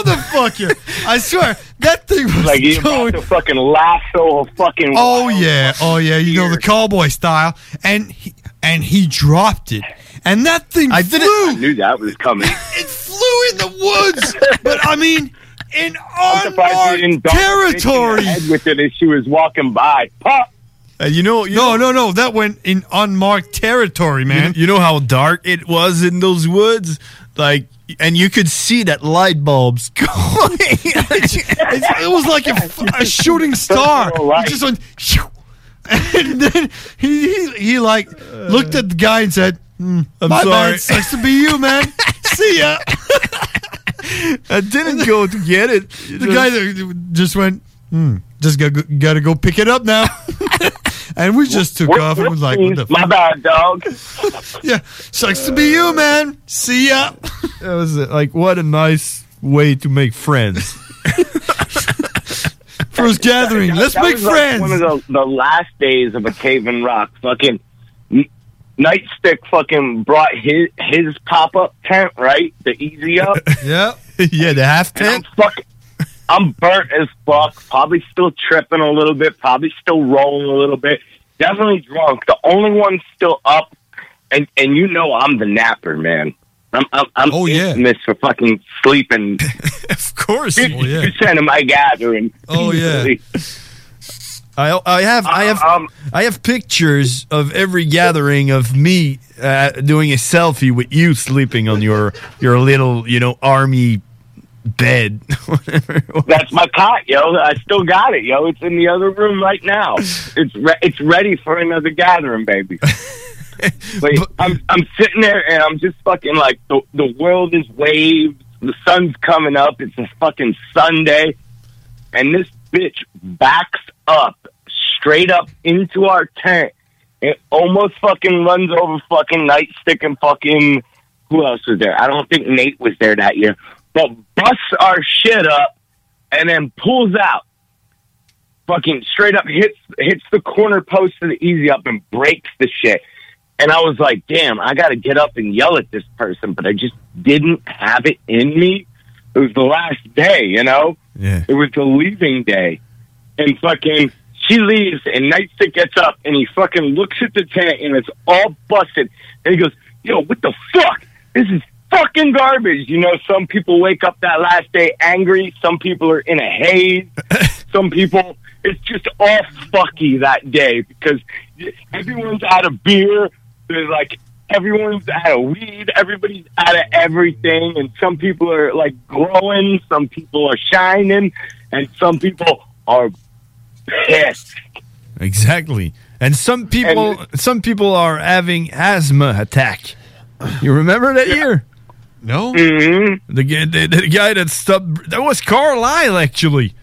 motherfucker! I swear that thing was Like you going about to fucking lasso a fucking. Oh yeah, oh yeah, you know the cowboy style, and he, and he dropped it, and that thing I flew. I knew that was coming. It flew in the woods, but I mean, in surprised you didn't dunk a bitch unmarked in the territory. head with it as she was walking by. Pop. Uh, you know, you no, no, no, that went in unmarked territory, man. You, you know how dark it was in those woods, like, and you could see that light bulbs going. it was like a, f- a shooting star. It just went. shoo, and then he, he, he like looked at the guy and said, "Hmm, I'm "My sorry." man, sucks to be you, man. See ya." I didn't go to get it. The guy there just went, "Hmm, just gotta, go- gotta go pick it up now." and we just took Whoop, off and whoop, was like, what the My bad, dog. yeah, sucks to be you, man. See ya. That was it. like what a nice way to make friends. First gathering, let's That make was, like, friends. one of the, the last days of a cave and rock. Fucking N- nightstick fucking brought his his pop up tent right, the easy up. yeah, yeah, the half tent. I'm fucking, I'm burnt as fuck. Probably still tripping a little bit. Probably still rolling a little bit. Definitely drunk. The only one still up, and and you know I'm the napper, man. I'm I'm, I'm oh, infamous for fucking sleeping. of course, oh, yeah. percent of my gathering. Oh, yeah. I, I have I have Um, I have pictures of every gathering of me uh, doing a selfie with you sleeping on your your little you know army bed. That's my cot, yo. I still got it, yo. It's in the other room right now. It's re- it's ready for another gathering, baby. but I'm I'm sitting there and I'm just fucking like the the world is waves, the sun's coming up. It's a fucking Sunday, and this bitch backs up straight up into our tent. It almost fucking runs over fucking nightstick and fucking who else was there? I don't think Nate was there that year. But busts our shit up and then pulls out. Fucking straight up hits hits the corner post of the easy up and breaks the shit. And I was like, damn, I gotta get up and yell at this person, but I just didn't have it in me. It was the last day, you know? Yeah. It was the leaving day. And fucking she leaves and Nightstick gets up and he fucking looks at the tent and it's all busted and he goes, Yo, what the fuck? This is fucking garbage. You know, some people wake up that last day angry, some people are in a haze, some people it's just all fucky that day because everyone's out of beer. There's like everyone's out of weed, everybody's out of everything, and some people are like glowing, some people are shining, and some people are pissed. Exactly. And some people some people are having asthma attack. You remember that year? No. Mm-hmm. The, guy- the, the guy that stopped that was Carlisle actually.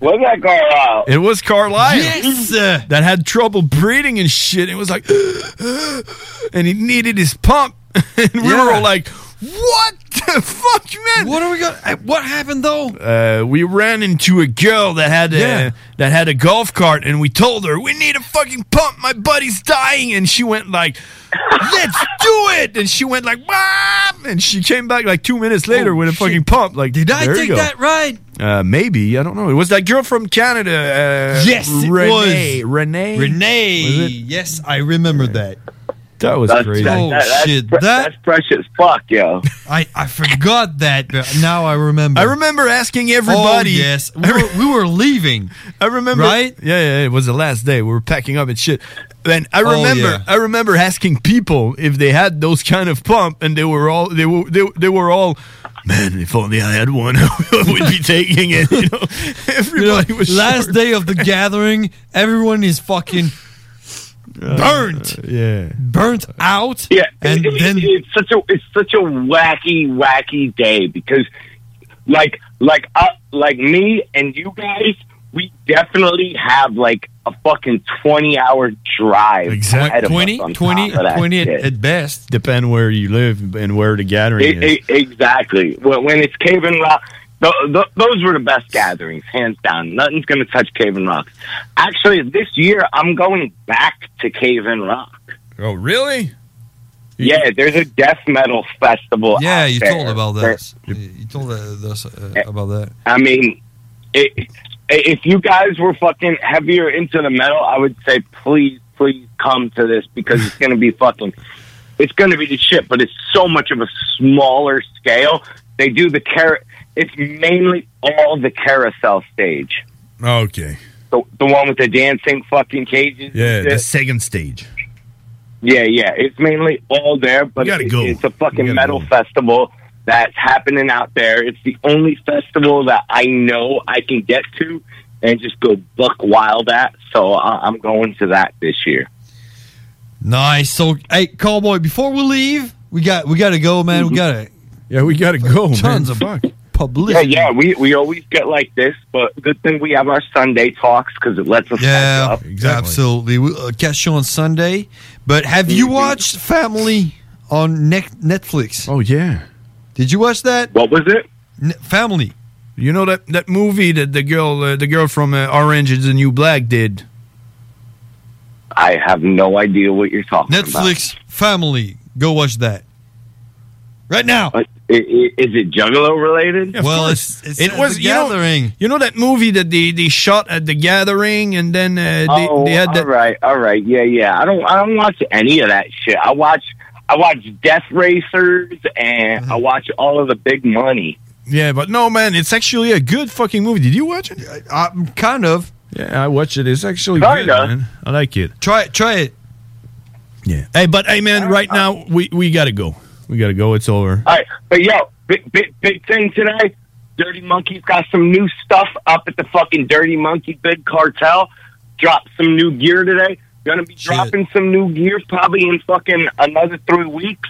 Was that Carlisle? It was Carlisle. Yes! that had trouble breathing and shit. It was like and he needed his pump. and we were all like What the fuck, man? What are we going? to What happened though? uh, we ran into a girl that had a Yeah. that had a golf cart, and we told her we need a fucking pump. My buddy's dying, and she went like, "Let's do it!" And she went like, "Mom!" And she came back like two minutes later with a fucking pump. Like, did I take that ride. Uh, maybe I don't know. It was that girl from Canada. Uh, Yes, it was. Renee. Renee. Renee. Yes, I remember that. That was That's- crazy. that- Oh that- that's shit! pre- that that's precious. Fuck, yo. I I forgot that, but now I remember. I remember asking everybody- Oh, yes, we were, we were leaving. I remember. Right? Yeah, yeah. It was the last day. We were packing up and shit. And I Oh, remember, yeah. I remember asking people if they had those kind of pump, and they were all, they were, they, they were all, man. If only I had one, I would be taking it. You know, everybody was Last short. day of the gathering, everyone is fucking burnt, Euh, yeah, burnt out. Yeah, and then it's such a it's such a wacky wacky day because like like uh, like me and you guys we definitely have like a fucking 20 hour drive ahead of us 20, on 20, top of that 20 at, shit. at best. Depend where you live and where the gathering E- e- exactly when, when it's cave and rock th- th- those were the best gatherings hands down nothing's going to touch cave and rock actually this year i'm going back to cave and rock Oh, really? yeah there's a death metal festival Yeah, out you there. told about There- that. You, you told uh, us uh, about that. I mean, it, if you guys were fucking heavier into the metal, I would say please, please come to this because it's going to be fucking, it's going to be the shit. But it's so much of a smaller scale. They do the car. It's mainly all the carousel stage, Okay. the the one with the dancing fucking cages. and Yeah, the shit. second stage. Yeah, yeah. It's mainly all there, but gotta it- go. it's a fucking metal festival that's happening out there. It's the only festival that I know I can get to and just go buck wild at. So I, I'm going to that this year. Nice. So, hey, cowboy, before we leave, we got we got to go, man. We got to. Yeah, we got to go. Tons of publicity. Yeah, yeah. We we always get like this, but good thing we have our Sunday talks because it lets us. catch Yeah, up. absolutely. We, uh, catch you on Sunday. But have you watched Family on Nec- Netflix? Oh yeah. Did you watch that? What was it? family. You know that that movie that the girl uh, the girl from uh, Orange is the New Black did. I have no idea what you're talking about. Netflix Family. Go watch that. Right now. Is it Juggalo related? well, it's, it's uh, it was you know- You know, that movie that they, they shot at the Gathering, and then uh, they, oh, they had all that. right, all right, yeah, yeah. I don't, I don't watch any of that shit. I watch, I watch Death Racers, and Mm-hmm. I watch all of the big money. Yeah, but no, man, it's actually a good fucking movie. Did you watch it? I, am kind of. Yeah, I watched it. It's actually Kinda. good, man. I like it. Try it. Try it. Yeah. Hey, but hey, man, right Uh, now we we gotta go. We gotta go. It's over. All right, but yo, big, big, big thing today. Dirty Monkey's got some new stuff up at the fucking Dirty Monkey Big Cartel. Dropped some new gear today. Gonna be dropping some new gear probably in fucking another three weeks.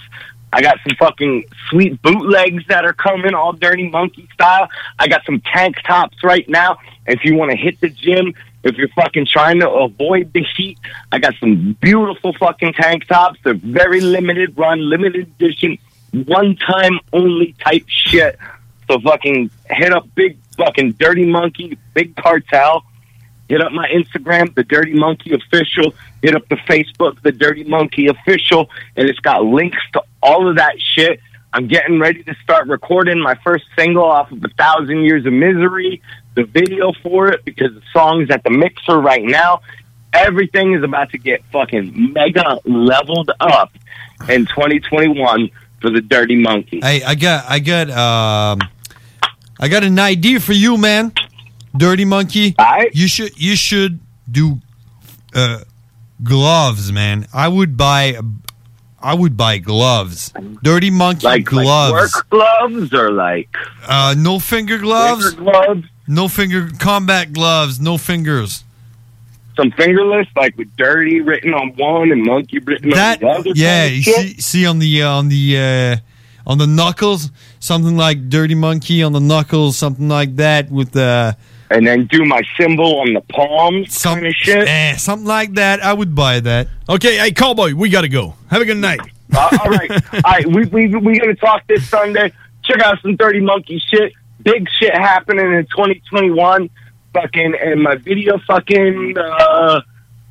I got some fucking sweet bootlegs that are coming, all Dirty Monkey style. I got some tank tops right now. If you want to hit the gym, if you're fucking trying to avoid the heat, I got some beautiful fucking tank tops. They're very limited run, limited edition, one time only type shit. So fucking hit up Big fucking Dirty Monkey, Big Cartel. Hit up my Instagram, The Dirty Monkey Official. Hit up the Facebook, The Dirty Monkey Official. And it's got links to all of that shit. I'm getting ready to start recording my first single off of A Thousand Years of Misery, the video for it, because the song's at the mixer right now. Everything is about to get fucking mega leveled up in 2021 for The Dirty Monkey. Hey, I got, I got, um, I got an idea for you, man. Dirty monkey. You should, you should do uh, gloves, man. I would buy, I would buy gloves. Dirty monkey Like, like gloves. work gloves or like uh, no finger gloves. Finger gloves. No finger combat gloves. No fingers. some fingerless, like with dirty written on one and monkey written That on the other. yeah, kind of you shit. see, see on the uh, on the uh, on the knuckles something like dirty monkey on the knuckles, something like that with the and then do my symbol on the palms, some, kind of shit, something like that. I would buy that. Okay, hey cowboy, we gotta go. Have a good night. Uh, all right, all right. We we we gonna talk this Sunday. Check out some dirty monkey shit. Big shit happening in 2021. Fucking and my video fucking uh,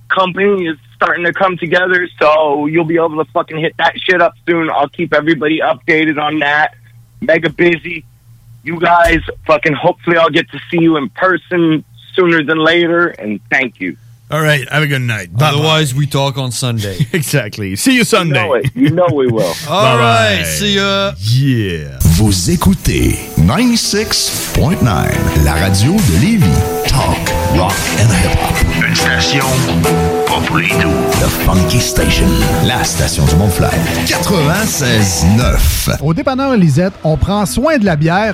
company is starting to come together, so you'll be able to fucking hit that shit up soon. I'll keep everybody updated on that. Mega busy. You guys, fucking. Hopefully, I'll get to see you in person sooner than later. And thank you. All right, have a good night. Otherwise, we talk on Sunday. exactly. See you Sunday. You know it. You know we will. All right, see ya. Yeah. Vous écoutez 96.9, la radio de Lévis. Talk, rock and hip-hop. Une station pas pour les doux. The Funky Station, la station du Mont-Flair. 96.9. Au dépanneur Lisette, on prend soin de la bière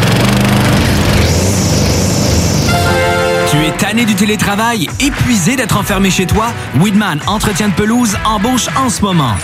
Tu es tanné du télétravail, épuisé d'être enfermé chez toi? Weedman Entretien de pelouse embauche en ce moment.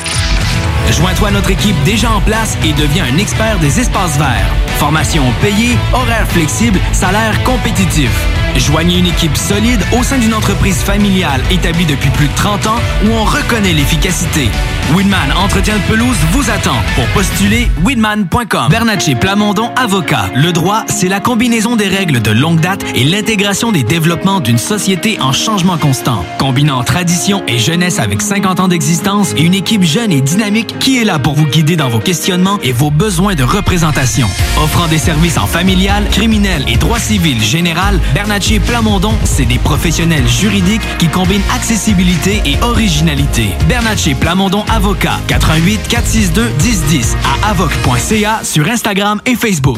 Joins-toi à notre équipe déjà en place et deviens un expert des espaces verts. Formation payée, horaires flexibles, salaire compétitif. Joignez une équipe solide au sein d'une entreprise familiale établie depuis plus de 30 ans où on reconnaît l'efficacité. Winman Entretien de pelouse vous attend. Pour postuler, winman.com. Bernatchez Plamondon, avocat. Le droit, c'est la combinaison des règles de longue date et l'intégration des développements d'une société en changement constant. Combinant tradition et jeunesse avec 50 ans d'existence et une équipe jeune et dynamique qui est là pour vous guider dans vos questionnements et vos besoins de représentation. Offrant des services en familial, criminel et droit civil général, Bernatchez Plamondon, c'est des professionnels juridiques qui combinent accessibilité et originalité. Bernatchez Plamondon Avocat, 88 462 1010 à avoc.ca sur Instagram et Facebook.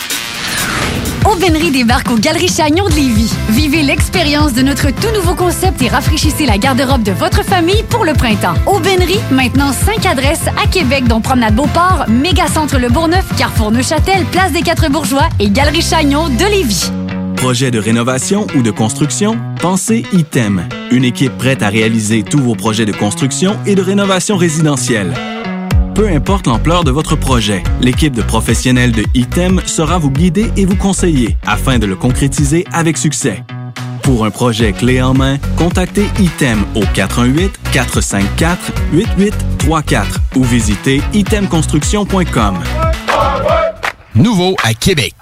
Aubenry débarque aux Galeries Chagnon de Lévis. Vivez l'expérience de notre tout nouveau concept et rafraîchissez la garde-robe de votre famille pour le printemps. Aubenry, maintenant 5 adresses à Québec, dont Promenade Beauport, Mégacentre Le Bourgneuf, Carrefour Neuchâtel, Place des Quatre Bourgeois et Galerie Chagnon de Lévis. Projet de rénovation ou de construction? Pensez ITEM. Une équipe prête à réaliser tous vos projets de construction et de rénovation résidentielle. Peu importe l'ampleur de votre projet, l'équipe de professionnels de ITEM sera vous guider et vous conseiller afin de le concrétiser avec succès. Pour un projet clé en main, contactez ITEM au 418-454-8834 ou visitez itemconstruction.com. Nouveau à Québec.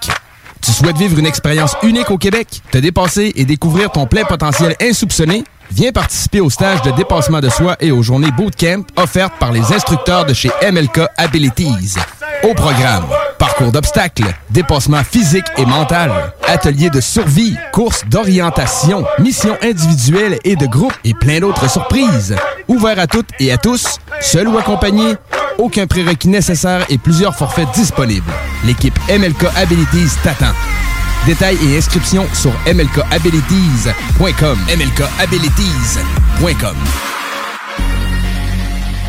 Tu souhaites vivre une expérience unique au Québec, te dépasser et découvrir ton plein potentiel insoupçonné? Viens participer au stage de dépassement de soi et aux journées bootcamp offertes par les instructeurs de chez MLK Abilities. Au programme, parcours d'obstacles, dépassement physique et mental, ateliers de survie, courses d'orientation, missions individuelles et de groupe et plein d'autres surprises. Ouvert à toutes et à tous, seul ou accompagné, aucun prérequis nécessaire et plusieurs forfaits disponibles. L'équipe MLK Abilities t'attend. Détails et inscriptions sur mlkabilities.com. mlkabilities.com.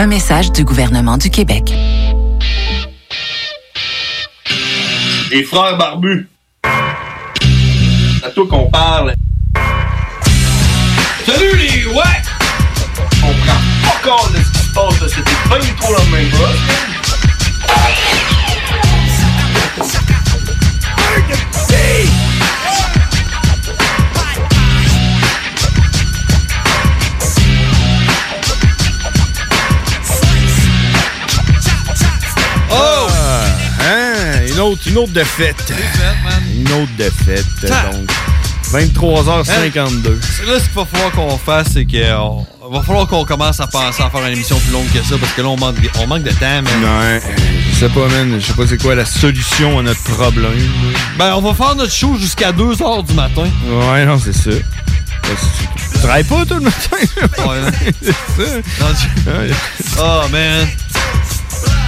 Un message du gouvernement du Québec. Les frères barbus. C'est à toi qu'on parle. Salut les ouais! On prend pas compte de ce qui se passe, là. c'était pas du tout la même chose. Oh! Ah, hein, une autre, une autre de fête. Une autre de fête. Ah. Donc, 23h52. C'est Là, ce qu'il va falloir qu'on fasse, c'est qu'il va falloir qu'on commence à penser à faire une émission plus longue que ça, parce que là, on manque, on manque de temps, mais... Ouais, je sais pas, man. Je sais pas c'est quoi la solution à notre problème. là. Ben, on va faire notre show jusqu'à 2h du matin. Ouais, non, c'est ça. Tu travailles pas tout le matin? c'est ça. Ouais. Oh, man.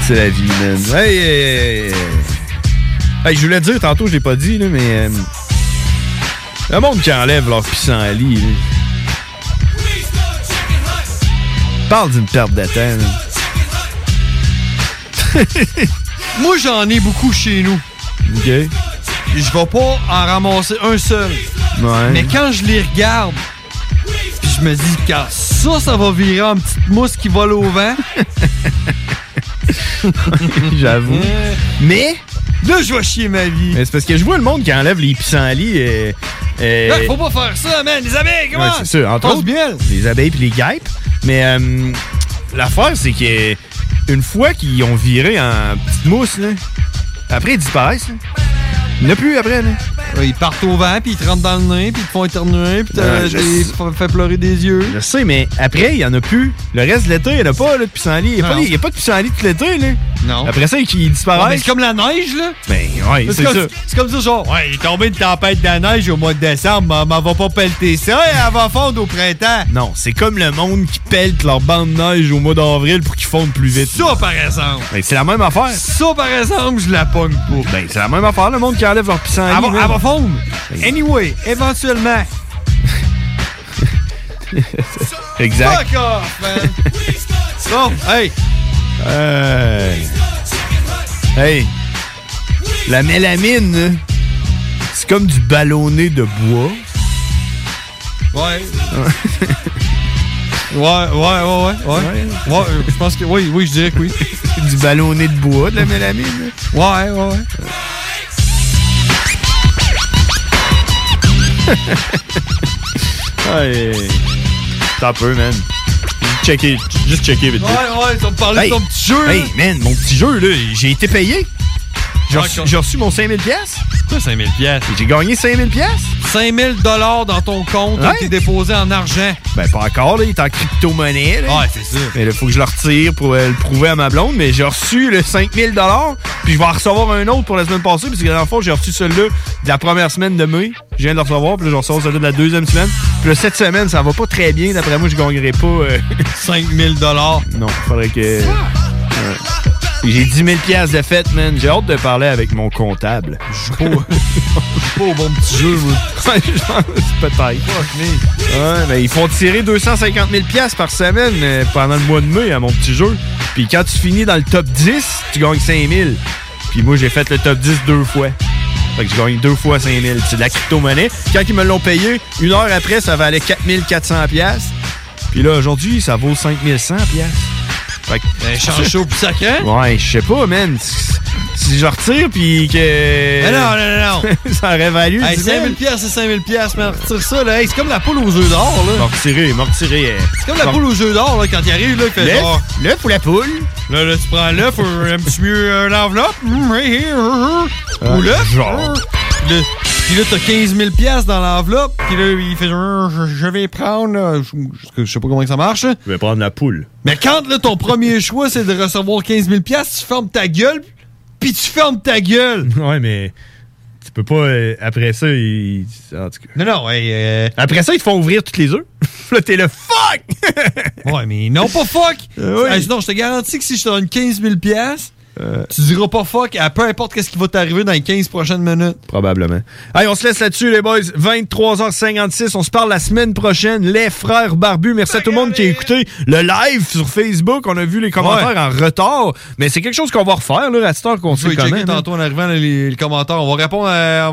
C'est la vie, man. Hey, hey, hey, hey. Hey, je voulais dire tantôt, je l'ai pas dit, là, mais. euh, le monde qui enlève leur pissenlit, là. Parle d'une perte de temps, là. Moi, j'en ai beaucoup chez nous. OK. Je vais pas en ramasser un seul. Ouais. Mais quand je les regarde, puis je je me dis, quand ça, ça va virer en petite mousse qui vole au vent. J'avoue. Mais, là, je vais chier ma vie. Mais c'est parce que je vois le monde qui enlève les pissenlits euh, et. et- Là, faut pas faire ça, man. Les abeilles, comment? Ouais, c'est sûr. Entre Pense autres, bien. les abeilles puis les guêpes. Mais euh, l'affaire, c'est que une fois qu'ils ont viré en petite mousse, là, après, ils disparaissent. là. Il n'y en a plus après. Là. ils partent au vent, puis ils te rentrent dans le nez, puis ils te font éternuer, puis Ouais, t'as je des- sais. fa- fait pleurer des yeux. Je sais, mais après, il n'y en a plus. Le reste de l'été, il n'y en a pas là, de pissenlit. Il n'y a, Non. pas- il y a pas de pissenlit tout l'été. Là. Non. Après ça, ils Ouais, mais disparaissent. c'est comme la neige, là. Ben, ouais, c'est comme, ça. C'est comme ça, genre, ouais, il est tombé une tempête de neige au mois de décembre, maman va pas pelleter ça, et elle va fondre au printemps. Non, c'est comme le monde qui pèle leur bande de neige au mois d'avril pour qu'ils fondent plus vite. Ça, par exemple. Ben, c'est la même affaire. Ça, par exemple, je la pogne pas. Ben, c'est la même affaire, le monde qui enlève leur Ben, pissenlit. Elle va, man. elle va fondre. Anyway, éventuellement. Exact. Fuck off, man. bon, hey. Hey. Euh, Hey. La mélamine, là, c'est comme du ballonné de bois. Ouais. Ouais, ouais, ouais, ouais. ouais. Ouais, euh, je pense que oui, oui, je dirais que oui. du ballonné de bois, de la mélamine. Ouais, ouais, ouais. Hey. T'as peu, man. Checker, juste checker vite. Ouais, vite. ouais, tu vas me parler de ton petit jeu. Hey, man, mon petit jeu, là, j'ai été payé. J'ai Ouais, reçu, quand- j'ai reçu mon 5000 pièces. Pourquoi 5000 pièces? J'ai gagné 5000 pièces. 5000 dollars dans ton compte Ouais. qui est déposé en argent. Ben, pas encore, là, il est en crypto-monnaie. là. Ouais, c'est sûr. Mais là, faut que je le retire pour euh, le prouver à ma blonde. Mais j'ai reçu le 5000 puis je vais en recevoir un autre pour la semaine passée, parce que dans le fond, j'ai reçu celui-là de la première semaine de mai. Je viens de le recevoir, puis là, je recevoir celui de la deuxième semaine. Puis là, cette semaine, ça va pas très bien. D'après moi, je gagnerai pas... euh, 5000 Non, faudrait que... Ouais. J'ai 10 000 piastres de fête, man. J'ai hâte de parler avec mon comptable. Je suis pas au bon petit jeu, moi. Peut-être. Ouais, ben, ils font tirer 250 000 pièces par semaine euh, pendant le mois de mai à mon petit jeu. Puis quand tu finis dans le top 10, tu gagnes 5 000. Puis moi, j'ai fait le top 10 deux fois. Fait que j'ai gagné deux fois 5 000. Puis C'est de la crypto-monnaie. Quand ils me l'ont payé, une heure après, ça valait 4 400 pièces. Puis là, aujourd'hui, ça vaut 5 100 pièces. Fait que... Ben, change ça au plus sacré. Ouais, je sais pas, man. Si- Si je retire, puis que... Mais non, non, non, non. ça aurait valu Hey, 10 000. 5000 pièces, c'est 5000 pièces, mais retire ça, là. Hey, c'est comme la poule aux œufs d'or, là. M'en retirer, m'en retirer. C'est comme la poule aux œufs d'or, là, quand il arrive, là, il fait L'œuf? genre... L'œuf ou la poule? Là, là, tu prends l'œuf, ou un petit mieux euh, l'enveloppe, hum, right here, hum, hum. Ah, ou l'œuf. genre. Le- Puis là, t'as 15 000 pièces dans l'enveloppe, puis là, il fait genre, je je vais prendre, là, je, je sais pas comment que ça marche. là. Je vais prendre la poule. Mais quand, là, ton premier choix, c'est de recevoir 15 000 pièces, tu fermes ta gueule, puis tu fermes ta gueule. Ouais, mais tu peux pas. euh, après ça, ils. En tout cas. Non, non, hey, euh, Après ça, ils te font ouvrir toutes les œufs. là, t'es le fuck! ouais, mais non, pas fuck! Euh, oui. Euh. Hey, non, je te garantis que si je te donne 15 000 pièces, tu diras pas fuck à peu importe qu'est-ce qui va t'arriver dans les 15 prochaines minutes. Probablement. Allez, on se laisse là-dessus, les boys. 23h56. On se parle la semaine prochaine. Les frères barbus. Merci à tout le monde qui a écouté le live sur Facebook. On a vu les commentaires en retard. Mais c'est quelque chose qu'on hein. va refaire, là, à cette heure qu'on Je sait vais comment. checker là. tantôt en arrivant les, les commentaires. On va répondre à...